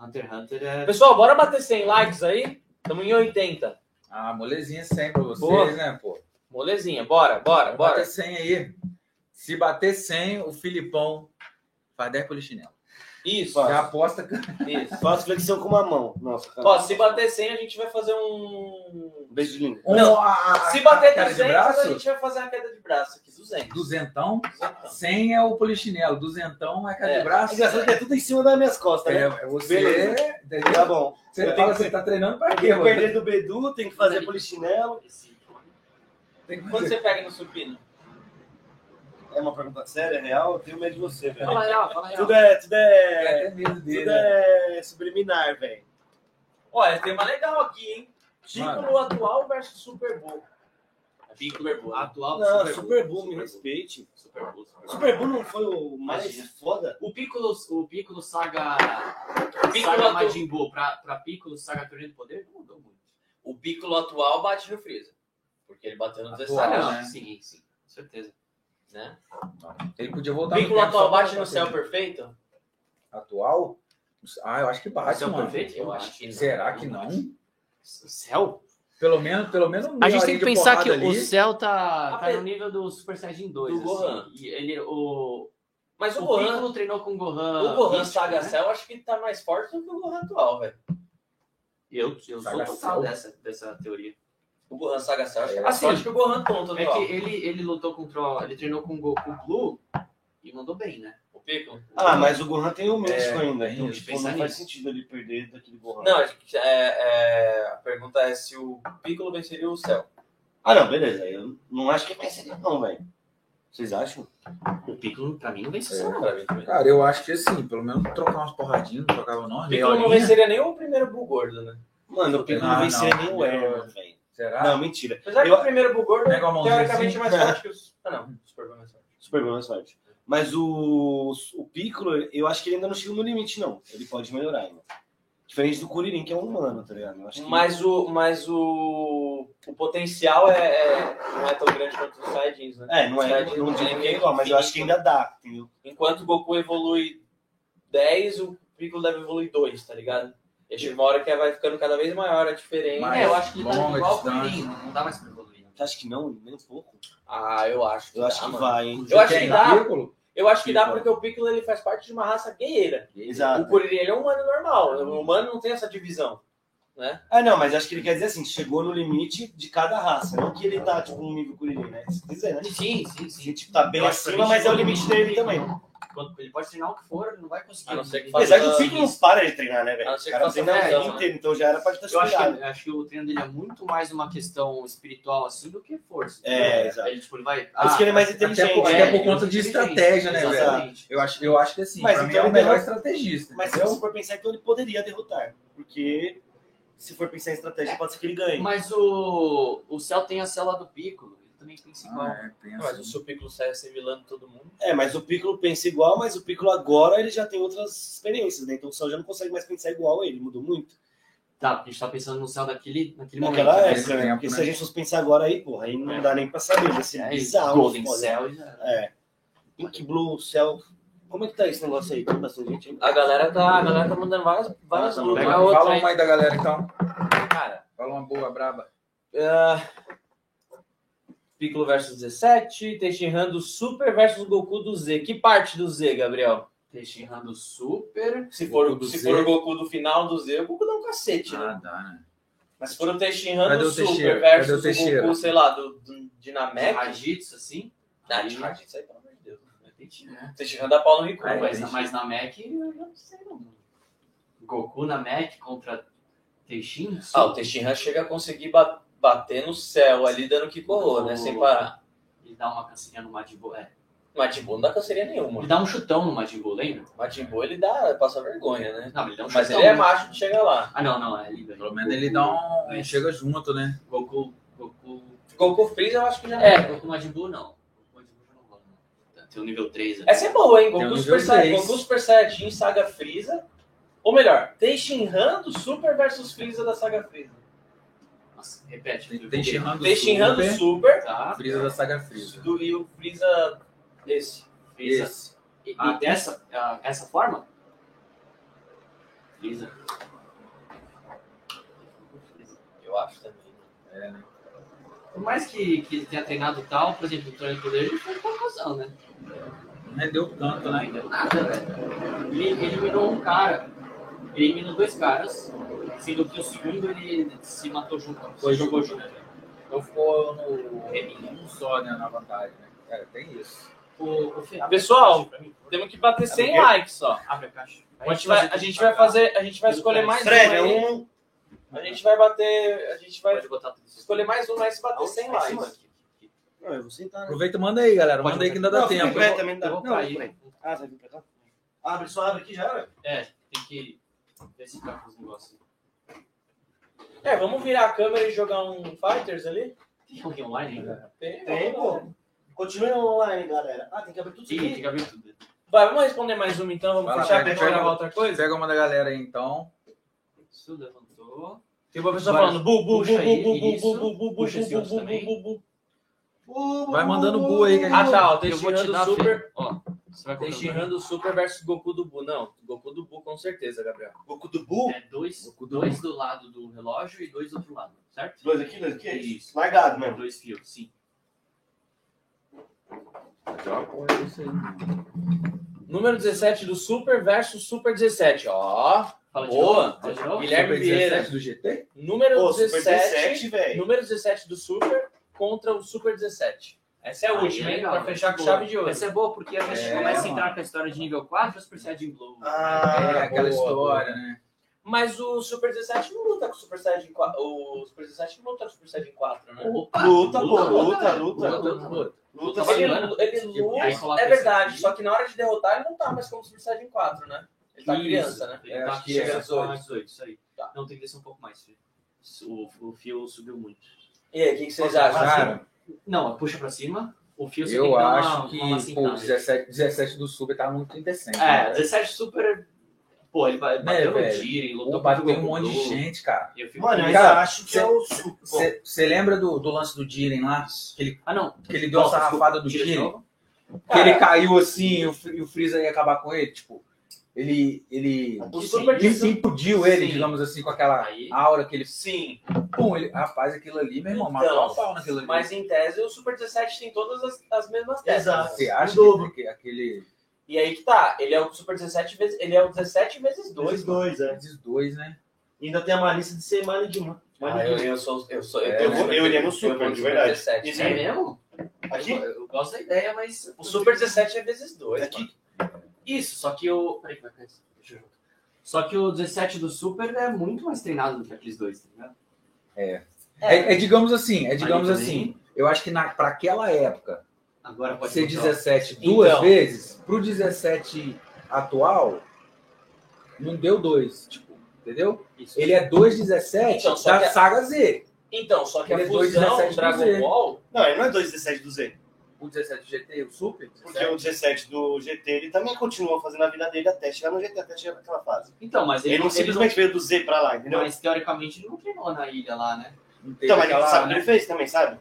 Hunter x Hunter é...
Pessoal, bora bater 100 likes aí? Tamo em 80.
Ah, molezinha 100 pra vocês,
Boa.
né, pô?
Molezinha, bora, bora,
Bota
bora.
100 aí. Se bater 100, o Filipão faz 10 polichinelo.
Isso,
Já aposta que
isso.
Faço flexão com uma mão. Nossa, cara.
Ó, se bater 100, a gente vai fazer
Um
um.
Beijo de língua.
Não.
Um, a- a-
Se bater
queda de
200, a
braço?
gente vai fazer uma queda de braço aqui. 200.
duzentão,
200.
100 é o polichinelo, duzentão é cara
É.
de braço.
Engraçado que é tudo em cima das minhas costas,
É,
né?
é você,
Beleza.
entendeu?
Tá bom.
Você
Eu
fala
tenho
que você tá treinando pra quê,
Tem que
mano?
perder do Bedu, tem que fazer polichinelo.
Tem que
Quando
fazer.
você pega no supino?
É uma pergunta séria, é real? Eu tenho medo de você, velho.
Fala real, fala real.
Tudo é, tudo
É,
é,
até medo dele.
tudo
né?
é subliminar, velho.
Olha, tem uma legal aqui, hein? Título
Mano.
atual versus Super Bowl. Super Bowl.
Atual
Não,
Super Bowl.
Super Bowl, me
Super Bowl.
respeite.
Super Bowl, Super Bowl.
Super Bowl não foi o mais
Imagina.
foda?
O Piccolo, o Piccolo Saga,
Piccolo
saga
atu-
Majin Buu pra, pra Piccolo Saga Torneio do Poder não mudou muito.
O Piccolo atual bate no Freeza. Porque ele bateu no
Atual,
adversário,
né?
Sim, sim, com certeza.
né?
Ele podia voltar no
Piccolo
tempo
atual
só pra
bate no
bater.
céu perfeito?
Atual? Ah, eu acho que bate,
Céu
mano.
perfeito? Eu acho que não.
Será que não?
Céu?
Pelo menos, pelo menos
A
meia
gente tem
horinha
que
de
pensar
porrada
que o
ali.
Céu tá, tá
Ape-
no nível do Super Saiyajin 2.
Do
assim.
Gohan.
E ele, o,
Mas o
o
Gohan,
Piccolo treinou com o Gohan.
o Gohan
místico, né?
Saga Cell, acho que tá mais forte do que o Gohan atual, velho.
Eu, eu sou
Saga
total
Cell.
dessa, dessa teoria.
O Gohan Saga Cell, acho que
É.
é mais forte que o Gohan tonto
É que
atual.
ele, ele lutou contra. o- Ele treinou com o Goku Blue e mandou bem, né?
O Piccolo?
Ah, mas o Gohan tem o místico
É,
ainda.
tem
Então,
isso,
tipo,
pensa
não faz
nisso.
sentido ele perder daquele Gohan.
Não, acho que, é, é, a pergunta é se o Piccolo venceria o Cell.
Ah, não, beleza. Eu não acho que vai ser não, velho. Vocês acham?
O Piccolo, pra mim, não vence o
É.
Cell, não.
Pra mim também.
Cara, eu acho que assim, pelo menos trocar umas porradinhas, não trocava não,
O
meia
Piccolo não
horinha.
venceria nem o primeiro Bull gordo, né?
Mano, o Piccolo não
Ah,
venceria
não.
nem o Erma, velho.
Será?
Não, mentira.
Apesar que
Eu-
o primeiro Bull gordo,
Pega a mãozinha
teoricamente,
assim.
é mais forte que os... Ah, não. Super Bowl é mais forte.
Super Bowl é mais forte. Mas o, o Piccolo, eu acho que ele ainda não chegou no limite, não. Ele pode melhorar ainda. Diferente do Kuririn, que é um humano, tá ligado? Eu acho que...
Mas o, mas o, o potencial é, é- não é tão grande quanto os Saiyajins, né?
É, não
Os
é,
Saiyajins
não
têm
digo que é igual, mas eu acho que ainda dá, entendeu?
Enquanto o Goku evolui 10, o Piccolo deve evoluir 2, tá ligado? E chega uma hora que é, vai ficando cada vez maior a diferença.
Mas-
É, eu acho que ele tá
Longa
igual o
distância.
Kuririn, não dá mais pra evoluir.
Você acha que não? Nem um pouco?
Ah, eu acho.
Eu acho
dá,
que
mano.
vai, hein?
Eu acho que
Quem?
dá.
é Piccolo?
Eu acho que dá
Piccolo.
porque o Piccolo ele faz parte de uma raça guerreira.
Exato.
O Kuririn ele é um humano normal. O humano não tem essa divisão.
né?
Ah, não, mas acho que ele quer dizer assim, chegou no limite de cada raça. Não que ele tá, tipo, um nível Kuririn, né? Isso quer dizer, né?
Sim, sim,
A
sim.
gente tá bem
Eu acho que
acima, mas é o limite dele também.
Quando- Ele pode treinar o que for, ele não vai conseguir.
A não ser que
Apesar
Apesar
faça-
que o Fink não para de treinar, né,
A
velho?
não
O
ser que
cara
faça
treina
fusão,
o
né?
dia inteiro, então já era pra estar
Eu acho, que,
superado.
eu acho que o treino dele é muito mais uma questão espiritual assim do que força.
É, exato.
Ele, tipo, ele vai.
Por isso que ele é mais
até
inteligente.
por-
né?
até por conta de estratégia, né, velho?
Exatamente.
Eu acho, eu acho que assim,
Mas
pra mim
então
é o
ele
melhor
derrota-
estrategista.
Mas se
entendeu?
você for pensar, então ele poderia derrotar. Porque se for pensar em estratégia, pode ser que ele ganhe.
Mas o, o Cell tem a célula do Piccolo, ele também pensa igual.
Ah, é, tem
Mas
assim.
o seu Piccolo sai assimilando todo mundo.
É, mas o Piccolo pensa igual, mas o Piccolo agora ele já tem outras experiências, né? Então o Cell já não consegue mais pensar igual a ele, mudou muito.
Tá, porque a gente tá pensando no Cell daquele, naquele
Naquela
momento.
época, né?
tempo,
Porque
né?
se a gente fosse pensar agora aí, porra, aí não
É.
dá nem pra saber. Vai ser
É,
bizarro.
Golden
foda.
Cell e já era.
É. Pink Blue, Cell. Como é que tá esse negócio aí? Tem bastante gente aí?
A galera tá, a galera tá mandando várias, várias
Ah, tá
lutas.
Pega
Fala
outra
uma
aí.
aí da galera, então.
Cara,
Fala uma boa, braba.
ah, Piccolo versus 17, Tenshinhan do Super versus Goku do Z. Que parte do Z, Gabriel?
Teixeira do Super.
Se for,
Goku do
se
Z.
for o Goku do final do Z, o Goku dá um cacete, né?
Ah, dá, né?
Mas se for o Teixeira
Cadê
do
o
Super
Teixeira? Cadê o
versus o
Teixeira?
Goku, sei lá, do, do Dinamec.
Raditz, assim.
Ah,
Aí-
de Raditz, isso aí, pelo amor de Deus.
É, Teixeira.
Teixeira dá Paulo Rico.
Aí,
mas
mas, mas na Mac, eu não sei não. Goku na Mac contra Teixeira?
Ah, o Teixeira chega a conseguir ba- bater no céu ali, dando que corrou, né? Sem parar.
Ele dá uma cancinha no Majin Buu. É.
Majin Buu não dá canseria
Ele
nenhuma.
dá um chutão no Majin Buu, lembra?
Majin Buu, ele dá, passa vergonha, né?
Não, ele dá um
Mas
chutão.
ele é
né?
macho, chega lá.
Ah, não, não, é ele.
Pelo menos ele dá um. Ele chega junto, né?
Goku, Goku.
Goku Freeza, eu acho que já não.
É, Goku Majin Buu não. Goku Majin Buu já não rola, não. Tem o nível 3 ali.
Essa é boa, hein?
Tem
Goku
um
Super,
nível
Sai...
três.
Goku Super Saiyajin, Saga Freeza. Ou melhor, Teixinhan do Super versus Freeza da Saga Freeza.
Nossa,
É,
repete.
Tem,
tipo,
eu
tem
buguei.
Shinhan do
Teixinhan do
Super,
Super
Tá.
Freeza da Saga Freeza.
do, e o Freeza esse.
Freeza.
Esse.
E, e dessa ah, essa forma? Freeza.
Eu acho também.
Por mais que, que ele tenha treinado tal, por exemplo, o treino de poder, ele foi um confusão, né?
Não rendeu tanto, né?
Não deu nada, velho. Ele ele eliminou um cara, ele eliminou dois caras, sendo que o segundo ele se matou junto, se
Foi
jogou
junto.
junto.
Então ficou no. Um só, né? Na vantagem, né? Cara, tem isso.
O, o Fe-
Pessoal, temos que bater 100 likes só.
abre a caixa.
A gente vai, a gente vai fazer, a gente vai escolher mais um.
Fred, é
aí.
um.
A gente vai bater, a gente vai
Pode botar tudo isso.
escolher mais um aí se bater
Aonde
100
vai ser,
likes.
mano?
Não, eu vou sentar, né?
Aproveita e manda aí, galera.
Pode
Manda aí que ainda
Não,
dá
fica em
tempo.
pé também, não
Eu
dá.
vou cair.
Ah, você vai vir pra cá? Abre, só abre aqui já, velho.
É, tem que ver se tá com os negócios.
É, vamos virar a câmera e jogar um Fighters ali?
Tem alguém online ainda?
Tem,
Tem,
vamos lá.
pô. Continua online, galera. Ah, tem que abrir tudo isso
Sim,
aqui.
tem que abrir tudo.
Vai, vamos responder mais uma então, vamos
Vai lá,
fechar
vai,
pra gente
vai,
gravar
vai.
outra coisa?
Pega uma da galera aí, então.
Isso, levantou.
Tem uma pessoa
Vai.
falando bu, bu, bu,
Puxa
bu,
aí,
bu, bu,
isso.
bu, bu, bu, bu,
Puxa esse
bu,
outro
bu,
também.
bu, bu, bu.
Vai mandando bu aí que a gente.
Ah tá, ó,
Eu vou te
Teixeira
dar
do Super,
Super. Ó, você vai
Teixeira do Super versus Goku do Bu. Não, Goku do Bu com certeza, Gabriel.
Goku do Bull.
É dois, dois do lado do relógio e dois do outro lado, certo?
Dois aqui, dois aqui.
Isso.
Largado mesmo.
Dois fios, sim.
Número 17 do Super versus Super 17, ó.
Fala de
Boa.
novo. Fala de novo.
Guilherme Vieira.
do GT?
Número
Pô, Super
17,
17, velho.
número 17 do Super contra o Super 17. Essa é a
Aí
última, hein,
legal,
pra
essa é
fechar com
boa.
chave de ouro.
Essa é boa porque a gente
É,
começa a
mano.
entrar com a história de nível 4 e os Perseid Blue.
Ah,
é, aquela
boa,
história, né?
Mas o Super 17 não luta com o Super Saiyajin 4. O Super 17 não luta com o Super Saiyajin 4, né?
Opa,
Luta, pô, luta,
velho.
luta,
luta, luta.
Luta
Tava
Ele,
sim.
ligado.
ele
E aí
luta,
coloca
é
esse
verdade,
aqui.
só que na hora de derrotar ele não tá mais como o Super Saiyajin 4, né? Ele tá
Isso.
criança, né?
Ele
É,
tá
acho que
chegando
é
a
18.
18, isso aí.
Tá.
Não, tem que descer um pouco mais, filho. O, o fio subiu muito.
E aí, o que, que vocês acham?
Tá, Cara,
Não, puxa pra cima. O fio você tem
eu
que dar
acho
uma,
que
uma
pô,
lacintada.
17, 17 do Super tá muito indecente.
É,
né?
17 super. Pô, ele
É,
ba- bateu no
velho?
Jiren,
Pô,
lutou
bateu
contra
um
o
monte de
Goku.
gente, cara.
Eu fico
Mano, eu
com-
ainda
Cara,
acho que é o Super.
Você lembra do, do lance do Jiren lá? Que ele,
Ah, não.
que ele deu
Volta,
a sarrafada do
tira de
Jiren?
novo.
Que ele caiu assim e o, Fre- e o Freeza ia acabar com ele? Tipo, ele. ele...
O
Super
Ele implodiu ele,
Sim.
digamos assim, com aquela
Aí.
aura que ele.
Sim,
Pum, ele. Rapaz, aquilo ali, meu irmão,
Então,
um
matou a pau naquilo ali.
mas em tese o Super 17 tem todas as, as mesmas técnicas.
Exato.
Você acha
dobro.
que aquele.
E aí que tá, ele é o Super 17 vezes, ele é o 17 vezes 2.
dois, é.
Esses dois, né?
E ainda tem a malícia de ser manequim.
Ah, eu, eu sou. Eu, sou, eu,
É,
eu,
Eu,
vou-
vou- eu iria no Super, de verdade.
17.
Esse
É
aí.
mesmo?
Aqui?
Eu, eu gosto da ideia, mas.
O Super 17 é vezes 2.
Aqui. Isso, só que o. Peraí, como é que é isso? Deixa eu juntar. Só que o 17 do Super é muito mais treinado do que aqueles dois, tá ligado?
É, é digamos assim, é digamos
Ali
assim. Eu acho que para aquela época,
Agora pode
ser
mudar.
17 duas
Então.
vezes, pro 17 atual, não deu dois, tipo, entendeu?
Isso.
Ele é 2,17
Então, só
da
que-
saga Z.
Então, só que a
Ele é
fusão
2,17 do Z.
Dragon Ball.
Não, ele não é 2,17 do Z.
O 17 GT, o Super?
Porque o 17 do GT, ele também continua fazendo a vida dele até chegar no GT, até chegar naquela fase.
Então, mas ele,
Ele não simplesmente veio do Z pra lá, entendeu?
Mas teoricamente ele não treinou na ilha lá, né?
Não teve
Então, mas ele
aquela-
sabe o que ele fez também, sabe?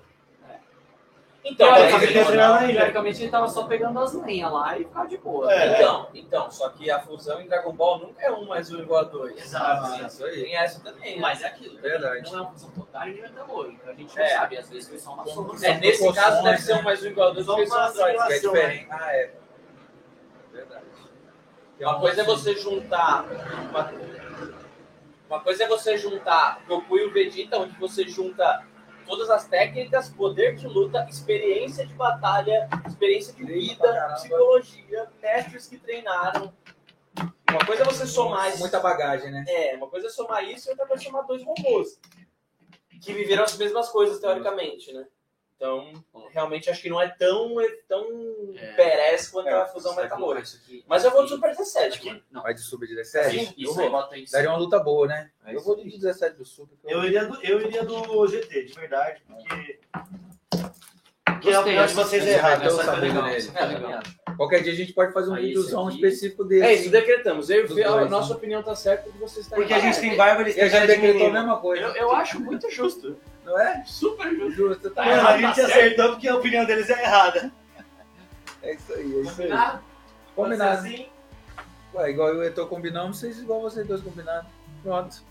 Então,
Não,
mas
só que
ele-
tem esse- treinar na ilha.
né? Teoricamente ele tava só pegando as lenhas lá e ficava de boa.
É.
então, então, só que a fusão em Dragon Ball nunca é um mais um igual a dois.
Exato,
Ah,
Isso aí.
Tem essa também, né?
Mas é aquilo.
Verdade.
Não é uma função totária nem metalúrgica. Então a gente não
É.
sabe. Às vezes foi só uma solução.
É, nesse
proporções,
caso
né?
deve ser um mais um igual a dois do que só um atrás.
É diferente. Ah, é. Verdade. Então, assim,
Uma coisa é você juntar. Uma, uma coisa é você juntar Goku e o Vegeta, onde você junta todas as técnicas, poder de luta, experiência de batalha, experiência de vida, psicologia, mestres que treinaram. Uma coisa é você somar isso.
Muita bagagem, né?
É, uma coisa é somar isso e outra coisa é somar dois robôs. Que viveram as mesmas coisas, teoricamente, né? Então, realmente acho que não é tão, é tão
É.
perez quanto a fusão
Vai colocar
metamorfa.
isso aqui.
Mas eu vou de Super 17, mano.
Aqui? Não.
Vai de sub 17?
Isso,
É, eu
isso
vou.
aí, bota isso.
Daria uma luta boa, né?
É
eu
isso
vou de 17 do Super. que
Eu iria do, eu iria do GT, de verdade, porque. Porque
Gostei,
é o pior de
acho que
vocês
você
erraram.
vai
eu
essa
sabia
legal,
dele.
essa tá legal.
É Qualquer dia a gente pode fazer um
Aí, esse
videozão
aqui.
específico
É
desse.
isso, decretamos. Eu,
Dos
vi- a
dois, né?
nossa opinião tá certa e você está
Porque a
errado.
gente tem barba, eles
E a
têm
gente
cara de
decretou a
menino.
mesma coisa.
Eu, eu acho muito justo.
Não é?
Super justo.
Justo, tá?
Mano,
errado,
a
tá
gente
certo.
acertou porque a opinião deles é errada.
É isso aí, é isso aí.
Ah,
Combinado.
pode ser assim.
Ué, igual eu e tô combinando, vocês igual vocês dois combinaram. Pronto.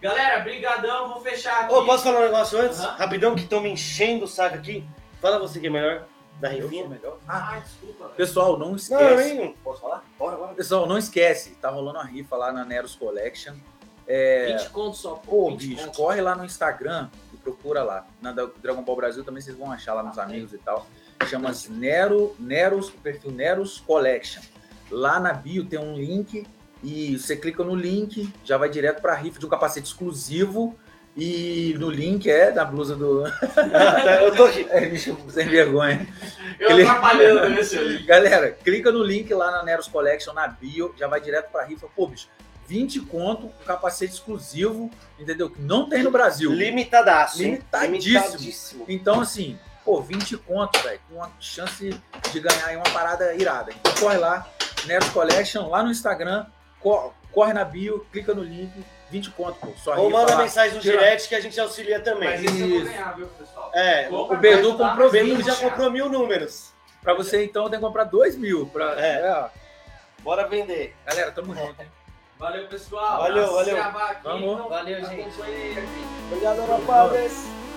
Galera, brigadão. Vou fechar aqui.
Ô, posso falar um negócio antes?
Aham.
Rapidão, que estão me enchendo o saco aqui. Fala você que é melhor, da Rifinha.
melhor.
Ah, desculpa. velho.
Pessoal, não
Não, eu
esquece.
nem. Posso falar? Bora, bora.
Pessoal, não esquece. Tá rolando a rifa lá na Neros Collection. É...
20 conto só.
Pô,
20
bicho,
conto.
corre lá no Instagram e procura lá. Na da- Dragon Ball Brasil também vocês vão achar lá nos amigos e tal. Chama-se Nero, Neros, o perfil Neros Collection. Lá na bio tem um link e você clica no link, já vai direto pra rifa de um capacete exclusivo. E no link é da blusa do.
Ah, eu tô aqui.
É, bicho, sem vergonha.
Eu
Ele-
atrapalhando nesse olho.
Galera, clica no link lá na Neros Collection, na bio, já vai direto pra rifa. Pô, bicho, 20 conto, capacete exclusivo, entendeu? Que não tem no Brasil.
Limitadaço. hein?
Limitadíssimo.
Limitadíssimo.
Então, assim, pô, 20 conto, velho, com uma chance de ganhar aí uma parada irada. Então, corre lá, Neros Collection, lá no Instagram, co- corre na bio, clica no link, 20 conto, pô. Só
Ou
rifa
manda
lá.
mensagem no
Tira.
direct que a gente auxilia também.
Mas esse eu vou
Isso. é
ganhar, viu, pessoal?
É, o
Compra
o Bedu
mais, tá?
comprou
Beto
20,
já comprou mil números.
Pra você, então, tem que comprar 2 mil. Pra...
É.
ó.
Bora vender.
Galera, tamo junto. hein?
Valeu, pessoal.
Valeu,
Vamos
valeu.
gravar aqui,
Vamos.
então.
Valeu, gente.
Acompanhe aqui.
Obrigado, Ana Paula.